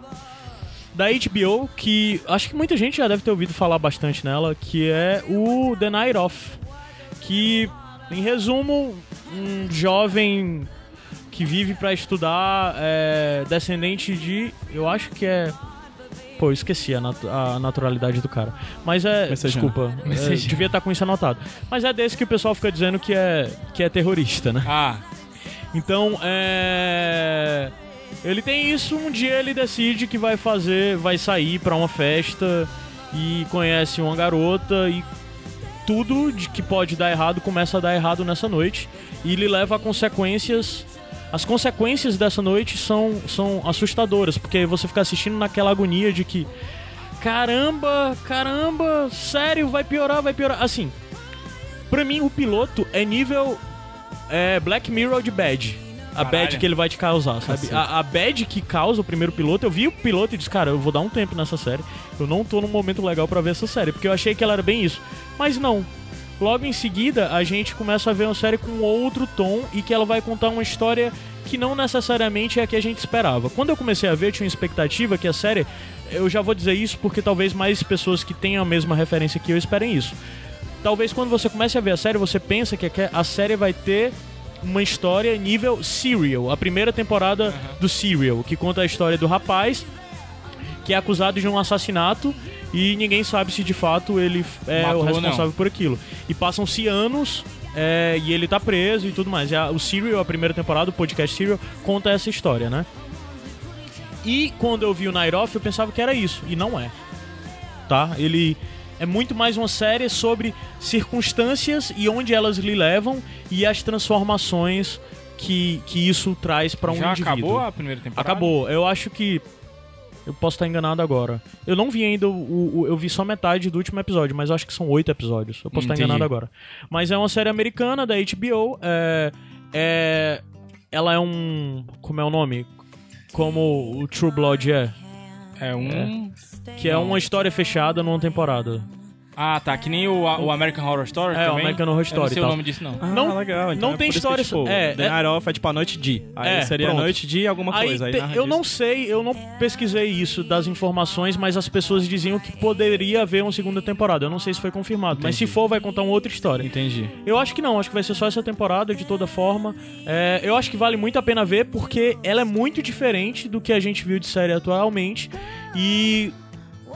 Speaker 3: da HBO que acho que muita gente já deve ter ouvido falar bastante nela, que é o The Night Off. Que, em resumo, um jovem que vive pra estudar, é, descendente de. Eu acho que é. Pô, eu esqueci a, nat- a naturalidade do cara. Mas é.
Speaker 4: Messejano.
Speaker 3: Desculpa. é, devia estar com isso anotado. Mas é desse que o pessoal fica dizendo que é, que é terrorista, né?
Speaker 2: Ah,
Speaker 3: Então, é. Ele tem isso, um dia ele decide que vai fazer, vai sair pra uma festa e conhece uma garota e tudo de que pode dar errado começa a dar errado nessa noite e ele leva a consequências. As consequências dessa noite são, são assustadoras, porque você fica assistindo naquela agonia de que caramba, caramba, sério, vai piorar, vai piorar. Assim, pra mim o piloto é nível é, Black Mirror de bad. A bad
Speaker 2: Caralho.
Speaker 3: que ele vai te causar, sabe? A, a bad que causa o primeiro piloto, eu vi o piloto e disse, cara, eu vou dar um tempo nessa série. Eu não tô num momento legal pra ver essa série, porque eu achei que ela era bem isso. Mas não. Logo em seguida, a gente começa a ver uma série com outro tom e que ela vai contar uma história que não necessariamente é a que a gente esperava. Quando eu comecei a ver, eu tinha uma expectativa que a série, eu já vou dizer isso porque talvez mais pessoas que tenham a mesma referência que eu esperem isso talvez quando você comece a ver a série, você pensa que a série vai ter uma história nível Serial, a primeira temporada do Serial, que conta a história do rapaz que é acusado de um assassinato e ninguém sabe se de fato ele é
Speaker 2: Matou
Speaker 3: o
Speaker 2: ou não.
Speaker 3: responsável por aquilo. E passam-se anos é, e ele tá preso e tudo mais. E a- o Serial, a primeira temporada, o podcast Serial, conta essa história, né? E quando eu vi o Night Off, eu pensava que era isso, e não é. Tá? Ele é muito mais uma série sobre circunstâncias e onde elas lhe levam e as transformações que, que isso traz pra um
Speaker 2: já
Speaker 3: indivíduo.
Speaker 2: acabou a primeira temporada?
Speaker 3: Acabou. Eu acho que. Eu posso estar enganado agora. Eu não vi ainda o, o- Eu vi só metade do último episódio, mas eu acho que são oito episódios. Eu posso estar
Speaker 2: Entendi.
Speaker 3: enganado agora. Mas é uma série americana da HBO. É, é- ela é um. Como é o nome? Como o True Blood é.
Speaker 2: É um.
Speaker 3: Que é uma história fechada numa temporada.
Speaker 2: Ah, tá. Que nem o, o American Horror Story
Speaker 3: É, o
Speaker 2: também.
Speaker 3: American Horror
Speaker 2: Eu
Speaker 3: Story
Speaker 2: não
Speaker 3: tá.
Speaker 2: sei
Speaker 3: e tal.
Speaker 2: o nome disso, não.
Speaker 3: Não-
Speaker 4: ah, legal. Então
Speaker 3: não
Speaker 4: é
Speaker 3: tem
Speaker 4: por isso que,
Speaker 3: história
Speaker 4: tipo,
Speaker 3: so- é,
Speaker 4: The
Speaker 3: é-
Speaker 4: Night Off é tipo a noite de. Aí
Speaker 3: É,
Speaker 4: seria
Speaker 3: pronto.
Speaker 4: noite de alguma coisa. Aí,
Speaker 3: te-
Speaker 4: narra
Speaker 3: eu não
Speaker 4: disso.
Speaker 3: sei, eu não pesquisei isso das informações, mas as pessoas diziam que poderia haver uma segunda temporada. Eu não sei se foi confirmado, mas se for, vai contar uma outra história.
Speaker 4: Entendi.
Speaker 3: Eu acho que não, acho que vai ser só essa temporada de toda forma. É, eu acho que vale muito a pena ver porque ela é muito diferente do que a gente viu de série atualmente e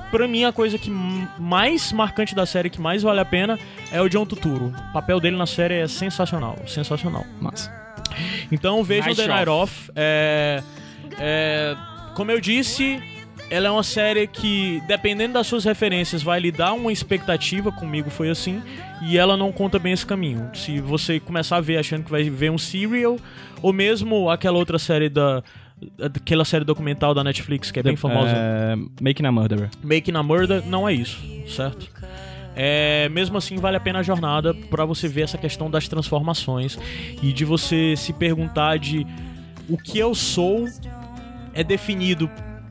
Speaker 3: pra mim a coisa que m- mais marcante da série que mais vale a pena é o John Turturro. O papel dele na série é sensacional, sensacional.
Speaker 4: Massa.
Speaker 3: Então vejam
Speaker 2: Night
Speaker 3: The Night Off. É, é, como eu disse, ela é uma série que, dependendo das suas referências, vai lhe dar uma expectativa, comigo foi assim, e ela não conta bem esse caminho. Se você começar a ver achando que vai ver um serial, ou mesmo aquela outra série da. Aquela série documental da Netflix que é bem famosa.
Speaker 4: É, Making a Murderer.
Speaker 3: Making a Murder não é isso, certo? É, mesmo assim, vale a pena a jornada pra você ver essa questão das transformações e de você se perguntar de o que eu sou é definido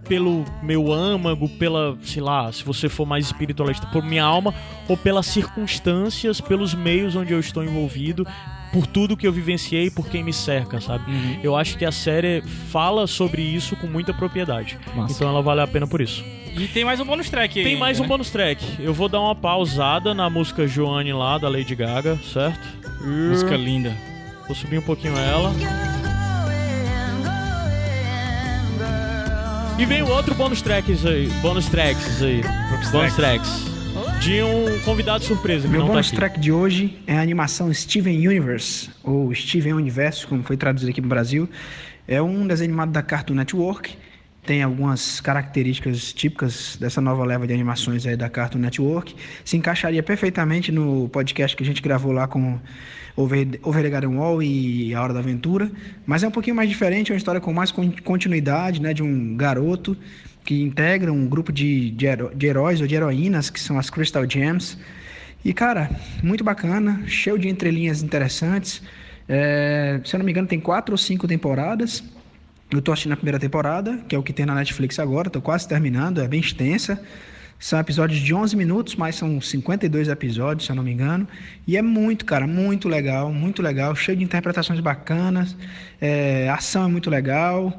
Speaker 3: pelo meu âmago, pela, sei lá, se você for mais espiritualista, por minha alma ou pelas circunstâncias, pelos meios onde eu estou envolvido, por tudo que eu vivenciei, por quem me cerca, sabe? Eu acho que a série fala sobre isso com muita propriedade.
Speaker 4: Massa.
Speaker 3: Então ela vale a pena por isso.
Speaker 2: E tem mais um bonus track aí.
Speaker 3: Tem mais um
Speaker 2: ainda, né?
Speaker 3: bonus track. Eu vou dar uma pausada na música Joanne lá, da Lady Gaga, certo?
Speaker 2: Música linda.
Speaker 3: Vou subir um pouquinho ela. E vem o outro bônus tracks aí. Bônus tracks aí. Bônus tracks. De um convidado surpresa que
Speaker 8: Meu
Speaker 3: não tá
Speaker 8: bonus
Speaker 3: aqui.
Speaker 8: track de hoje é a animação Steven Universe, ou Steven Universo, como foi traduzido aqui no Brasil. É um desenho animado da Cartoon Network. Tem algumas características típicas dessa nova leva de animações aí da Cartoon Network. Se encaixaria perfeitamente no podcast que a gente gravou lá com Over, Over the Garden Wall e A Hora da Aventura. Mas é um pouquinho mais diferente, é uma história com mais con- continuidade, né? De um garoto que integra um grupo de, de, heró- de heróis ou de heroínas, que são as Crystal Gems. E, cara, muito bacana, cheio de entrelinhas interessantes. É, se eu não me engano, tem quatro ou cinco temporadas. Eu tô assistindo a primeira temporada, que é o que tem na Netflix agora, tô quase terminando, é bem extensa. São episódios de 11 minutos, mas são 52 episódios, se eu não me engano. E é muito, cara, muito legal, muito legal, cheio de interpretações bacanas, é, a ação é muito legal.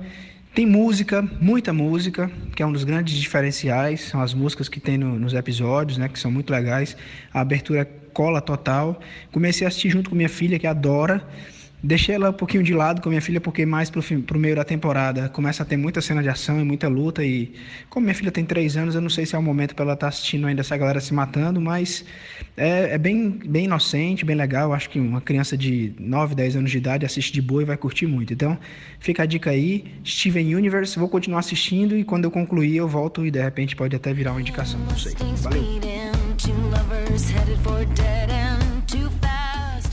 Speaker 8: Tem música, muita música, que é um dos grandes diferenciais, são as músicas que tem no- nos episódios, né, que são muito legais. A abertura cola total. Comecei a assistir junto com minha filha, que adora. é Deixei ela um pouquinho de lado com a minha filha, porque mais pro, fim- pro meio da temporada começa a ter muita cena de ação e muita luta. E como minha filha tem três anos, eu não sei se é o momento pra ela estar assistindo ainda essa galera se matando, mas é, é bem, bem inocente, bem legal. Acho que uma criança de 9, 10 anos de idade assiste de boa e vai curtir muito. Então fica a dica aí: Steven Universe, vou continuar assistindo e quando eu concluir eu volto e de repente pode até virar uma indicação, não sei. Valeu!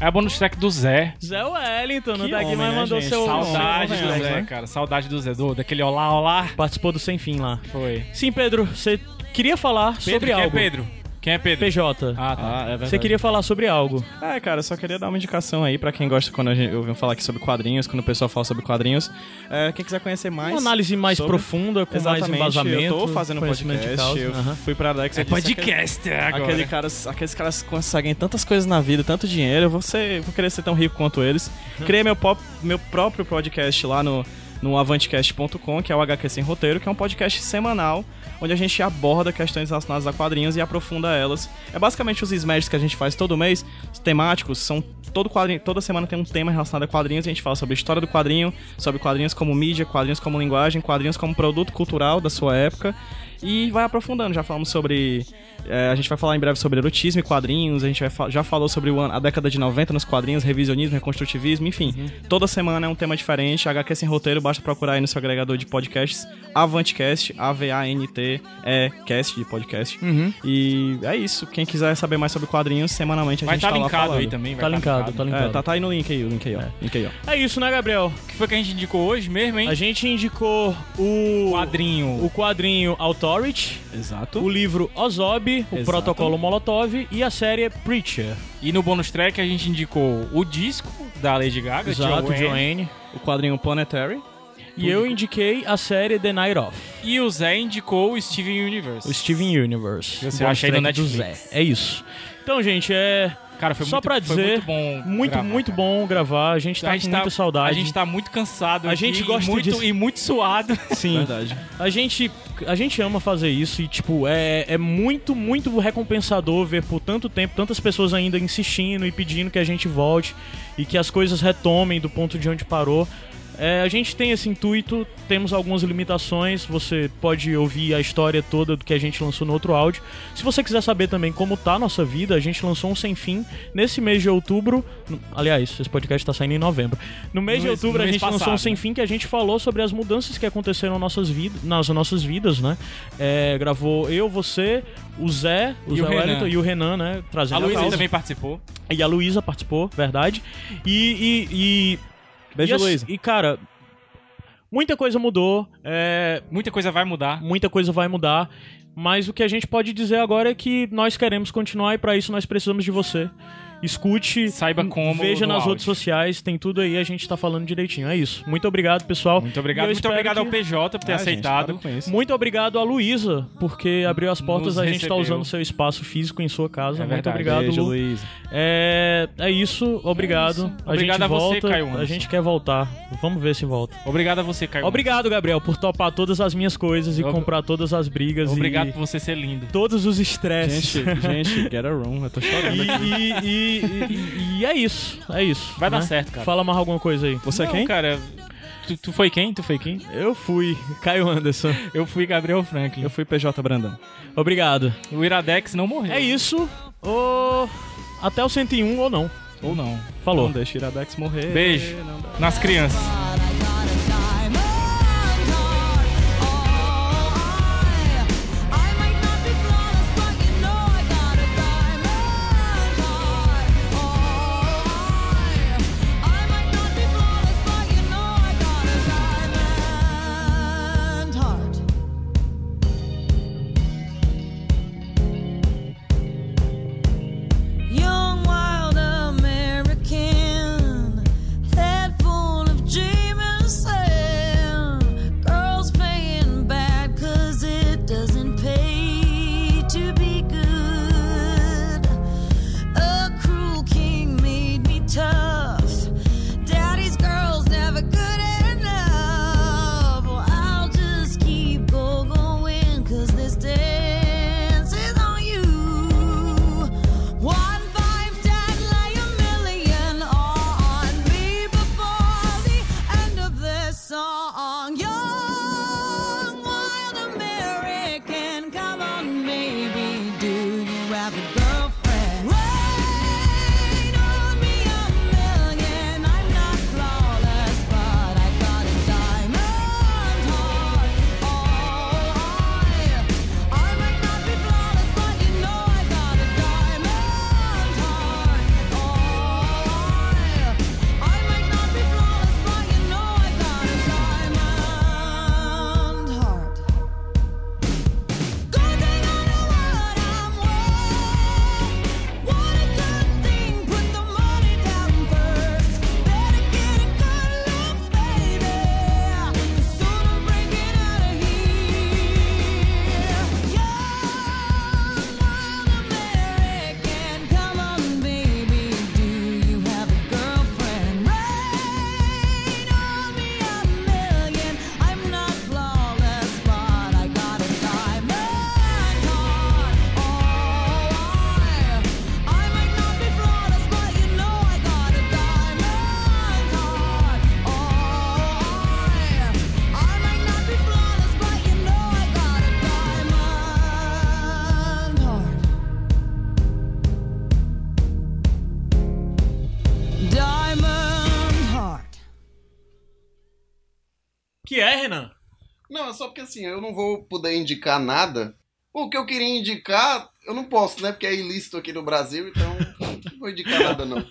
Speaker 2: É a bonus track do Zé.
Speaker 3: Zé Wellington, não
Speaker 4: Que
Speaker 3: tá aqui,
Speaker 4: homem,
Speaker 3: mas
Speaker 4: né,
Speaker 3: mandou
Speaker 4: gente?
Speaker 3: seu. é
Speaker 2: Saudade
Speaker 3: seu-
Speaker 2: do Zé, cara. Saudade do Zé. Do, daquele olá, olá.
Speaker 3: Participou do Sem Fim lá.
Speaker 2: Foi.
Speaker 3: Sim, Pedro, você queria falar sobre
Speaker 2: quem
Speaker 3: algo.
Speaker 2: é Pedro? Quem é Pedro?
Speaker 3: PJ.
Speaker 2: Ah, tá.
Speaker 4: Ah, é verdade.
Speaker 3: Você queria falar sobre algo.
Speaker 4: É, cara, eu só queria dar uma indicação aí pra quem gosta quando a gente, eu venho falar aqui sobre quadrinhos, quando o pessoal fala sobre quadrinhos. É, quem quiser conhecer mais.
Speaker 3: Uma análise mais
Speaker 4: sobre-
Speaker 3: profunda, com
Speaker 4: Exatamente,
Speaker 3: mais embasamento.
Speaker 4: Eu tô fazendo um
Speaker 3: conhecimento
Speaker 4: podcast.
Speaker 3: de
Speaker 4: eu
Speaker 3: causa. Aham.
Speaker 4: fui pra Alex.
Speaker 2: É podcast agora.
Speaker 4: Aquele caras, aqueles caras que conseguem tantas coisas na vida, tanto dinheiro, eu vou, ser, vou querer ser tão rico quanto eles. Criei meu, pop- meu próprio podcast lá no, no avantcast.com, que é o HQ Sem Roteiro, que é um podcast semanal, onde a gente aborda questões relacionadas a quadrinhos e aprofunda elas. É basicamente os smashes que a gente faz todo mês, os temáticos, são todo quadrinho, toda semana tem um tema relacionado a quadrinhos, e a gente fala sobre a história do quadrinho, sobre quadrinhos como mídia, quadrinhos como linguagem, quadrinhos como produto cultural da sua época, e vai aprofundando. Já falamos sobre. é, a gente vai falar em breve sobre erotismo e quadrinhos. A gente vai fa- já falou sobre o ano- a década de 90 nos quadrinhos, revisionismo, reconstrutivismo, enfim. Toda semana é um tema diferente. HQ sem roteiro, basta procurar aí no seu agregador de podcasts Avantcast, A-V-A-N-T-E, cast de podcast. E é isso. Quem quiser saber mais sobre quadrinhos, semanalmente a
Speaker 2: Vai
Speaker 4: gente
Speaker 2: estar
Speaker 4: tá lá
Speaker 2: linkado
Speaker 4: falando.
Speaker 2: aí também. vai
Speaker 3: Tá linkado, tá linkado.
Speaker 4: É, tá, tá aí no link aí, o link aí, ó. Link aí, ó.
Speaker 2: tá-
Speaker 3: É isso, né, Gabriel?
Speaker 2: O que foi que a gente indicou hoje mesmo, hein?
Speaker 3: A gente indicou o
Speaker 2: Quadrinho.
Speaker 3: o quadrinho Authority,
Speaker 4: Exato.
Speaker 3: o livro Ozob, o
Speaker 4: Exato.
Speaker 3: protocolo Molotov e a série Preacher.
Speaker 2: E no bonus track a gente indicou o disco da Lady Gaga,
Speaker 3: Exato,
Speaker 2: Joanne,
Speaker 3: Joanne.
Speaker 4: O quadrinho Planetary.
Speaker 3: E eu indiquei a série The Night Off,
Speaker 2: E o Zé indicou o Steven Universe.
Speaker 3: o Steven Universe.
Speaker 2: Você
Speaker 3: O
Speaker 2: acha aí no
Speaker 3: bonus track do
Speaker 2: Netflix.
Speaker 3: Zé. É isso. Então, gente, é
Speaker 2: Cara, foi
Speaker 3: só
Speaker 2: muito,
Speaker 3: pra
Speaker 2: foi
Speaker 3: dizer,
Speaker 2: muito bom.
Speaker 3: muito,
Speaker 2: gravar,
Speaker 3: muito
Speaker 2: cara.
Speaker 3: bom gravar. A gente tá
Speaker 2: a gente
Speaker 3: com
Speaker 2: tá,
Speaker 3: muita saudade.
Speaker 2: A gente tá muito cansado.
Speaker 3: A
Speaker 2: aqui
Speaker 3: gente
Speaker 2: e
Speaker 3: gosta
Speaker 2: muito,
Speaker 3: disso.
Speaker 2: E muito suado.
Speaker 3: Sim.
Speaker 4: Verdade. Ah,
Speaker 3: A gente, a gente ama fazer isso e, tipo, é, é muito, muito recompensador ver por tanto tempo tantas pessoas ainda insistindo e pedindo que a gente volte e que as coisas retomem do ponto de onde parou. É, a gente tem esse intuito, temos algumas limitações, você pode ouvir a história toda do que a gente lançou no outro áudio. Se você quiser saber também como tá a nossa vida, a gente lançou um sem fim nesse mês de outubro. no- Aliás, esse podcast tá saindo em novembro. No mês
Speaker 2: No
Speaker 3: de
Speaker 2: mês-
Speaker 3: outubro
Speaker 2: no
Speaker 3: a
Speaker 2: mês
Speaker 3: gente lançou um
Speaker 2: passado,
Speaker 3: sem
Speaker 2: né?
Speaker 3: fim que a gente falou sobre as mudanças que aconteceram nossas vid- nas nossas vidas, né? É, gravou eu, você, o Zé, o
Speaker 2: E
Speaker 3: Zé
Speaker 2: o Renan.
Speaker 3: Wellington e o Renan, né?
Speaker 2: A
Speaker 3: Trazendo a
Speaker 2: Luísa
Speaker 3: causa.
Speaker 2: também participou.
Speaker 3: E a Luísa participou, verdade. E. e, e
Speaker 4: Beijo,
Speaker 3: e, as-
Speaker 4: Luísa.
Speaker 3: E, cara, muita coisa mudou, é,
Speaker 2: Muita coisa vai mudar.
Speaker 3: muita coisa vai mudar. Mas o que a gente pode dizer agora é que nós queremos continuar e pra isso nós precisamos de você. Escute, hum,
Speaker 2: Saiba como
Speaker 3: veja
Speaker 2: no
Speaker 3: nas
Speaker 2: áudio.
Speaker 3: redes sociais, tem tudo aí, a gente tá falando direitinho. É isso. Muito obrigado, pessoal.
Speaker 2: Muito
Speaker 3: E
Speaker 2: obrigado.
Speaker 3: eu
Speaker 2: Muito
Speaker 3: espero
Speaker 2: obrigado
Speaker 3: que-
Speaker 2: ao PJ por ter
Speaker 4: Ah, gente,
Speaker 2: aceitado.
Speaker 4: para com isso.
Speaker 3: Muito obrigado a Luísa, porque abriu as portas,
Speaker 2: Nos
Speaker 3: a gente tá
Speaker 2: recebeu.
Speaker 3: usando seu espaço físico em sua casa.
Speaker 2: É
Speaker 3: Muito
Speaker 2: verdade.
Speaker 3: obrigado,
Speaker 4: Beijo,
Speaker 3: Lu.
Speaker 4: Luísa.
Speaker 3: É, é isso, obrigado.
Speaker 2: É isso.
Speaker 3: A
Speaker 2: Obrigado
Speaker 3: gente
Speaker 2: a você,
Speaker 3: volta,
Speaker 2: Caio Anderson.
Speaker 3: A gente quer voltar. Vamos ver se volta.
Speaker 2: Obrigado a você, Caio.
Speaker 3: Obrigado, Gabriel, por topar todas as minhas coisas e
Speaker 2: Ob-
Speaker 3: comprar todas as brigas
Speaker 2: Obrigado
Speaker 3: e
Speaker 2: por você ser lindo.
Speaker 3: todos os estresses.
Speaker 4: Gente, gente, get a room. Eu tô
Speaker 3: E,
Speaker 4: chorando.
Speaker 3: e- e- e- e é isso, é isso.
Speaker 2: Vai dar
Speaker 3: né?
Speaker 2: certo, cara.
Speaker 3: Fala mais alguma coisa aí.
Speaker 4: Você é
Speaker 2: Não,
Speaker 4: quem?
Speaker 2: cara. Tu, tu foi quem? Tu foi quem?
Speaker 3: Eu fui, Caio Anderson.
Speaker 2: Eu fui Gabriel Franklin.
Speaker 4: Eu fui PJ Brandão.
Speaker 3: Obrigado.
Speaker 2: O Iradex não morreu.
Speaker 3: É isso. Ô, Até o 101 ou não.
Speaker 2: Ou não.
Speaker 3: Falou.
Speaker 4: Não deixa o Iradex morrer.
Speaker 2: Beijo. Nas crianças.
Speaker 7: Oh, Oh, Young wild American, head full of dreaming Oh, Oh,
Speaker 3: que é, Renan?
Speaker 9: Não, é só porque assim, eu não vou poder indicar nada. O que eu queria indicar, eu não posso, né? Porque é ilícito aqui no Brasil, então não vou indicar nada, não.